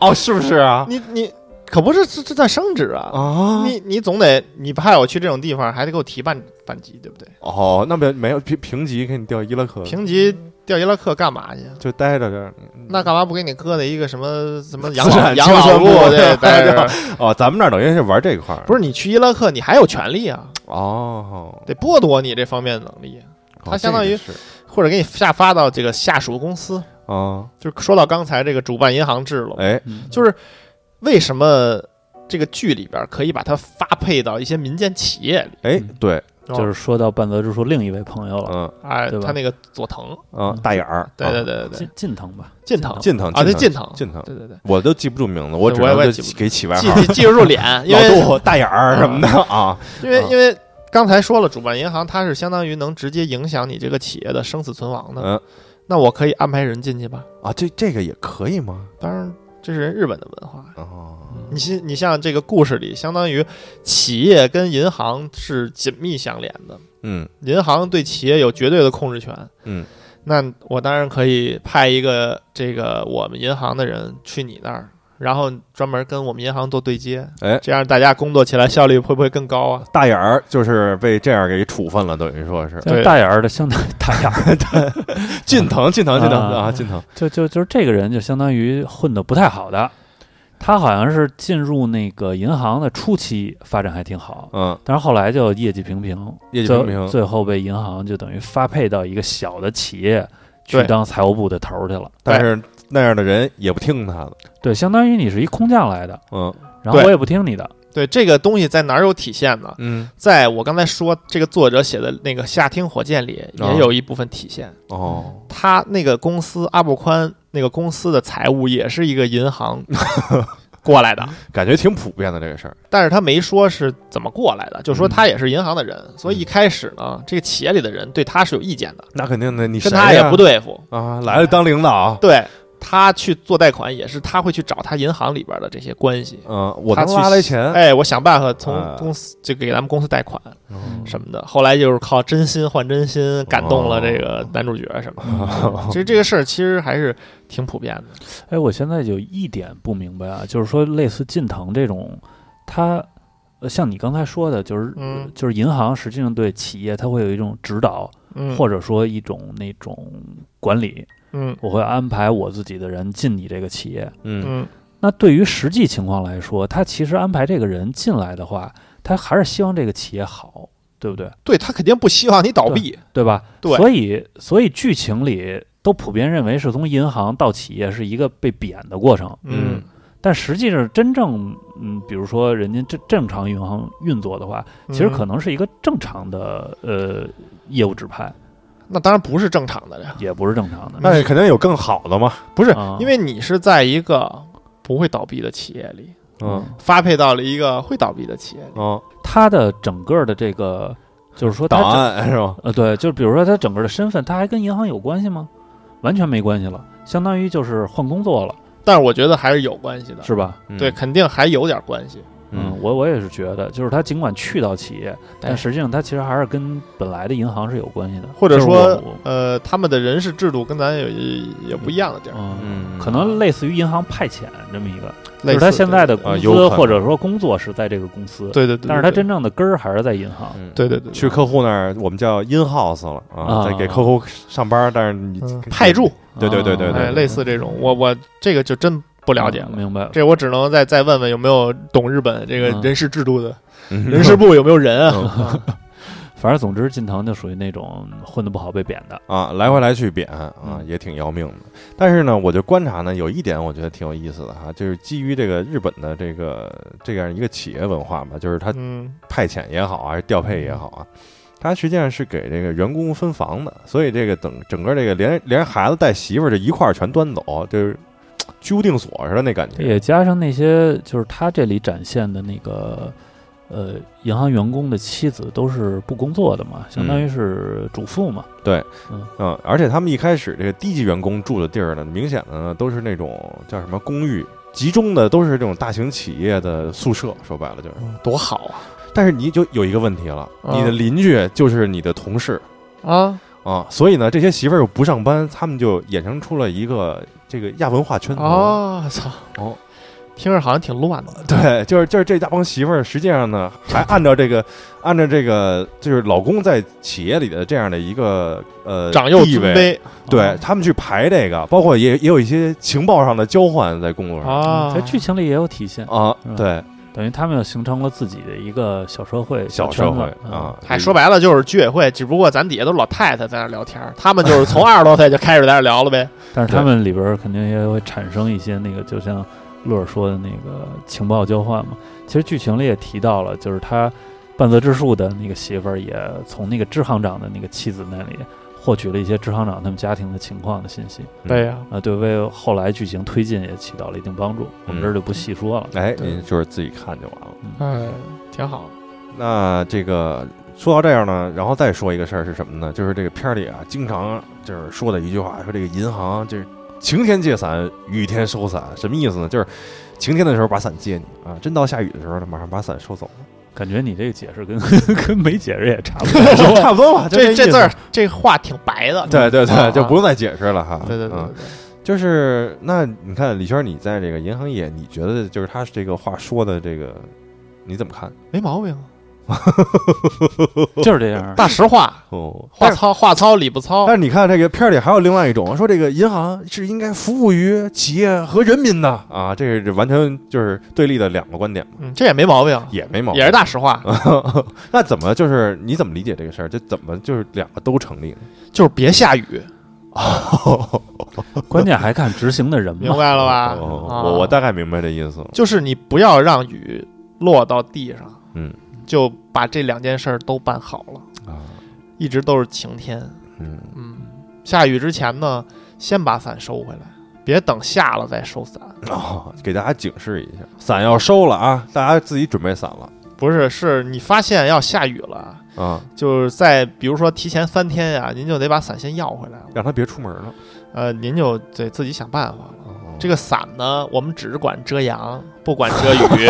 Speaker 2: 哦，是不是啊？
Speaker 3: 你你可不是这这算升职
Speaker 2: (laughs)
Speaker 3: 啊？
Speaker 2: 啊，
Speaker 3: 你你总得你派我去这种地方，还得给我提半半级，对不对？
Speaker 2: 哦，那没没有评评级给你调伊拉克，
Speaker 3: 评级调伊拉克干嘛去？
Speaker 2: 就待着这儿。
Speaker 3: 那干嘛不给你搁在一个什么什么养
Speaker 2: 资
Speaker 3: 老
Speaker 2: 产
Speaker 3: 养老
Speaker 2: 清算
Speaker 3: 部
Speaker 2: 部 (laughs)
Speaker 3: 对待着？
Speaker 2: 哦，咱们这儿等于是玩这块儿，
Speaker 3: 不是你去伊拉克，你还有权利啊，
Speaker 2: 哦，
Speaker 3: 得剥夺你这方面的能力，它相当于
Speaker 2: 哦这个是
Speaker 3: 或者给你下发到这个下属公司。
Speaker 2: 啊，
Speaker 3: 就是说到刚才这个主办银行制了，
Speaker 2: 哎，
Speaker 4: 嗯
Speaker 3: 就是为什么这个剧里边可以把它发配到一些民间企业里？
Speaker 2: 哎，对，
Speaker 4: 就是说到半泽直树另一位朋友了，
Speaker 2: 嗯
Speaker 3: 哎，
Speaker 4: 对吧
Speaker 3: 他那个佐藤，
Speaker 2: 啊，大眼儿，
Speaker 3: 对
Speaker 2: 啊
Speaker 3: 对对对对
Speaker 4: 近，近藤吧，
Speaker 3: 近藤
Speaker 2: 近藤
Speaker 3: 啊，对
Speaker 2: 近
Speaker 3: 近藤，
Speaker 2: 近藤，
Speaker 3: 对对对，
Speaker 2: 我都记不住名字，
Speaker 3: 对
Speaker 2: 只
Speaker 3: 我也
Speaker 2: 能
Speaker 3: 我也
Speaker 2: 就
Speaker 3: 记不住
Speaker 2: 给起外
Speaker 3: 记
Speaker 2: 号，
Speaker 3: 记记
Speaker 2: (laughs)
Speaker 3: 不住脸，因
Speaker 2: 老
Speaker 3: 为
Speaker 2: 杜、大眼儿什么的啊。
Speaker 3: 因为
Speaker 2: 啊
Speaker 3: 因为刚才说了，主办银行它是相当于能直接影响你这个企业的生死存亡的，
Speaker 2: 嗯
Speaker 3: 那我可以安排人进去吧？
Speaker 2: 啊，这这个也可以吗？
Speaker 3: 当然，这是人日本的文化。
Speaker 2: 哦，
Speaker 3: 你像你像这个故事里，相当于企业跟银行是紧密相连的，
Speaker 2: 嗯
Speaker 3: 银行对企业有绝对的控制权。
Speaker 2: 嗯，
Speaker 3: 那我当然可以派一个这个我们银行的人去你那儿，然后专门跟我们银行做对接，
Speaker 2: 哎
Speaker 3: 这样大家工作起来效率会不会更高啊？
Speaker 2: 大眼儿就是被这样给处分了，等于说是
Speaker 4: 像大眼儿的相当于 (laughs) 大眼儿，
Speaker 2: (laughs) 近藤近藤近藤
Speaker 4: 啊
Speaker 2: 啊近藤
Speaker 4: 就就就是这个人就相当于混的不太好的，他好像是进入那个银行的初期发展还挺好，
Speaker 2: 嗯，
Speaker 4: 但是后来就业绩平平，
Speaker 2: 业绩
Speaker 4: 最
Speaker 2: 平平
Speaker 4: 最后被银行就等于发配到一个小的企业去
Speaker 3: 对
Speaker 4: 当财务部的头儿去了。
Speaker 2: 但是那样的人也不听他的，
Speaker 4: 对，相当于你是一空降来的，
Speaker 2: 嗯
Speaker 4: 然后
Speaker 3: 对
Speaker 4: 我也不听你的。
Speaker 3: 对这个东西在哪儿有体现呢？
Speaker 2: 嗯
Speaker 3: 在我刚才说这个作者写的那个《夏听火箭》里，
Speaker 2: 啊
Speaker 3: 也有一部分体现。
Speaker 2: 哦
Speaker 3: 他那个公司阿布宽那个公司的财务也是一个
Speaker 2: (laughs)
Speaker 3: 银行过来的，
Speaker 2: 感觉挺普遍的这个事儿，
Speaker 3: 但是他没说是怎么过来的，就
Speaker 2: 嗯
Speaker 3: 说他也是银行的人，所以一开始呢，这个企业里的人对他是有意见的，
Speaker 2: 那肯定的，你
Speaker 3: 跟
Speaker 2: 谁
Speaker 3: 他也
Speaker 2: 呀
Speaker 3: 不对付。
Speaker 2: 啊，来了当领导，
Speaker 3: 对他去做贷款也是他会去找他银行里边的这些关系，
Speaker 2: 嗯，我
Speaker 3: 他
Speaker 2: 能
Speaker 3: 去
Speaker 2: 拉来钱，
Speaker 3: 哎，我想办法从
Speaker 2: 嗯啊
Speaker 3: 公司就给咱们公司贷款
Speaker 2: 嗯
Speaker 3: 什么的。后来就是靠真心换真
Speaker 4: 哦
Speaker 3: 心，感动了这个男主角什么的。
Speaker 4: 嗯
Speaker 3: 其实这个事儿其实还是挺普遍的。
Speaker 4: 哎，我现在有一点不明白啊，就是说类似近藤这种，他呃像你刚才说的，就是、
Speaker 3: 嗯
Speaker 4: 就是银行实际上对企业它会有一种指导，
Speaker 3: 嗯，
Speaker 4: 或者说一种那种管理，
Speaker 3: 嗯
Speaker 4: 我会安排我自己的人进你这个企业。
Speaker 2: 嗯
Speaker 3: 嗯，
Speaker 4: 那对于实际情况来说，他其实安排这个人进来的话，他还是希望这个企业好，对不对？
Speaker 3: 对他肯定不希望你倒闭。
Speaker 4: 对吧？
Speaker 3: 对
Speaker 4: 所以所以剧情里都普遍认为是从银行到企业是一个被贬的过程，
Speaker 3: 嗯
Speaker 4: 但实际上真正嗯，比如说人家正正常银行运作的话，其实可
Speaker 3: 嗯
Speaker 4: 能是一个正常的呃业务指派，
Speaker 3: 那当然不是正常的了，
Speaker 4: 也不是正常的。
Speaker 2: 那肯定有更好的嘛，
Speaker 3: 不是
Speaker 4: 啊
Speaker 3: 因为你是在一个不会倒闭的企业里
Speaker 2: 嗯
Speaker 3: 发配到了一个会倒闭的企业里。
Speaker 2: 嗯，
Speaker 4: 他的整个的这个就是说他
Speaker 2: 档
Speaker 4: 整
Speaker 2: 案是吧？
Speaker 4: 呃，对，就是比如说他整个的身份，他还跟银行有关系吗？完全没关系了，相当于就是换工作了，
Speaker 3: 但是我觉得还是有关系的，
Speaker 4: 是吧？
Speaker 2: 嗯
Speaker 3: 对，，肯定还有点关系。
Speaker 4: 嗯
Speaker 2: 嗯，
Speaker 4: 我我也是觉得，就是他尽管去到企业，但实际上他其实还是跟本来的银行是有关系的，
Speaker 3: 或者
Speaker 4: 就是
Speaker 3: 说
Speaker 4: 我，
Speaker 3: 呃，他们的人事制度跟咱有一有不一样的地儿，
Speaker 4: 嗯，
Speaker 2: 嗯
Speaker 4: 可能类似于银行派遣这么一个，就
Speaker 3: 类
Speaker 4: 是
Speaker 3: 似
Speaker 4: 他现在的
Speaker 3: 对
Speaker 4: 工
Speaker 2: 啊有可
Speaker 4: 资
Speaker 2: 能
Speaker 4: 或者说工作是在这个公司，
Speaker 3: 对对对对，
Speaker 4: 但是他真正的根儿还是在银行。
Speaker 2: 嗯
Speaker 3: 对对对
Speaker 2: 去客户那儿，我们叫 in house 了
Speaker 4: 啊
Speaker 2: 啊，在给客户上班，但是你
Speaker 3: 嗯派驻，
Speaker 2: 对对对对
Speaker 4: 啊嗯
Speaker 2: 对嗯
Speaker 3: 哎，类似这种，我我这个就真不了解了。
Speaker 4: 明白了。
Speaker 3: 这我只能再再问问有没有懂日本这个
Speaker 4: 嗯
Speaker 3: 人事制度的
Speaker 2: 嗯
Speaker 3: 人事部有没有人啊？
Speaker 4: 反正总之，近藤就属于那种混得不好被贬的。
Speaker 2: 啊，来回来去贬啊，
Speaker 3: 嗯
Speaker 2: 也挺要命的。但是呢，我就观察呢，有一点我觉得挺有意思的哈，就是基于这个日本的这个这样一个企业文化吧，就是它
Speaker 3: 嗯
Speaker 2: 派遣也好啊，还是调配也好啊，它实际上是给这个员工分房的，所以这个等整个这个连连孩子带媳妇儿这一块儿全端走，就是居无定所似的那感觉
Speaker 4: 也。加上那些就是他这里展现的那个呃银行员工的妻子都是不工作的嘛，相当于是主妇嘛，
Speaker 2: 嗯，而且他们一开始这个低级员工住的地儿呢，明显的呢都是那种叫什么公寓，集中的都是这种大型企业的宿舍，说白了就是。
Speaker 3: 嗯多好啊！
Speaker 2: 但是你就有一个问题了，
Speaker 3: 嗯
Speaker 2: 你的邻居就是你的同事
Speaker 3: 啊，
Speaker 2: 啊，所以呢，这些媳妇儿又不上班，他们就衍生出了一个这个亚文化圈层。
Speaker 3: 哦，操！
Speaker 2: 哦，
Speaker 3: 听着好像挺乱的。
Speaker 2: 对，就是就是这大帮媳妇儿，实际上呢，还按照这个，按照这个，就是老公在企业里的这样的一个呃
Speaker 3: 长幼
Speaker 2: 地
Speaker 3: 尊
Speaker 2: 位，
Speaker 3: 卑
Speaker 4: 啊
Speaker 2: 对他们去排这个，包括也也有一些情报上的交换在工作上
Speaker 3: 啊，
Speaker 4: 在剧情里也有体现，
Speaker 2: 啊
Speaker 4: 是吧，
Speaker 2: 对，
Speaker 4: 等于他们又形成了自己的一个小社会、
Speaker 2: 小
Speaker 4: 圈
Speaker 2: 社
Speaker 4: 子
Speaker 2: 会
Speaker 4: 嗯
Speaker 2: 啊，
Speaker 3: 嗨，哎说白了就是居委会，只不过咱底下都是老太太在那聊天儿，他们就是从二十多岁就开始在那聊了呗。
Speaker 4: 但是他们里边儿肯定也会产生一些那个，就像乐儿说的那个情报交换嘛。其实剧情里也提到了，就是他半泽之树的那个媳妇儿也从那个支行长的那个妻子那里获取了一些支行长他们家庭的情况的信息
Speaker 2: 嗯
Speaker 3: 对哎呀、
Speaker 4: 啊，对为后来剧情推进也起到了一定帮助。
Speaker 3: 嗯
Speaker 4: 我们这儿就不细说了。
Speaker 2: 哎，
Speaker 3: 对
Speaker 2: 你就是自己看就完了。
Speaker 3: 嗯，挺好。
Speaker 2: 那这个说到这样呢，然后再说一个事儿是什么呢？就是这个片儿里啊，经常就是说的一句话，说这个银行就是晴天借伞，雨天收伞，什么意思呢？就是晴天的时候把伞借你啊，真到下雨的时候呢，马上把伞收走，
Speaker 4: 感觉你这个解释跟 (laughs) 跟没解释也差
Speaker 3: (laughs)
Speaker 4: 不多。
Speaker 2: 差不多吧，就
Speaker 3: 这
Speaker 2: 意思
Speaker 3: 这字儿这话挺白的。
Speaker 2: 对对
Speaker 3: 啊
Speaker 2: 对，就不用再解释了哈。
Speaker 3: 对对对
Speaker 2: 嗯
Speaker 3: 对
Speaker 2: 就是那你看李轩，你在这个银行业，你觉得就是他这个话说的这个，你怎么看？
Speaker 3: 没毛病。啊
Speaker 4: 就是这样。
Speaker 3: 大实话，
Speaker 2: 哦，
Speaker 3: 话糙话糙理不糙。
Speaker 2: 但是你看这个片儿里还有另外一种，说这个银行是应该服务于企业和人民的啊，这是完全就是对立的两个观点嘛，
Speaker 3: 嗯，这也没毛病，
Speaker 2: 也没毛病。嗯
Speaker 3: 也是大实话，
Speaker 2: (laughs) 那怎么就是你怎么理解这个事儿？这怎么就是两个都成立呢？
Speaker 3: (laughs) 就是别下雨，
Speaker 4: 关键还看执行的
Speaker 3: (laughs)
Speaker 4: 人
Speaker 3: 明
Speaker 4: 嘛。
Speaker 3: 白了吧？
Speaker 2: 哦
Speaker 3: 啊
Speaker 2: 我我大概明白这意思了。
Speaker 3: 就是你不要让雨落到地上，
Speaker 2: 嗯，
Speaker 3: 就把这两件事儿都办好了，
Speaker 2: 啊，
Speaker 3: 一直都是晴天。
Speaker 2: 嗯，
Speaker 3: 嗯，下雨之前呢，先把伞收回来，别等下了再收伞。
Speaker 2: 哦，给大家警示一下，伞要收了啊，大家自己准备伞了
Speaker 3: 不是，是你发现要下雨了，
Speaker 2: 啊，
Speaker 3: 就是在比如说提前三天呀、您就得把伞先要回来了。
Speaker 2: 让他别出门了。
Speaker 3: 呃，您就得自己想办法了。
Speaker 2: 哦
Speaker 3: 这个伞呢，我们只管遮阳，不管 (laughs) 遮雨。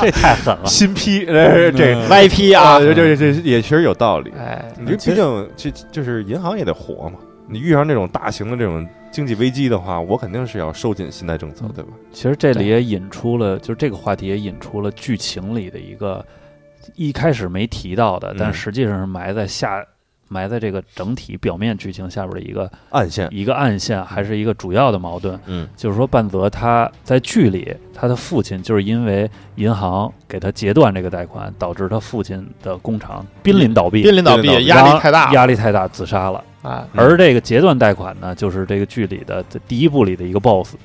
Speaker 4: 这太狠了。
Speaker 2: 新批，这这
Speaker 4: 嗯
Speaker 3: 歪批啊！
Speaker 2: 这这这也确实有道理。
Speaker 3: 哎，
Speaker 2: 你毕竟这就是银行也得活嘛，你遇上这种大型的这种经济危机的话，我肯定是要收紧信贷政策，对吧？
Speaker 4: 其实这里
Speaker 3: 对
Speaker 4: 也引出了，就是这个话题也引出了剧情里的一个一开始没提到的，
Speaker 2: 嗯
Speaker 4: 但实际上是埋在下埋在这个整体表面剧情下边的一个
Speaker 2: 暗线，
Speaker 4: 一个暗线，还是一个主要的矛盾。
Speaker 2: 嗯
Speaker 4: 就是说，半泽他在剧里，他的父亲就是因为银行给他截断这个贷款，导致他父亲的工厂濒临倒闭，
Speaker 3: 濒临倒
Speaker 2: 濒临倒
Speaker 3: 闭，
Speaker 2: 闭
Speaker 3: 压力太大了
Speaker 4: 压力太大，自杀了。
Speaker 3: 啊！
Speaker 2: 嗯
Speaker 4: 而这个截断贷款呢，就是这个剧里的这第一部里的一个 BOSS，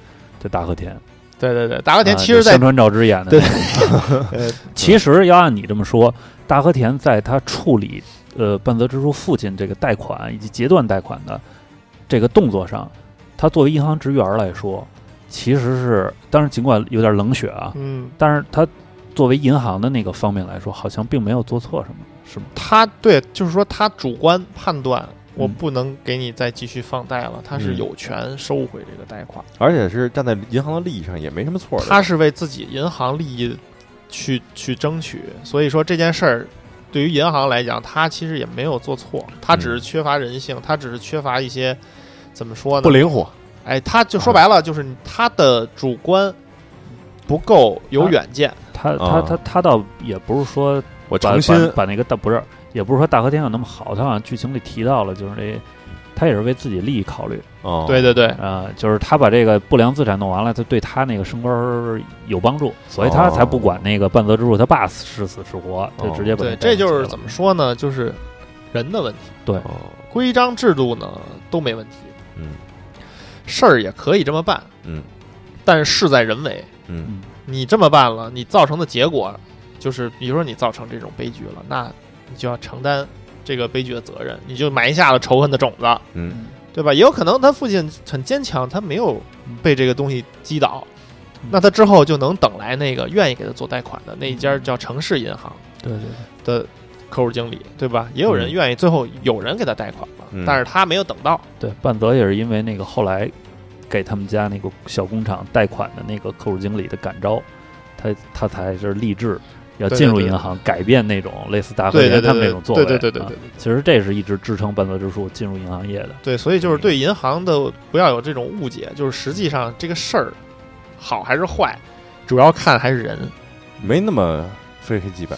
Speaker 4: 这大和田。
Speaker 3: 对对对，大和田
Speaker 4: 啊
Speaker 3: 其实
Speaker 4: 就
Speaker 3: 在
Speaker 4: 香川照之演的。
Speaker 3: 对
Speaker 2: 呃，
Speaker 4: 其实要按你这么说，大和田在他处理呃半泽直树父亲这个贷款以及截断贷款的这个动作上，他作为银行职员来说，其实是当然尽管有点冷血啊，
Speaker 3: 嗯，
Speaker 4: 但是他作为银行的那个方面来说，好像并没有做错什么，是吗？
Speaker 3: 他对，就是说他主观判断，我
Speaker 4: 嗯
Speaker 3: 不能给你再继续放贷了，他是
Speaker 2: 嗯
Speaker 3: 有权收回这个贷款，
Speaker 2: 而且是站在银行的利益上也没什么错的。
Speaker 3: 他是为自己银行利益去去争取，所以说这件事儿。对于银行来讲，他其实也没有做错，他只是缺乏人性，他只是缺乏一些怎么说呢？
Speaker 2: 不灵活，
Speaker 3: 哎，他就说白了，就是他的主观不够有远见，
Speaker 4: 他他
Speaker 2: 啊
Speaker 4: 他他倒也不是说
Speaker 2: 我
Speaker 4: 把
Speaker 2: 诚心
Speaker 4: 把把那个大不是，也不是说大和田有那么好，他好像剧情里提到了，就是这他也是为自己利益考虑。
Speaker 2: 哦，
Speaker 3: 对对对，
Speaker 4: 啊，就是他把这个不良资产弄完了，他对他那个升官儿有帮助，所以
Speaker 3: 哦
Speaker 4: 他才不管那个半泽之树他爸是死是活，就
Speaker 2: 哦
Speaker 4: 直接把
Speaker 3: 对，
Speaker 4: 这
Speaker 3: 这就是怎么说呢？就是人的问题，
Speaker 2: 哦，
Speaker 3: 规章制度呢都没问题，
Speaker 2: 嗯
Speaker 3: 事儿也可以这么办，
Speaker 2: 嗯
Speaker 3: 但是事在人为。
Speaker 2: 嗯
Speaker 3: 你这么办了，你造成的结果就是，比如说你造成这种悲剧了，那你就要承担这个悲剧的责任，你就埋下了仇恨的种子。
Speaker 2: 嗯，
Speaker 3: 对吧？也有可能他父亲很坚强，他没有
Speaker 4: 嗯
Speaker 3: 被这个东西击倒，那他之后就能等来那个愿意给他做贷款的那一家叫城市银行
Speaker 4: 对对对，嗯
Speaker 3: 的客户经理，对吧？也有人
Speaker 2: 嗯
Speaker 3: 愿意，最后有人给他贷款了，
Speaker 2: 嗯
Speaker 3: 但是他没有等到，
Speaker 4: 对，半泽也是因为那个后来给他们家那个小工厂贷款的那个客户经理的感召，他他才是励志要
Speaker 3: 对
Speaker 4: 进
Speaker 3: 对
Speaker 4: 入
Speaker 3: 对
Speaker 4: 银行，改变那种类似大和
Speaker 3: 对对
Speaker 4: 田
Speaker 3: 对
Speaker 4: 他们
Speaker 3: 对
Speaker 4: 那种作为。
Speaker 3: 对对对对嗯
Speaker 4: 啊
Speaker 3: 对
Speaker 4: 其实这是一直支撑半泽直树进入银行业的。
Speaker 3: 对，所以就是对银行的不要有这种误解，就是实际上这个事儿好还是坏，主要看还是人，
Speaker 4: 嗯
Speaker 2: 没那么非黑即白。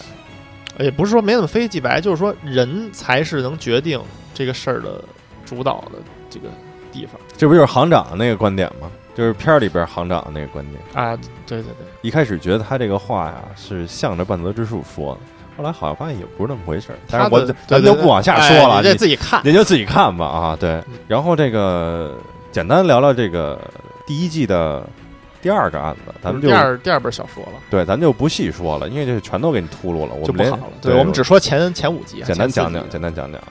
Speaker 3: 也不是说没那么非黑即白，就是说人才是能决定这个事儿的主导的这个地方
Speaker 2: 这不就是行长那个观点吗？就是片儿里边行长那个观点。
Speaker 3: 啊，对对对，
Speaker 2: 一开始觉得他这个话呀是向着半泽之树说的，后来好像发现也不是那么回事儿。但是我
Speaker 3: 他的
Speaker 2: 咱
Speaker 3: 对对
Speaker 2: 们就
Speaker 3: 对
Speaker 2: 不往下
Speaker 3: 哎
Speaker 2: 说了，
Speaker 3: 你
Speaker 2: 你
Speaker 3: 这自己看，
Speaker 2: 您就自己看吧啊。对
Speaker 3: 嗯，
Speaker 2: 然后这个简单聊聊这个第一季的第二个案子，咱们
Speaker 3: 就
Speaker 2: 就是
Speaker 3: 嗯第二第二本小说了。
Speaker 2: 对，咱就不细说了，因为这全都给你秃噜了，我
Speaker 3: 就
Speaker 2: 们
Speaker 3: 不
Speaker 2: 连
Speaker 3: 好了，对我们只说前前五集啊，
Speaker 2: 简单
Speaker 3: 前
Speaker 2: 讲
Speaker 3: 四集
Speaker 2: 讲，简单讲讲啊。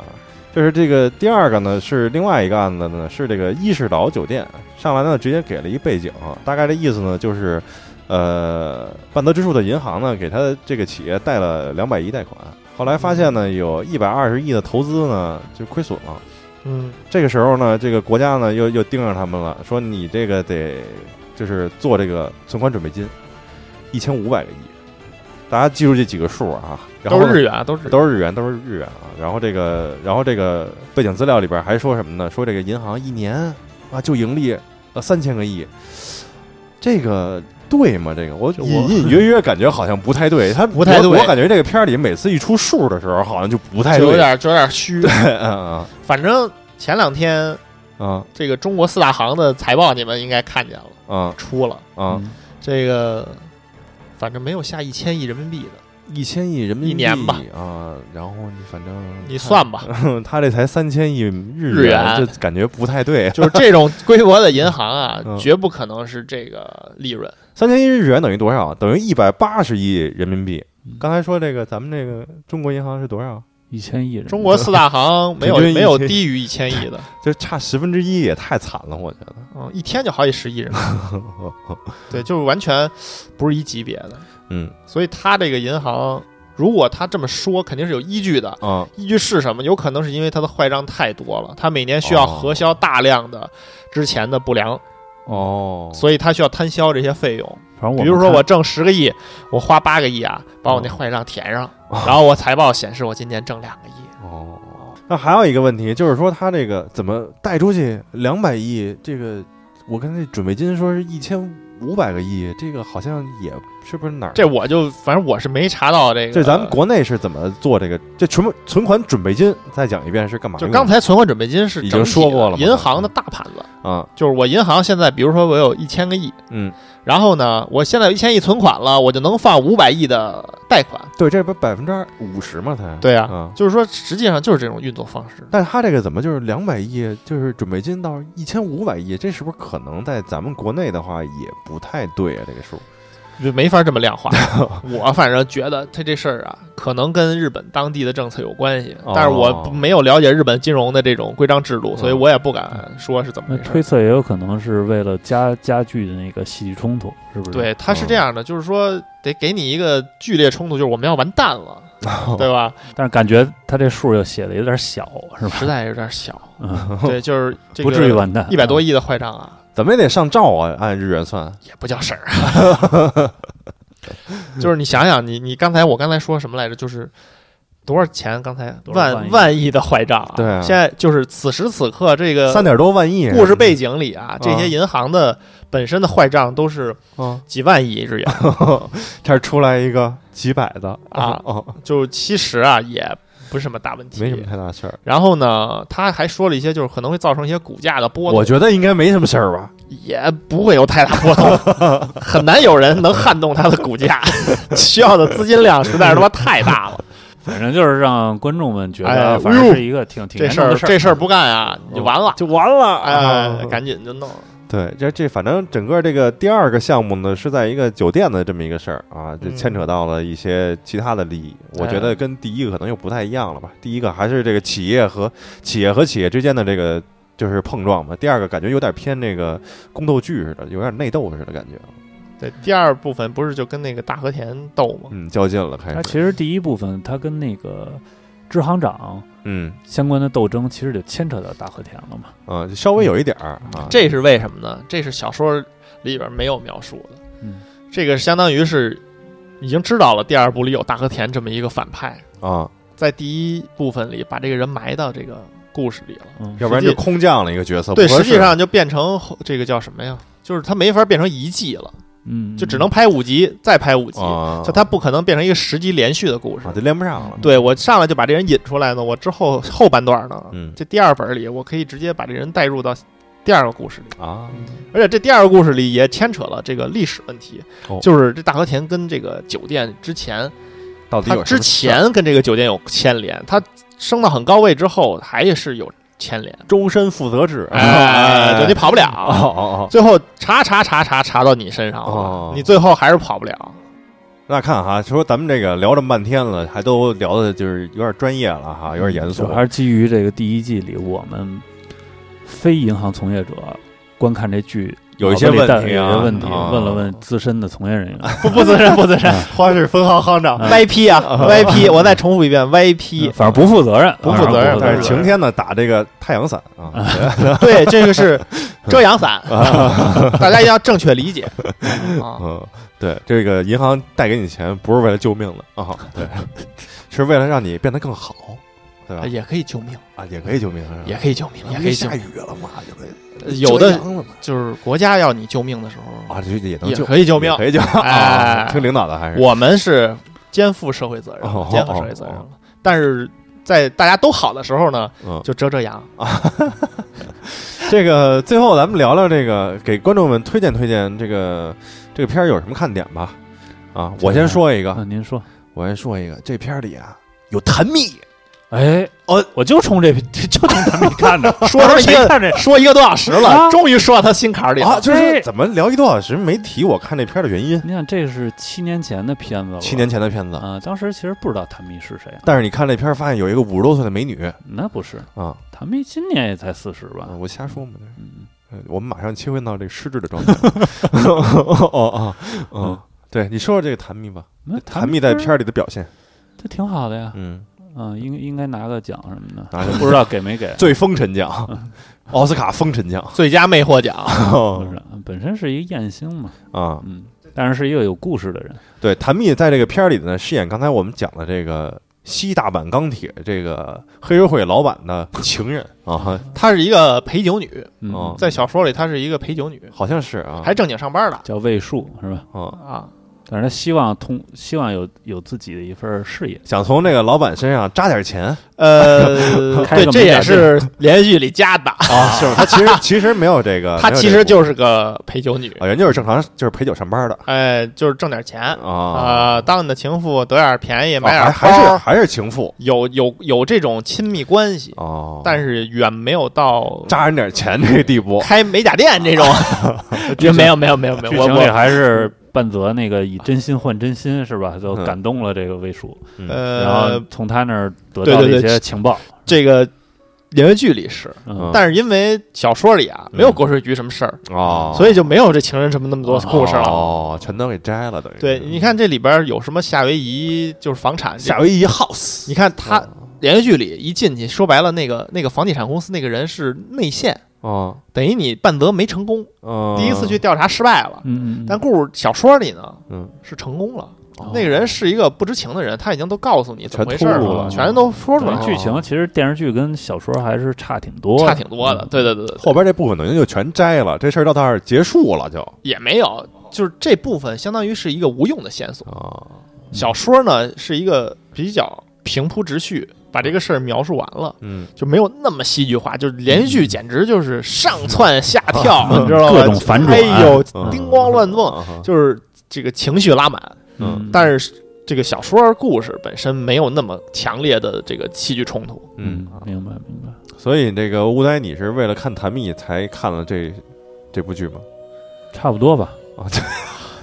Speaker 2: 就是这个第二个呢，是另外一个案子呢，是这个伊势岛酒店上来呢，直接给了一背景啊，大概的意思呢就是，呃，半泽之树的银行呢给他的这个企业贷了两百亿贷款，后来发现呢有一百二十亿的投资呢就亏损了，
Speaker 3: 嗯，
Speaker 2: 这个时候呢，这个国家呢又又盯上他们了，说你这个得就是做这个存款准备金，一千五百个亿，大家记住这几个数啊，然后
Speaker 3: 都
Speaker 2: 呢
Speaker 3: 是日元啊，都是日元
Speaker 2: 都是日元，都是日元啊。然后这个，然后这个背景资料里边还说什么呢？说这个银行一年啊就盈利呃三千个亿，这个对吗？这个我
Speaker 4: 就我
Speaker 2: 隐隐约约感觉好像不太对，它
Speaker 3: 不太对
Speaker 2: 我。我感觉这个片儿里每次一出数的时候，好像就不太
Speaker 3: 就有
Speaker 2: (laughs) 对。
Speaker 3: 点就有点虚。
Speaker 2: 嗯
Speaker 3: 反正前两天
Speaker 2: 嗯嗯
Speaker 3: 这个中国四大行的财报你们应该看见了，
Speaker 2: 嗯
Speaker 3: 出了
Speaker 2: 嗯，
Speaker 4: 嗯
Speaker 3: 这个，反正没有下一千亿人民币的，
Speaker 2: 一千亿人民币
Speaker 3: 一年吧
Speaker 2: 啊，然后你反正
Speaker 3: 你
Speaker 2: (laughs)
Speaker 3: 算吧。
Speaker 2: 看，他这才三千亿日
Speaker 3: 日元
Speaker 2: 就感觉不太对。
Speaker 3: 就是这种规模的银行啊
Speaker 2: 嗯，
Speaker 3: 绝不可能是这个利润。
Speaker 2: 三千亿日元等于多少？等于一百八十亿人民币
Speaker 4: 嗯。
Speaker 2: 刚才说这个，咱们这个中国银行是多少？
Speaker 4: 一千亿人，
Speaker 3: 中国四大行没有
Speaker 2: (laughs) 平均一千
Speaker 3: 没有低于一千亿的，
Speaker 2: 就差十分之一，也太惨了，我觉
Speaker 3: (laughs)
Speaker 2: 得。
Speaker 3: 嗯，一天就好几十亿人民币，对，就是完全不是一级别的。
Speaker 2: 嗯
Speaker 3: 所以他这个银行，如果他这么说，肯定是有依据的。
Speaker 2: 啊，
Speaker 3: 依据是什么？有可能是因为他的坏账太多了，他每年需要核销大量的之前的不良，
Speaker 2: 哦，
Speaker 3: 所以他需要摊销这些费用。
Speaker 4: 反正我
Speaker 3: 比如说
Speaker 4: 们
Speaker 3: 我挣十个亿，我花八个亿啊，把我那坏账填上，然后我财报显示我今年挣两个亿，
Speaker 2: 哦。那还有一个问题就是说，他这个怎么贷出去两百亿？这个我看这准备金说是一千五百个亿，这个好像也是不是哪儿？
Speaker 3: 这我就反正我是没查到这个。
Speaker 2: 这咱们国内是怎么做这个？这存存款准备金再讲一遍是干嘛
Speaker 3: 就
Speaker 2: 用的？
Speaker 3: 刚才存款准备金是
Speaker 2: 已经
Speaker 3: 整体
Speaker 2: 说过了嘛
Speaker 3: 的
Speaker 2: 嗯
Speaker 3: 银行的大盘子，
Speaker 2: 啊，
Speaker 3: 就是我银行现在，比如说我有一千个亿，
Speaker 2: 嗯，
Speaker 3: 然后呢，我现在有一千亿存款了，我就能放五百亿的贷款。
Speaker 2: 对，这不百分之五十吗？才
Speaker 3: 对啊，
Speaker 2: 啊，
Speaker 3: 就是说实际上就是这种运作方式。
Speaker 2: 但是他这个怎么就是两百亿，就是准备金到一千五百亿，这是不是可能在咱们国内的话也不太对啊？这个数，
Speaker 3: 就没法这么量
Speaker 4: (laughs)
Speaker 3: 化。我反正觉得他这事儿啊，可能跟日本当地的政策有关系，
Speaker 2: 哦
Speaker 3: 但是我不没有了解日本金融的这种规章制度，
Speaker 2: 嗯
Speaker 3: 所以我也不敢说是怎么
Speaker 4: 那
Speaker 3: 回事
Speaker 4: 推
Speaker 3: 儿。
Speaker 4: 测也有可能是为了加加剧的那个戏剧冲突，是不是？
Speaker 3: 对，他是这样的，就是说得给你一个剧烈冲突，就是我们要完蛋
Speaker 4: (laughs)
Speaker 3: 了，对吧？
Speaker 4: 但是感觉他这数又写的有点小，是
Speaker 3: (laughs)
Speaker 4: 吧？
Speaker 3: 实在有点
Speaker 4: (laughs)
Speaker 3: 小，
Speaker 4: 嗯，
Speaker 3: 对，就是这个
Speaker 4: 不至于完蛋，嗯
Speaker 3: 一百多亿的坏账啊，
Speaker 2: 咱们也得上兆啊，按日元算。
Speaker 3: 也不叫事儿 (laughs) 啊。就是你想想，你你刚才我刚才说什么来着？就是多少钱？刚才
Speaker 4: 多少万
Speaker 3: 万
Speaker 4: 亿
Speaker 3: 万亿的坏账啊！
Speaker 2: 对啊
Speaker 3: 现在就是此时此刻这个
Speaker 2: 三点多万亿，
Speaker 3: 呃故事背景里啊，这
Speaker 2: 啊
Speaker 3: 些银行的本身的坏账都是
Speaker 2: 啊，
Speaker 3: 几万亿日
Speaker 2: (laughs)
Speaker 3: 元，
Speaker 2: 这儿出来一个几百的
Speaker 3: 啊
Speaker 2: 哦，
Speaker 3: 就其实啊也不是什么大问题。
Speaker 2: 没什么太大事儿。
Speaker 3: 然后呢，他还说了一些，就是可能会造成一些股价的波动，
Speaker 2: 我觉得应该没什么事儿吧？
Speaker 3: 也不会有太大波动，
Speaker 2: (laughs)
Speaker 3: 很难有人能撼动它的股价，需要的资金量实在是他妈太大了。
Speaker 4: 反正就是让观众们觉
Speaker 3: 哎呦
Speaker 4: 得，反正是一个挺挺
Speaker 3: 这
Speaker 4: 严
Speaker 3: 事
Speaker 4: 重
Speaker 3: 儿
Speaker 4: 的事
Speaker 3: 这事儿不干啊，你就完了，
Speaker 2: 就完了，啊嗯
Speaker 3: 哎，赶紧就弄。
Speaker 2: 对，这这反正整个这个第二个项目呢，是在一个酒店的这么一个事儿啊，就
Speaker 3: 嗯哎
Speaker 2: 牵扯到了一些其他的利益。我觉得跟第一个可能又不太一样了吧。第一个还是这个企业和企业和企业之间的这个就是碰撞嘛。第二个感觉有点偏那个宫斗剧似的，有点内斗似的感觉，
Speaker 3: 哦对，第二部分不是就跟那个大和田斗吗？
Speaker 2: 嗯，较劲了开始，
Speaker 4: 它其实第一部分它跟那个支行长
Speaker 2: 嗯
Speaker 4: 相关的斗争，其实就牵扯到大和田了嘛。
Speaker 2: 啊，就稍微有一点儿啊，
Speaker 3: 这是为什么呢？这是小说里边没有描述的。
Speaker 4: 嗯，
Speaker 3: 这个相当于是已经知道了第二部里有大和田这么一个反派，
Speaker 2: 啊，
Speaker 3: 在第一部分里把这个人埋到这个故事里了。
Speaker 4: 嗯，
Speaker 2: 要不然
Speaker 3: 实
Speaker 2: 就
Speaker 3: 际
Speaker 2: 空降了一个角色，
Speaker 3: 对，
Speaker 2: 不合
Speaker 3: 实
Speaker 2: 适
Speaker 3: 际上就变成后这个叫什么呀？就是他没法变成一季了，
Speaker 4: 嗯，
Speaker 3: 就只能拍五集，再拍五集，
Speaker 2: 啊，
Speaker 3: 就他不可能变成一个十集连续的故事
Speaker 2: 啊。就连不上了，
Speaker 3: 对我上来就把这人引出来呢，我之后后半段呢，
Speaker 2: 嗯
Speaker 3: 这第二本里我可以直接把这人带入到第二个故事里，
Speaker 2: 啊，
Speaker 3: 而且这第二个故事里也牵扯了这个历史问题，
Speaker 2: 哦
Speaker 3: 就是这大和田跟这个酒店之前，
Speaker 2: 到底
Speaker 3: 他
Speaker 2: 有什
Speaker 3: 之
Speaker 2: 么事儿
Speaker 3: 前跟这个酒店有牵连，他升到很高位之后还是有牵连，
Speaker 2: 终身负责制， (laughs)
Speaker 3: 哎，就你跑不了。
Speaker 2: 哦哦哦，
Speaker 3: 最后查查查查查到你身上了，
Speaker 2: 哦
Speaker 3: 你最后还是跑不
Speaker 2: (laughs)
Speaker 3: 了。
Speaker 2: (laughs) 那看哈，说咱们这个聊这么半天了，还都聊的就是有点专业了
Speaker 3: 啊
Speaker 2: 哈，有点严肃
Speaker 4: 就，还是基于这个第一季里我们非银行从业者观看这剧，
Speaker 2: 有一些
Speaker 4: 脑子里
Speaker 2: 问
Speaker 4: 带
Speaker 2: 题
Speaker 4: 有一
Speaker 2: 啊
Speaker 4: 些问题，
Speaker 2: 啊
Speaker 4: 问了问资深的从
Speaker 2: (laughs)
Speaker 4: 业人员，
Speaker 3: 不不自认不自认
Speaker 2: 花式分行行长
Speaker 3: ，YP 啊，YP，我再
Speaker 2: 嗯
Speaker 3: 重复一遍，YP
Speaker 4: 嗯。反正不负责任，
Speaker 3: 不负责任
Speaker 4: 啊
Speaker 2: 但是
Speaker 4: 不负
Speaker 2: 晴
Speaker 4: 责任
Speaker 2: 天呢打这个太阳伞啊，
Speaker 3: (laughs) 对，这个是遮阳伞， (laughs) 大家一定要正确理 (laughs) 解啊。
Speaker 2: 嗯，对，这个银行贷给你钱不是为了救命的啊，
Speaker 3: (laughs)
Speaker 2: 对，是为了让你变得更好，对吧？
Speaker 3: 也可以救命，
Speaker 2: 啊，也可以救命，是吧
Speaker 3: 哎也可以救命，也可
Speaker 2: 别
Speaker 3: 以救
Speaker 2: 下
Speaker 3: 命。
Speaker 2: 雨了嘛，就可以
Speaker 3: 呃有的
Speaker 2: 遮阳了嘛
Speaker 3: 啊就是国家要你救命的时候，
Speaker 2: 啊，这也能
Speaker 3: 也
Speaker 2: 救，
Speaker 3: 可以救命
Speaker 2: 也。可以救，啊
Speaker 3: 哎
Speaker 2: 听领导的还是
Speaker 3: 我们是肩负社会责任
Speaker 2: 哦，
Speaker 3: 肩负社会责任了。但是在大家都好的时候呢，
Speaker 2: 嗯
Speaker 3: 就遮遮阳。
Speaker 2: 这个最后咱们聊聊这个，给观众们推荐推荐这个这个片儿有什么看点吧？啊，我先说一
Speaker 4: 啊
Speaker 2: 个，
Speaker 4: 您说，
Speaker 2: 我先说一个，这片儿里啊有谭蜜，
Speaker 4: 哎，
Speaker 2: 哦，
Speaker 4: 我就冲这 (laughs) 就冲他们
Speaker 2: (laughs)
Speaker 4: 看着，
Speaker 3: (laughs) 说他
Speaker 4: 我
Speaker 3: 们一
Speaker 4: 谁
Speaker 3: 个
Speaker 4: 看这
Speaker 3: (laughs) 说一个多小时了，
Speaker 4: 啊
Speaker 3: 终于说到他心坎儿里
Speaker 2: 啊，
Speaker 3: 了。
Speaker 2: 就是怎么聊一多小时没提我看这片儿的原
Speaker 4: (laughs)
Speaker 2: 因？
Speaker 4: (laughs) 你想，这是七年前的片子了，
Speaker 2: 七年前的片子，
Speaker 4: 啊，当时其实不知道谭蜜是谁啊，
Speaker 2: 但是你看这片儿发现有一个五十多岁的美女
Speaker 4: 那不是
Speaker 2: 啊，
Speaker 4: 谭蜜，今年也才四十吧
Speaker 2: 啊，我瞎说嘛，就是
Speaker 4: 嗯，
Speaker 2: 呃我们马上切换到这个失智的状态。哦哦哦，嗯
Speaker 4: 嗯，
Speaker 2: 对，你说说这个谭蜜吧，
Speaker 4: 那
Speaker 2: 谭蜜在
Speaker 4: 不是
Speaker 2: 片儿里的表现，
Speaker 4: 这挺好的呀，
Speaker 2: 嗯，
Speaker 4: 嗯，应应该拿个奖什么的，
Speaker 2: 拿个
Speaker 4: 不知道给
Speaker 2: (laughs)
Speaker 4: 没给，
Speaker 2: 最风尘奖，奥斯卡风尘奖，
Speaker 3: (laughs) 最佳魅惑奖，
Speaker 2: 哦
Speaker 4: 不知道，本身是一个艳星嘛，
Speaker 2: 啊，
Speaker 4: 嗯，但是是一个有故事的人，
Speaker 2: 对，谭蜜在这个片儿里呢，饰演刚才我们讲的这个西大阪钢铁这个黑社会老板的情人啊，
Speaker 3: 她是一个陪酒女，
Speaker 4: 嗯
Speaker 2: 哦，
Speaker 3: 在小说里她是一个陪酒女，
Speaker 2: 好像是啊，
Speaker 3: 还正经上班了
Speaker 4: 叫魏树是吧？
Speaker 2: 啊，
Speaker 3: 啊。
Speaker 4: 但是他希望通，希望有有自己的一份事业，
Speaker 2: 想从这个老板身上扎点钱
Speaker 3: 呃，
Speaker 4: 开
Speaker 3: 对，
Speaker 4: 个
Speaker 3: 这
Speaker 4: 美甲
Speaker 3: 也是连续剧里加的。
Speaker 2: 啊，是吧？他其实其实没有这
Speaker 3: (laughs)
Speaker 2: 个，
Speaker 3: 她
Speaker 2: 没有
Speaker 3: 其
Speaker 2: 这个
Speaker 3: 实
Speaker 2: 目
Speaker 3: 就是个陪酒女，
Speaker 2: 啊，人就是正常就是陪酒上班的
Speaker 3: 哎，就是挣点钱
Speaker 2: 啊，
Speaker 3: 啊，当你的情妇得点便宜，
Speaker 2: 啊
Speaker 3: 买
Speaker 2: 还
Speaker 3: 点
Speaker 2: 还是
Speaker 3: 包，
Speaker 2: 还是情妇
Speaker 3: 有有有这种亲密关系，
Speaker 2: 哦，
Speaker 3: 但是远没有到
Speaker 2: 扎人点钱这个地
Speaker 3: (laughs)
Speaker 2: 步
Speaker 3: 开美甲店这种。 (laughs) 也没有没有没有没
Speaker 4: 剧
Speaker 3: 有，我
Speaker 4: 情里
Speaker 3: 我
Speaker 4: 还是半泽那个以真心换真心是吧？就感动了这个魏树，然后
Speaker 3: 嗯呃，
Speaker 4: 从他那儿得
Speaker 3: 对
Speaker 4: 到了
Speaker 3: 对
Speaker 4: 一
Speaker 3: 对
Speaker 4: 些情报，
Speaker 3: 这个连续剧里是，
Speaker 4: 嗯，
Speaker 3: 但是因为小说里啊
Speaker 2: 嗯
Speaker 3: 没有国税局什么事儿，
Speaker 2: 哦，
Speaker 3: 所以就没有这情人什么那么多故事了。
Speaker 2: 哦，全都给摘了等于
Speaker 3: 对，你看这里边有什么夏威夷就是房产，
Speaker 2: 夏威夷 house
Speaker 3: 你看他
Speaker 2: 嗯
Speaker 3: 连续剧里一进去，说白了那个那个房地产公司那个人是内线，
Speaker 2: 哦，
Speaker 3: 等于你半泽没成功，
Speaker 2: 嗯
Speaker 3: 第一次去调查失败了。
Speaker 4: 嗯，嗯嗯
Speaker 3: 但故事小说里呢，
Speaker 2: 嗯
Speaker 3: 是成功了。
Speaker 4: 哦
Speaker 3: 那个人是一个不知情的人，他已经都告诉你怎么回事
Speaker 2: 全
Speaker 3: 儿
Speaker 2: 透
Speaker 4: 露
Speaker 3: 了，
Speaker 4: 了
Speaker 3: 全都说出来
Speaker 4: 等于
Speaker 3: 了，
Speaker 4: 剧情其实电视剧跟小说还是差挺多的，
Speaker 3: 差挺多的。对对对对，
Speaker 2: 后边这部分等于就全摘了，这事儿到这儿结束了就
Speaker 3: 也没有，就是这部分相当于是一个无用的线索。
Speaker 2: 啊，
Speaker 3: 小说呢是一个比较平铺直叙，把这个事儿描述完了。
Speaker 2: 嗯，
Speaker 3: 就没有那么戏剧化，就是连续剧简直就是上窜下跳，你知道吗？
Speaker 4: 嗯各种反转
Speaker 3: 哎呦，
Speaker 2: 嗯
Speaker 3: 叮咣乱蹦，
Speaker 2: 啊
Speaker 3: 就是这个情绪拉满。
Speaker 4: 嗯，是
Speaker 3: 但是这个小说故事本身没有那么强烈的这个戏剧冲突，
Speaker 2: 嗯
Speaker 4: 嗯，，明白明白。
Speaker 2: 所以这个乌呆，你是为了看谭蜜才看了这这部剧吗？
Speaker 4: 差不多吧，
Speaker 3: 哦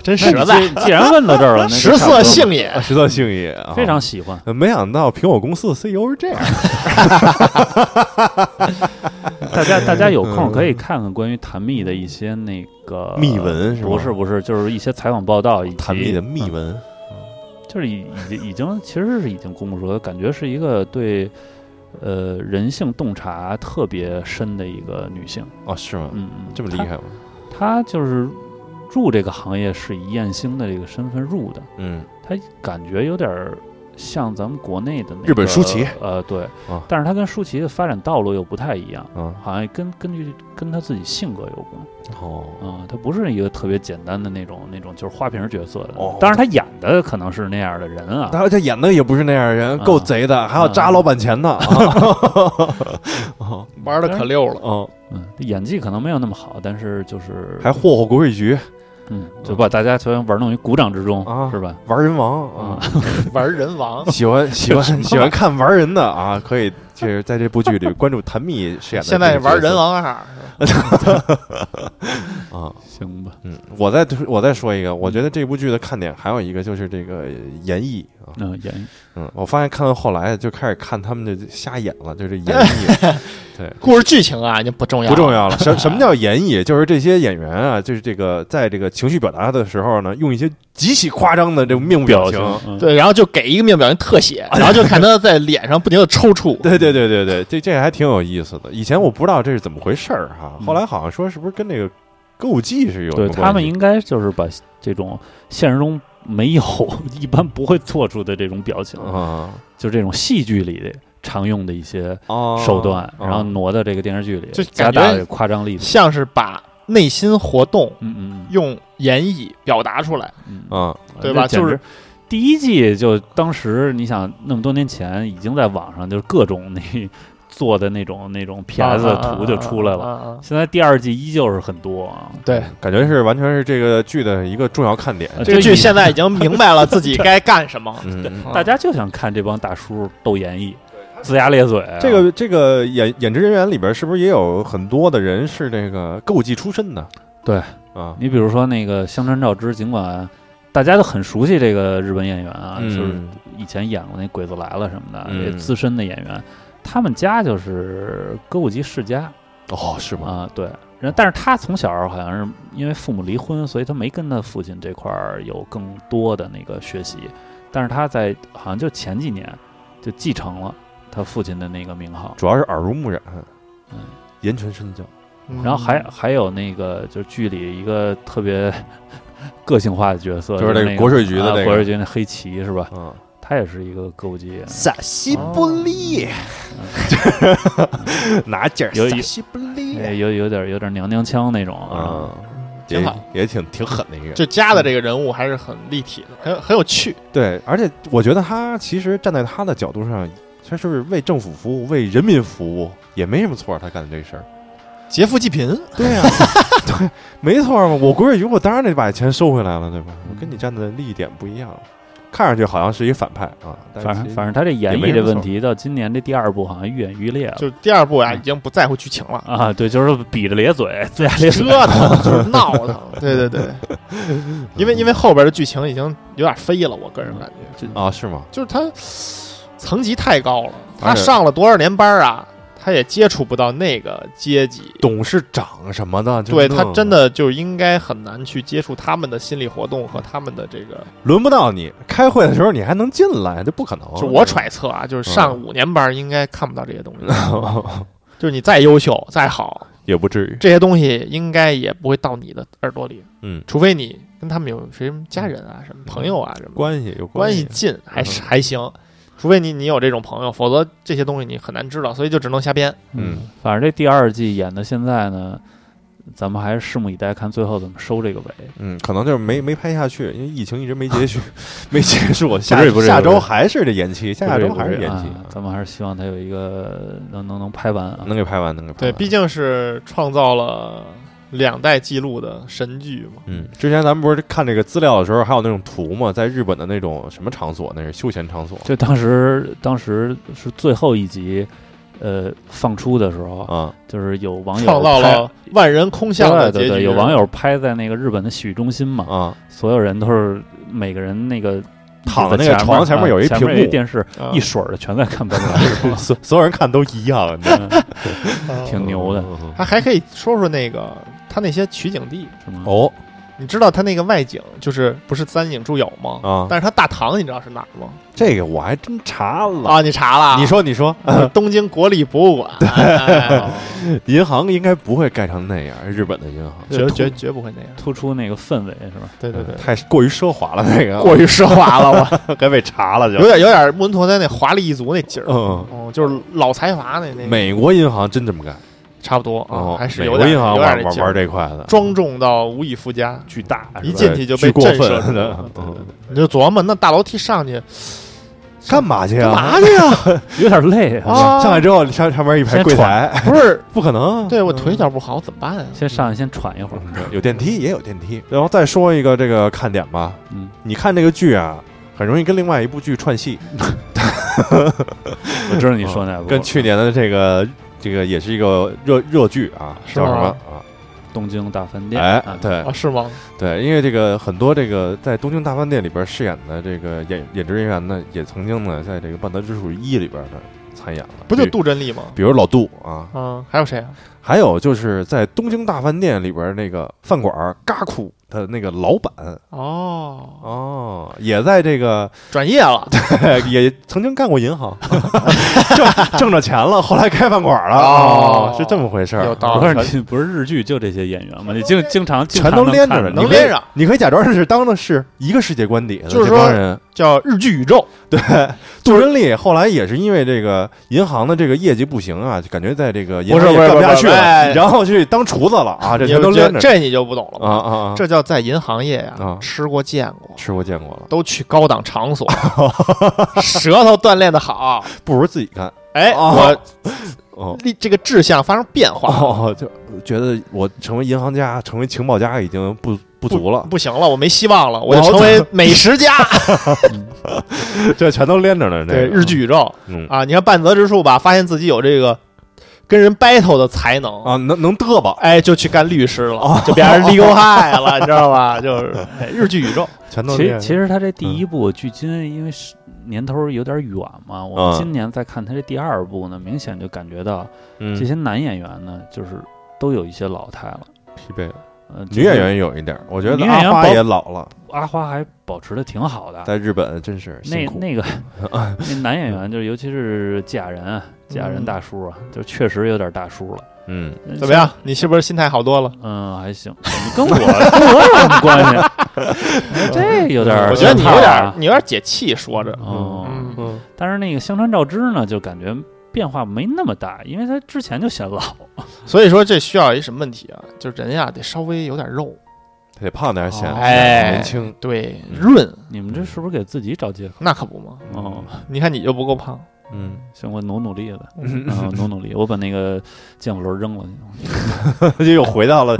Speaker 3: 真实
Speaker 4: 那你
Speaker 3: 在。
Speaker 4: 既既然问到这
Speaker 3: (laughs)
Speaker 4: 儿了，那就
Speaker 3: 食
Speaker 4: 差不多
Speaker 3: 色
Speaker 4: 吧
Speaker 3: 性也，
Speaker 2: 实在性也啊
Speaker 4: 非常嗯喜欢，
Speaker 2: E 没想到苹果公司的 CEO 是这样
Speaker 4: 大家大家有
Speaker 2: 嗯
Speaker 4: 空可以看看关于谭密的一些那个
Speaker 2: 密文是吗
Speaker 4: 不是不是，就是一些采访报道以及
Speaker 2: 谭密的
Speaker 4: 嗯
Speaker 2: 密文，
Speaker 4: 就是已已经已经其实是已经公布出来，感觉是一个对呃人性洞察特别深的一个女性。
Speaker 2: 哦，是吗？
Speaker 4: 嗯，嗯
Speaker 2: 这么厉害吗？
Speaker 4: 她？她就是入这个行业是以艳星的这个身份入的，
Speaker 2: 嗯，
Speaker 4: 她感觉有点儿像咱们国内的、那个、
Speaker 2: 日本舒淇，
Speaker 4: 呃，对，
Speaker 2: 啊
Speaker 4: 但是她跟舒淇的发展道路又不太一样，
Speaker 2: 啊，
Speaker 4: 好像跟根据跟她自己性格有关。
Speaker 2: 哦，
Speaker 4: 啊、他不是一个特别简单的那种那种就是花瓶角色的，
Speaker 2: 哦
Speaker 4: 当然他演的可能是那样的人啊，
Speaker 2: 他他演的也不是那样人，
Speaker 4: 啊
Speaker 2: 够贼的，还要扎老板钱呢。啊 (laughs) 哦
Speaker 3: 玩的可溜了。
Speaker 2: 哦，
Speaker 4: 嗯，演技可能没有那么好，但是就是
Speaker 2: 还霍霍国税局，
Speaker 4: 嗯，就把大家全玩弄于鼓掌之中，
Speaker 2: 啊
Speaker 4: 是吧？
Speaker 2: 玩人王
Speaker 4: 啊
Speaker 2: 啊，，，
Speaker 3: 玩人王 (laughs)
Speaker 4: (laughs)
Speaker 2: 喜欢喜欢喜欢看玩人的啊，可以就是在这部剧里关注谭密饰演的。
Speaker 3: 现在玩人王二，
Speaker 2: 啊，
Speaker 4: 行吧，
Speaker 2: 嗯，我再我再说一个，我觉得这部剧的看点还有一个就是这个演绎啊，
Speaker 4: 那、演
Speaker 2: 嗯，我发现看到后来就开始看他们就瞎演了，就是演绎
Speaker 3: 故事剧情啊，已经不重要，
Speaker 2: 不重要了。什什么叫演绎？就是这些演员啊，就是这个在这个情绪表达啊的时候呢，用一些极其夸张的这种面部
Speaker 4: 表
Speaker 2: 情。。
Speaker 4: 嗯、
Speaker 3: 对，然后就给一个命表情特
Speaker 4: (laughs)
Speaker 3: 写，然后就看他在脸上不停的抽搐
Speaker 2: 对对对对对，这这还挺有意思的。以前我不知道这是怎么回事儿、哈，
Speaker 4: 嗯
Speaker 2: 后来好像说是不是跟那个歌舞伎是有什
Speaker 4: 对
Speaker 2: 么
Speaker 4: 他
Speaker 2: 关
Speaker 4: 们
Speaker 2: 系
Speaker 4: 应该就是把这种现实中没有 (laughs) 一般不会做出的这种表情，
Speaker 2: 啊
Speaker 4: 就这种戏剧里常用的一些
Speaker 2: 啊
Speaker 4: 手段，然后
Speaker 2: 啊
Speaker 4: 挪到这个电视剧里，
Speaker 3: 就
Speaker 4: 加
Speaker 3: 感觉
Speaker 4: 大这个夸张力度。
Speaker 3: 像是把内心活动
Speaker 4: 嗯嗯嗯
Speaker 3: 用演绎表达出来。
Speaker 4: 嗯
Speaker 2: 啊
Speaker 3: 对吧
Speaker 4: 那简直
Speaker 3: 就是
Speaker 4: 第一季就当时你想那么多年前已经在网上就是各种那 (laughs) 做的那种那种 PS 的图就出来了。
Speaker 3: 了，
Speaker 4: 现在第二季依旧是很多啊，
Speaker 3: 对，
Speaker 2: 感觉是完全是这个剧的一个重要 (laughs) 看点。。
Speaker 4: 呃
Speaker 3: 这个
Speaker 4: 就
Speaker 3: 剧
Speaker 4: 以
Speaker 3: 现在已经明白了自己该干什么
Speaker 2: 嗯，嗯
Speaker 4: 大家就想看这帮大叔斗演绎，龇牙咧嘴啊、
Speaker 2: 这个这个演演职人员里边是不是也有很多的人是那个歌舞伎出身的？
Speaker 4: 对
Speaker 2: 啊，
Speaker 4: 你比如说那个香川照之，尽管大家都很熟悉这个日本演员啊，就是
Speaker 2: 嗯
Speaker 4: 以前演过那《鬼子来了》什么的，
Speaker 2: 嗯
Speaker 4: 也资深的演员，他们家就是歌舞伎世家，
Speaker 2: 哦，是吗？
Speaker 4: 啊，对。然后，但是他从小好像是因为父母离婚，所以他没跟他父亲这块儿有更多的那个学习。但是他在好像就前几年就继承了他父亲的那个名号，
Speaker 2: 主要是耳濡目染，
Speaker 4: 嗯
Speaker 2: 言传身教。 (laughs)
Speaker 3: 嗯
Speaker 4: 然后还还有那个就是剧里一个特别 (laughs) 个性化的角色，
Speaker 2: 就是
Speaker 4: 是
Speaker 2: 那个
Speaker 4: 那
Speaker 2: 国税局的
Speaker 4: 啊
Speaker 2: 那个
Speaker 4: 国税局那黑旗是吧？
Speaker 2: 啊，
Speaker 4: 他也是一个歌舞伎演员，
Speaker 2: 撒西
Speaker 3: 不
Speaker 4: 哦
Speaker 3: 利，
Speaker 2: 拿劲儿，
Speaker 4: 有
Speaker 2: 撒
Speaker 4: 有
Speaker 2: 西不利
Speaker 4: 哎有有点有点娘娘腔那种啊。
Speaker 2: 啊，
Speaker 3: 挺
Speaker 2: 也
Speaker 3: 好
Speaker 2: 也挺挺狠的一个人。
Speaker 3: 就加的这个人物还是很立体的，很很有趣。
Speaker 2: 对，而且我觉得他其实站在他的角度上，他是为政府服务，为人民服务，也没什么错儿。他干的这事儿，
Speaker 3: 劫富济贫，
Speaker 4: 啊
Speaker 2: 对呀、 (laughs) 对，没错儿嘛。我国税局，我当然得把钱收回来了，对吧？我跟你站的利益点不一样，看上去好像是一反派啊，但是
Speaker 4: 反正
Speaker 2: 其实
Speaker 4: 反正他这演
Speaker 2: 也没
Speaker 4: 绎
Speaker 2: 什
Speaker 4: 这
Speaker 2: 么
Speaker 4: 问
Speaker 2: 错
Speaker 4: 题，到今年这第二部好像愈演愈烈了。
Speaker 3: 就第二部啊，已
Speaker 4: 嗯
Speaker 3: 经不在乎剧情了，
Speaker 4: 啊，对，就是比着咧嘴，龇牙咧嘴。
Speaker 3: 折腾
Speaker 4: (laughs)
Speaker 3: 就是闹腾。对对对，因为因为后边的剧情已经有点飞了，我个人
Speaker 4: 嗯
Speaker 3: 感觉。
Speaker 2: 啊，是吗？
Speaker 3: 就是他层级太高了，
Speaker 2: 而
Speaker 3: 他
Speaker 2: 且
Speaker 3: 上了多少年班啊，他也接触不到那个阶级。
Speaker 2: 董事长什么的，
Speaker 3: 对他真
Speaker 2: 的
Speaker 3: 的就应该很难去接触他们的心理活动和他们的这个，
Speaker 2: 轮不到你。开会的时候你还能进来，这不可
Speaker 4: 哦
Speaker 2: 能。
Speaker 3: 就我揣测
Speaker 4: 嗯
Speaker 3: 啊，就是上五年班应该看不到这些东
Speaker 4: (laughs)
Speaker 3: 西，就是你再优秀再好，
Speaker 2: (laughs) 也不至于。
Speaker 3: 这些东西应该也不会到你的耳朵里，
Speaker 2: 嗯，
Speaker 3: 除非你跟他们有谁家人啊、什么朋友啊什么
Speaker 4: 嗯
Speaker 2: 关系有
Speaker 3: 关系
Speaker 2: 系，
Speaker 3: 近，还是还行，除非你你有这种朋友，否则这些东西你很难知道，所以就只能瞎编。
Speaker 2: 嗯，
Speaker 4: 反正这第二季演到现在呢，咱们还是拭目以待，看最后怎么收这个尾。
Speaker 2: 嗯，可能就是没没拍下去，因为疫情一直没结束， (laughs) 没结束。
Speaker 4: 不
Speaker 2: 下
Speaker 4: 是不是
Speaker 2: 下
Speaker 4: 不
Speaker 2: 周
Speaker 4: 是
Speaker 2: 还是这延期，下下
Speaker 4: 不
Speaker 2: 周
Speaker 4: 至于
Speaker 2: 还是延
Speaker 4: 啊
Speaker 2: 期，
Speaker 4: 咱们还是希望它有一个能能能拍完啊。
Speaker 2: 能给拍完，能给拍
Speaker 3: 对，
Speaker 2: 完。
Speaker 3: 毕竟是创造了两代记录的神剧嘛。
Speaker 2: 嗯，之前咱们不是看这个资料的时候，还有那种图嘛，在日本的那种什么场所，那是休闲场所
Speaker 4: 就当时当时是最后一集，呃，放出的时候，
Speaker 2: 啊，
Speaker 4: 就是有网友
Speaker 3: 创造
Speaker 4: 拍
Speaker 3: 了万人空巷的
Speaker 4: 对
Speaker 3: 结局。
Speaker 4: 对对，有网友拍在那个日本的洗浴中心嘛，
Speaker 2: 啊
Speaker 4: 所有人都是每个人那个啊
Speaker 2: 躺在那个床前面有一
Speaker 4: 一
Speaker 2: 屏幕
Speaker 4: 电视，
Speaker 3: 啊
Speaker 4: 一水儿的全在看本
Speaker 2: (laughs)
Speaker 4: 本
Speaker 2: 所所有人看都一样，你知道吗
Speaker 3: 啊
Speaker 4: 挺牛的，
Speaker 2: 嗯嗯嗯
Speaker 3: 还还可以说说那个他那些取景地，
Speaker 4: 是吗？
Speaker 2: 哦
Speaker 3: 你知道他那个外景就是不是三井住友吗？
Speaker 2: 啊，
Speaker 3: 但是他大堂你知道是哪儿吗？
Speaker 2: 这个我还真查了。
Speaker 3: 啊，你查了？
Speaker 2: 你说，你说，
Speaker 3: 东京国立博物馆，哎
Speaker 2: 银行应该不会盖成那样，日本的银行，嗯
Speaker 3: 绝绝绝不会那样。
Speaker 4: 突出那个氛围是吧？
Speaker 3: 对对对，
Speaker 2: 太过于奢华了，那个
Speaker 3: 过于奢华了吧？
Speaker 2: 该被查了就
Speaker 3: 有。点有点木村拓哉那华丽一族那劲儿，
Speaker 2: 嗯，
Speaker 3: 哦，就是老财阀那那
Speaker 2: 美国银行真这么干，
Speaker 3: 差不多
Speaker 2: 哦
Speaker 3: 啊，嗯还是
Speaker 2: 美
Speaker 3: 有
Speaker 2: 国
Speaker 3: 点
Speaker 2: 银行
Speaker 3: 有
Speaker 2: 玩
Speaker 3: 点那
Speaker 2: 玩
Speaker 3: 劲儿
Speaker 2: 玩，这块的，
Speaker 3: 庄重到无以复加。
Speaker 2: 巨大，是吧
Speaker 3: 一进去就被
Speaker 2: 巨过
Speaker 3: 震慑
Speaker 2: 分
Speaker 3: 住
Speaker 2: 的
Speaker 3: 了，对对
Speaker 2: 嗯
Speaker 3: 你就琢磨那大楼梯上去
Speaker 2: 干嘛去
Speaker 3: 干
Speaker 2: 啊？
Speaker 3: 嘛去呀？
Speaker 4: 有点累啊，
Speaker 3: 啊
Speaker 2: 上来之后，上上面一排柜台，
Speaker 3: 不是，
Speaker 2: 不可能啊。
Speaker 3: 对我腿脚不好怎么办啊？
Speaker 4: 先上去先喘一会儿。
Speaker 2: 嗯，对有电梯也有电梯。然后再说一个这个看点吧，
Speaker 4: 嗯，
Speaker 2: 你看这个剧啊，很容易跟另外一部剧串戏，
Speaker 4: 我知道你说那部，
Speaker 2: 跟去年的这个这个也是一个热热剧啊，
Speaker 3: 是
Speaker 2: 叫
Speaker 3: 吗
Speaker 2: 什么啊？
Speaker 4: 东京大饭店，
Speaker 2: 哎
Speaker 4: 啊，
Speaker 2: 对
Speaker 3: 啊，是吗？
Speaker 2: 对，因为这个很多这个在《东京大饭店》里边饰演的这个演演职人员呢，也曾经呢在这个《半泽直树一》里边呢参演了，
Speaker 3: 不就
Speaker 2: 比
Speaker 3: 杜真理吗？
Speaker 2: 比如老杜啊，
Speaker 3: 啊，还有谁啊？
Speaker 2: 还有就是在《东京大饭店》里边那个饭馆儿嘎库的那个老板
Speaker 3: 哦，
Speaker 2: 哦，也在这个
Speaker 3: 转业了
Speaker 2: 呃也曾经干过银行， (laughs) 挣挣着钱了，后来开饭馆儿了，
Speaker 3: 哦
Speaker 2: 是这么回事儿，
Speaker 3: 有道
Speaker 4: 不
Speaker 3: 理
Speaker 4: 是你不是日剧就这些演员吗？你经经常
Speaker 2: 哦全都连着的，
Speaker 3: 能
Speaker 2: 你可以
Speaker 3: 连上，
Speaker 2: 你可以假装是当的是一个世界观底的，
Speaker 3: 就是
Speaker 2: 这帮
Speaker 3: 说 (laughs)
Speaker 2: 人。
Speaker 3: 叫日剧宇宙，
Speaker 2: 对，杜真利后来也是因为这个银行的这个业绩不行啊，就感觉在这个银
Speaker 3: 不
Speaker 2: 行
Speaker 3: 是
Speaker 2: 也
Speaker 3: 不是
Speaker 2: 干不下
Speaker 3: 不是
Speaker 2: 去了，
Speaker 3: 哎
Speaker 2: 然后去当厨子了啊，这
Speaker 3: 你
Speaker 2: 全都
Speaker 3: 就觉
Speaker 2: 连着
Speaker 3: 得这你就不懂了
Speaker 2: 啊
Speaker 3: 吧？
Speaker 2: 啊啊！
Speaker 3: 这叫在银行业呀
Speaker 2: 啊，
Speaker 3: 吃过见过，
Speaker 2: 吃过见过了，
Speaker 3: 都去高档场所，舌头锻炼的好，
Speaker 2: 不如自己干
Speaker 3: 哎，
Speaker 2: 哦
Speaker 3: 我
Speaker 2: 哦。
Speaker 3: 立这个志向发生变化，
Speaker 2: 哦，就觉得我成为银行家、成为情报家已经不不足了，
Speaker 3: 不行了，我没希望了，我就
Speaker 2: 我要
Speaker 3: 成为美食家。
Speaker 2: 这全都连着呢。
Speaker 3: 对，
Speaker 2: 这个
Speaker 3: 日剧，宇宙
Speaker 2: 嗯
Speaker 3: 啊，你看半泽直树吧，发现自己有这个跟人 battle 的才能，
Speaker 2: 啊，能能嘚吧，
Speaker 3: 哦
Speaker 2: 哦
Speaker 3: 哎，就去干律师了，就变成 legal high 了，你知道吧？就是哎日剧宇宙，
Speaker 2: 全都
Speaker 4: 其
Speaker 2: 连着
Speaker 4: 实其实他这第一部距今因为是年头有点远嘛，我
Speaker 2: 嗯
Speaker 4: 们今年再看他这第二部呢，明显就感觉到
Speaker 2: 嗯
Speaker 4: 这些男演员呢，就是都有一些老态了。
Speaker 2: 疲惫了。
Speaker 4: 呃，
Speaker 2: 女演员也有一点儿，我觉得
Speaker 4: 女演
Speaker 2: 阿
Speaker 4: 员
Speaker 2: 花
Speaker 4: 包
Speaker 2: 也老了，
Speaker 4: 阿花还保持的挺好的。
Speaker 2: 在日本真是
Speaker 4: 那
Speaker 2: 辛苦。
Speaker 4: 那个那男演员就是，尤其是假人啊，假人
Speaker 3: 嗯
Speaker 4: 大叔啊，就确实有点大叔了。
Speaker 2: 嗯，
Speaker 3: (laughs) 怎么样？你是不是心态好多了？
Speaker 4: 嗯，还行。你跟我跟我有什么关系？ (laughs) 哎这有点儿，
Speaker 3: 我觉得你有
Speaker 4: 点
Speaker 3: 点
Speaker 4: 儿
Speaker 3: 儿，你有点解气，说着，
Speaker 4: 哦。
Speaker 3: 啊嗯，
Speaker 2: 嗯
Speaker 4: 但是那个香川照之呢，就感觉变化没那么大，因为他之前就显老。
Speaker 3: 所以说这需要一什么问题啊？就是人呀得稍微有点肉，
Speaker 2: 他得胖点儿显显
Speaker 3: 哎
Speaker 2: 年轻。
Speaker 3: 对，嗯
Speaker 2: 嗯
Speaker 3: 润，
Speaker 4: 你们这是不是给自己找借口？
Speaker 3: 那可不嘛。
Speaker 4: 哦，
Speaker 3: 你看你就不够胖，
Speaker 2: 嗯，
Speaker 4: 行，我努努力的，
Speaker 2: 嗯
Speaker 4: 嗯，努努力，我把那个降火轮扔了。
Speaker 2: (laughs) 就又回到了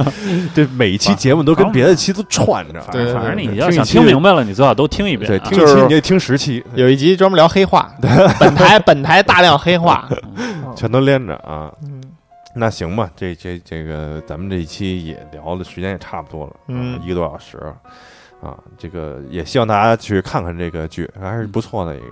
Speaker 2: 这每一期节目都跟别的期都串着，
Speaker 3: 对对对
Speaker 4: 反正你
Speaker 2: 对
Speaker 4: 要
Speaker 2: 听一
Speaker 4: 想
Speaker 2: 期
Speaker 4: 听明白了，你最好都听一遍
Speaker 2: 对，
Speaker 4: 啊。
Speaker 2: 听一期你得听十期，
Speaker 3: 有一集专门聊黑化，本台 (laughs) 本台大量黑化，
Speaker 2: 全都连着啊。
Speaker 3: 嗯
Speaker 2: 那行吧，这这这个咱们这一期也聊的时间也差不多了，
Speaker 3: 嗯
Speaker 2: 啊一个多小时啊。这个也希望大家去看看这个剧，还是不错的一个，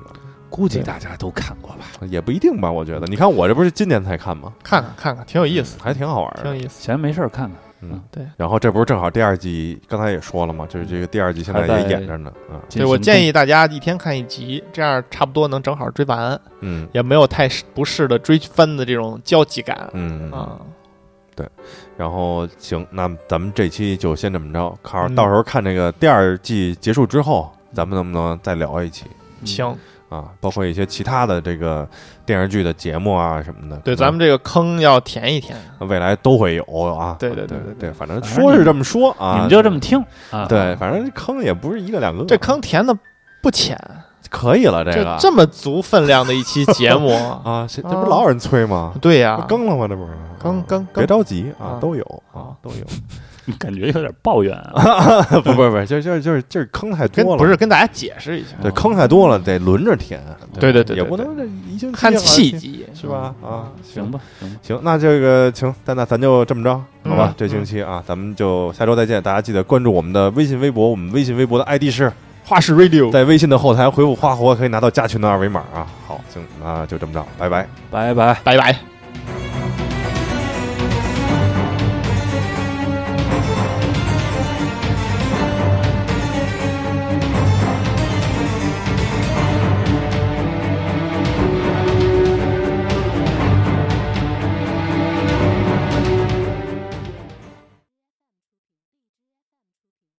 Speaker 4: 估计大家都看过吧。
Speaker 2: 也不一定吧，我觉得。你看我这不是今年才看吗？嗯
Speaker 3: 看看看看，挺有意思，
Speaker 2: 还挺好玩
Speaker 3: 嗯挺有
Speaker 2: 的。
Speaker 3: 意思。
Speaker 4: 闲着没事儿看看，
Speaker 2: 嗯，
Speaker 3: 对。
Speaker 2: 然后这不是正好第二季，刚才也说了嘛，就是这个第二季现在
Speaker 4: 还在
Speaker 2: 也演着呢，啊，
Speaker 3: 对，我建议大家一天看一集，这样差不多能正好追完，
Speaker 2: 嗯
Speaker 3: 也没有太是不适的追番的这种焦急感
Speaker 2: 嗯嗯
Speaker 3: 啊。
Speaker 2: 然后行，那咱们这期就先这么着，看
Speaker 3: 嗯
Speaker 2: 到时候看这个第二季结束之后，咱们能不能再聊一期
Speaker 4: 嗯
Speaker 3: 行，
Speaker 2: 啊？包括一些其他的这个电视剧的节目啊什么的，
Speaker 3: 对，
Speaker 2: 可能
Speaker 3: 咱们这个坑要填一填。
Speaker 2: 未来都会有啊。
Speaker 3: 对
Speaker 2: 对
Speaker 3: 对对对
Speaker 2: 对，反正
Speaker 4: 反正
Speaker 2: 说是这么说啊，
Speaker 4: 你们就这么听啊。
Speaker 2: 对，反正坑也不是一个两个，
Speaker 3: 这坑填的不浅，
Speaker 2: 可以了，这
Speaker 3: 这
Speaker 2: 个
Speaker 3: 这么足分量的一期节 (laughs) 目，
Speaker 2: 啊，谁这
Speaker 3: 啊
Speaker 2: 不是老有人催吗？
Speaker 3: 对呀，
Speaker 2: 更了吗？这不是
Speaker 3: 更更
Speaker 2: 别
Speaker 3: 更
Speaker 2: 着急啊
Speaker 3: 啊，
Speaker 2: 都有啊
Speaker 3: 啊，
Speaker 2: 都有。
Speaker 4: 感觉有点抱
Speaker 3: (laughs)
Speaker 4: 怨啊。
Speaker 2: (laughs) 不不不，就是就是就是就是坑太
Speaker 3: 跟
Speaker 2: 多了，
Speaker 3: 不是跟大家解释一下，
Speaker 2: 对坑太多了，得轮着填。
Speaker 3: 对对对对
Speaker 2: 也不能这一星期
Speaker 3: 看嗯
Speaker 2: 啊
Speaker 3: 契机。
Speaker 2: 是吧？啊，
Speaker 4: 行。吧，行吧，
Speaker 2: 行，那这个行，那那咱就这么着，好吧？
Speaker 3: 嗯
Speaker 2: 这星期啊，咱们就下周再见。大家记得关注我们的微信、微博，我们微信、微博的 ID 是
Speaker 3: 花式 radio，
Speaker 2: 在微信的后台回复“花活”可以拿到加群的二维码啊。好，行，那就这么着，拜拜。
Speaker 4: 拜拜。
Speaker 3: 拜拜。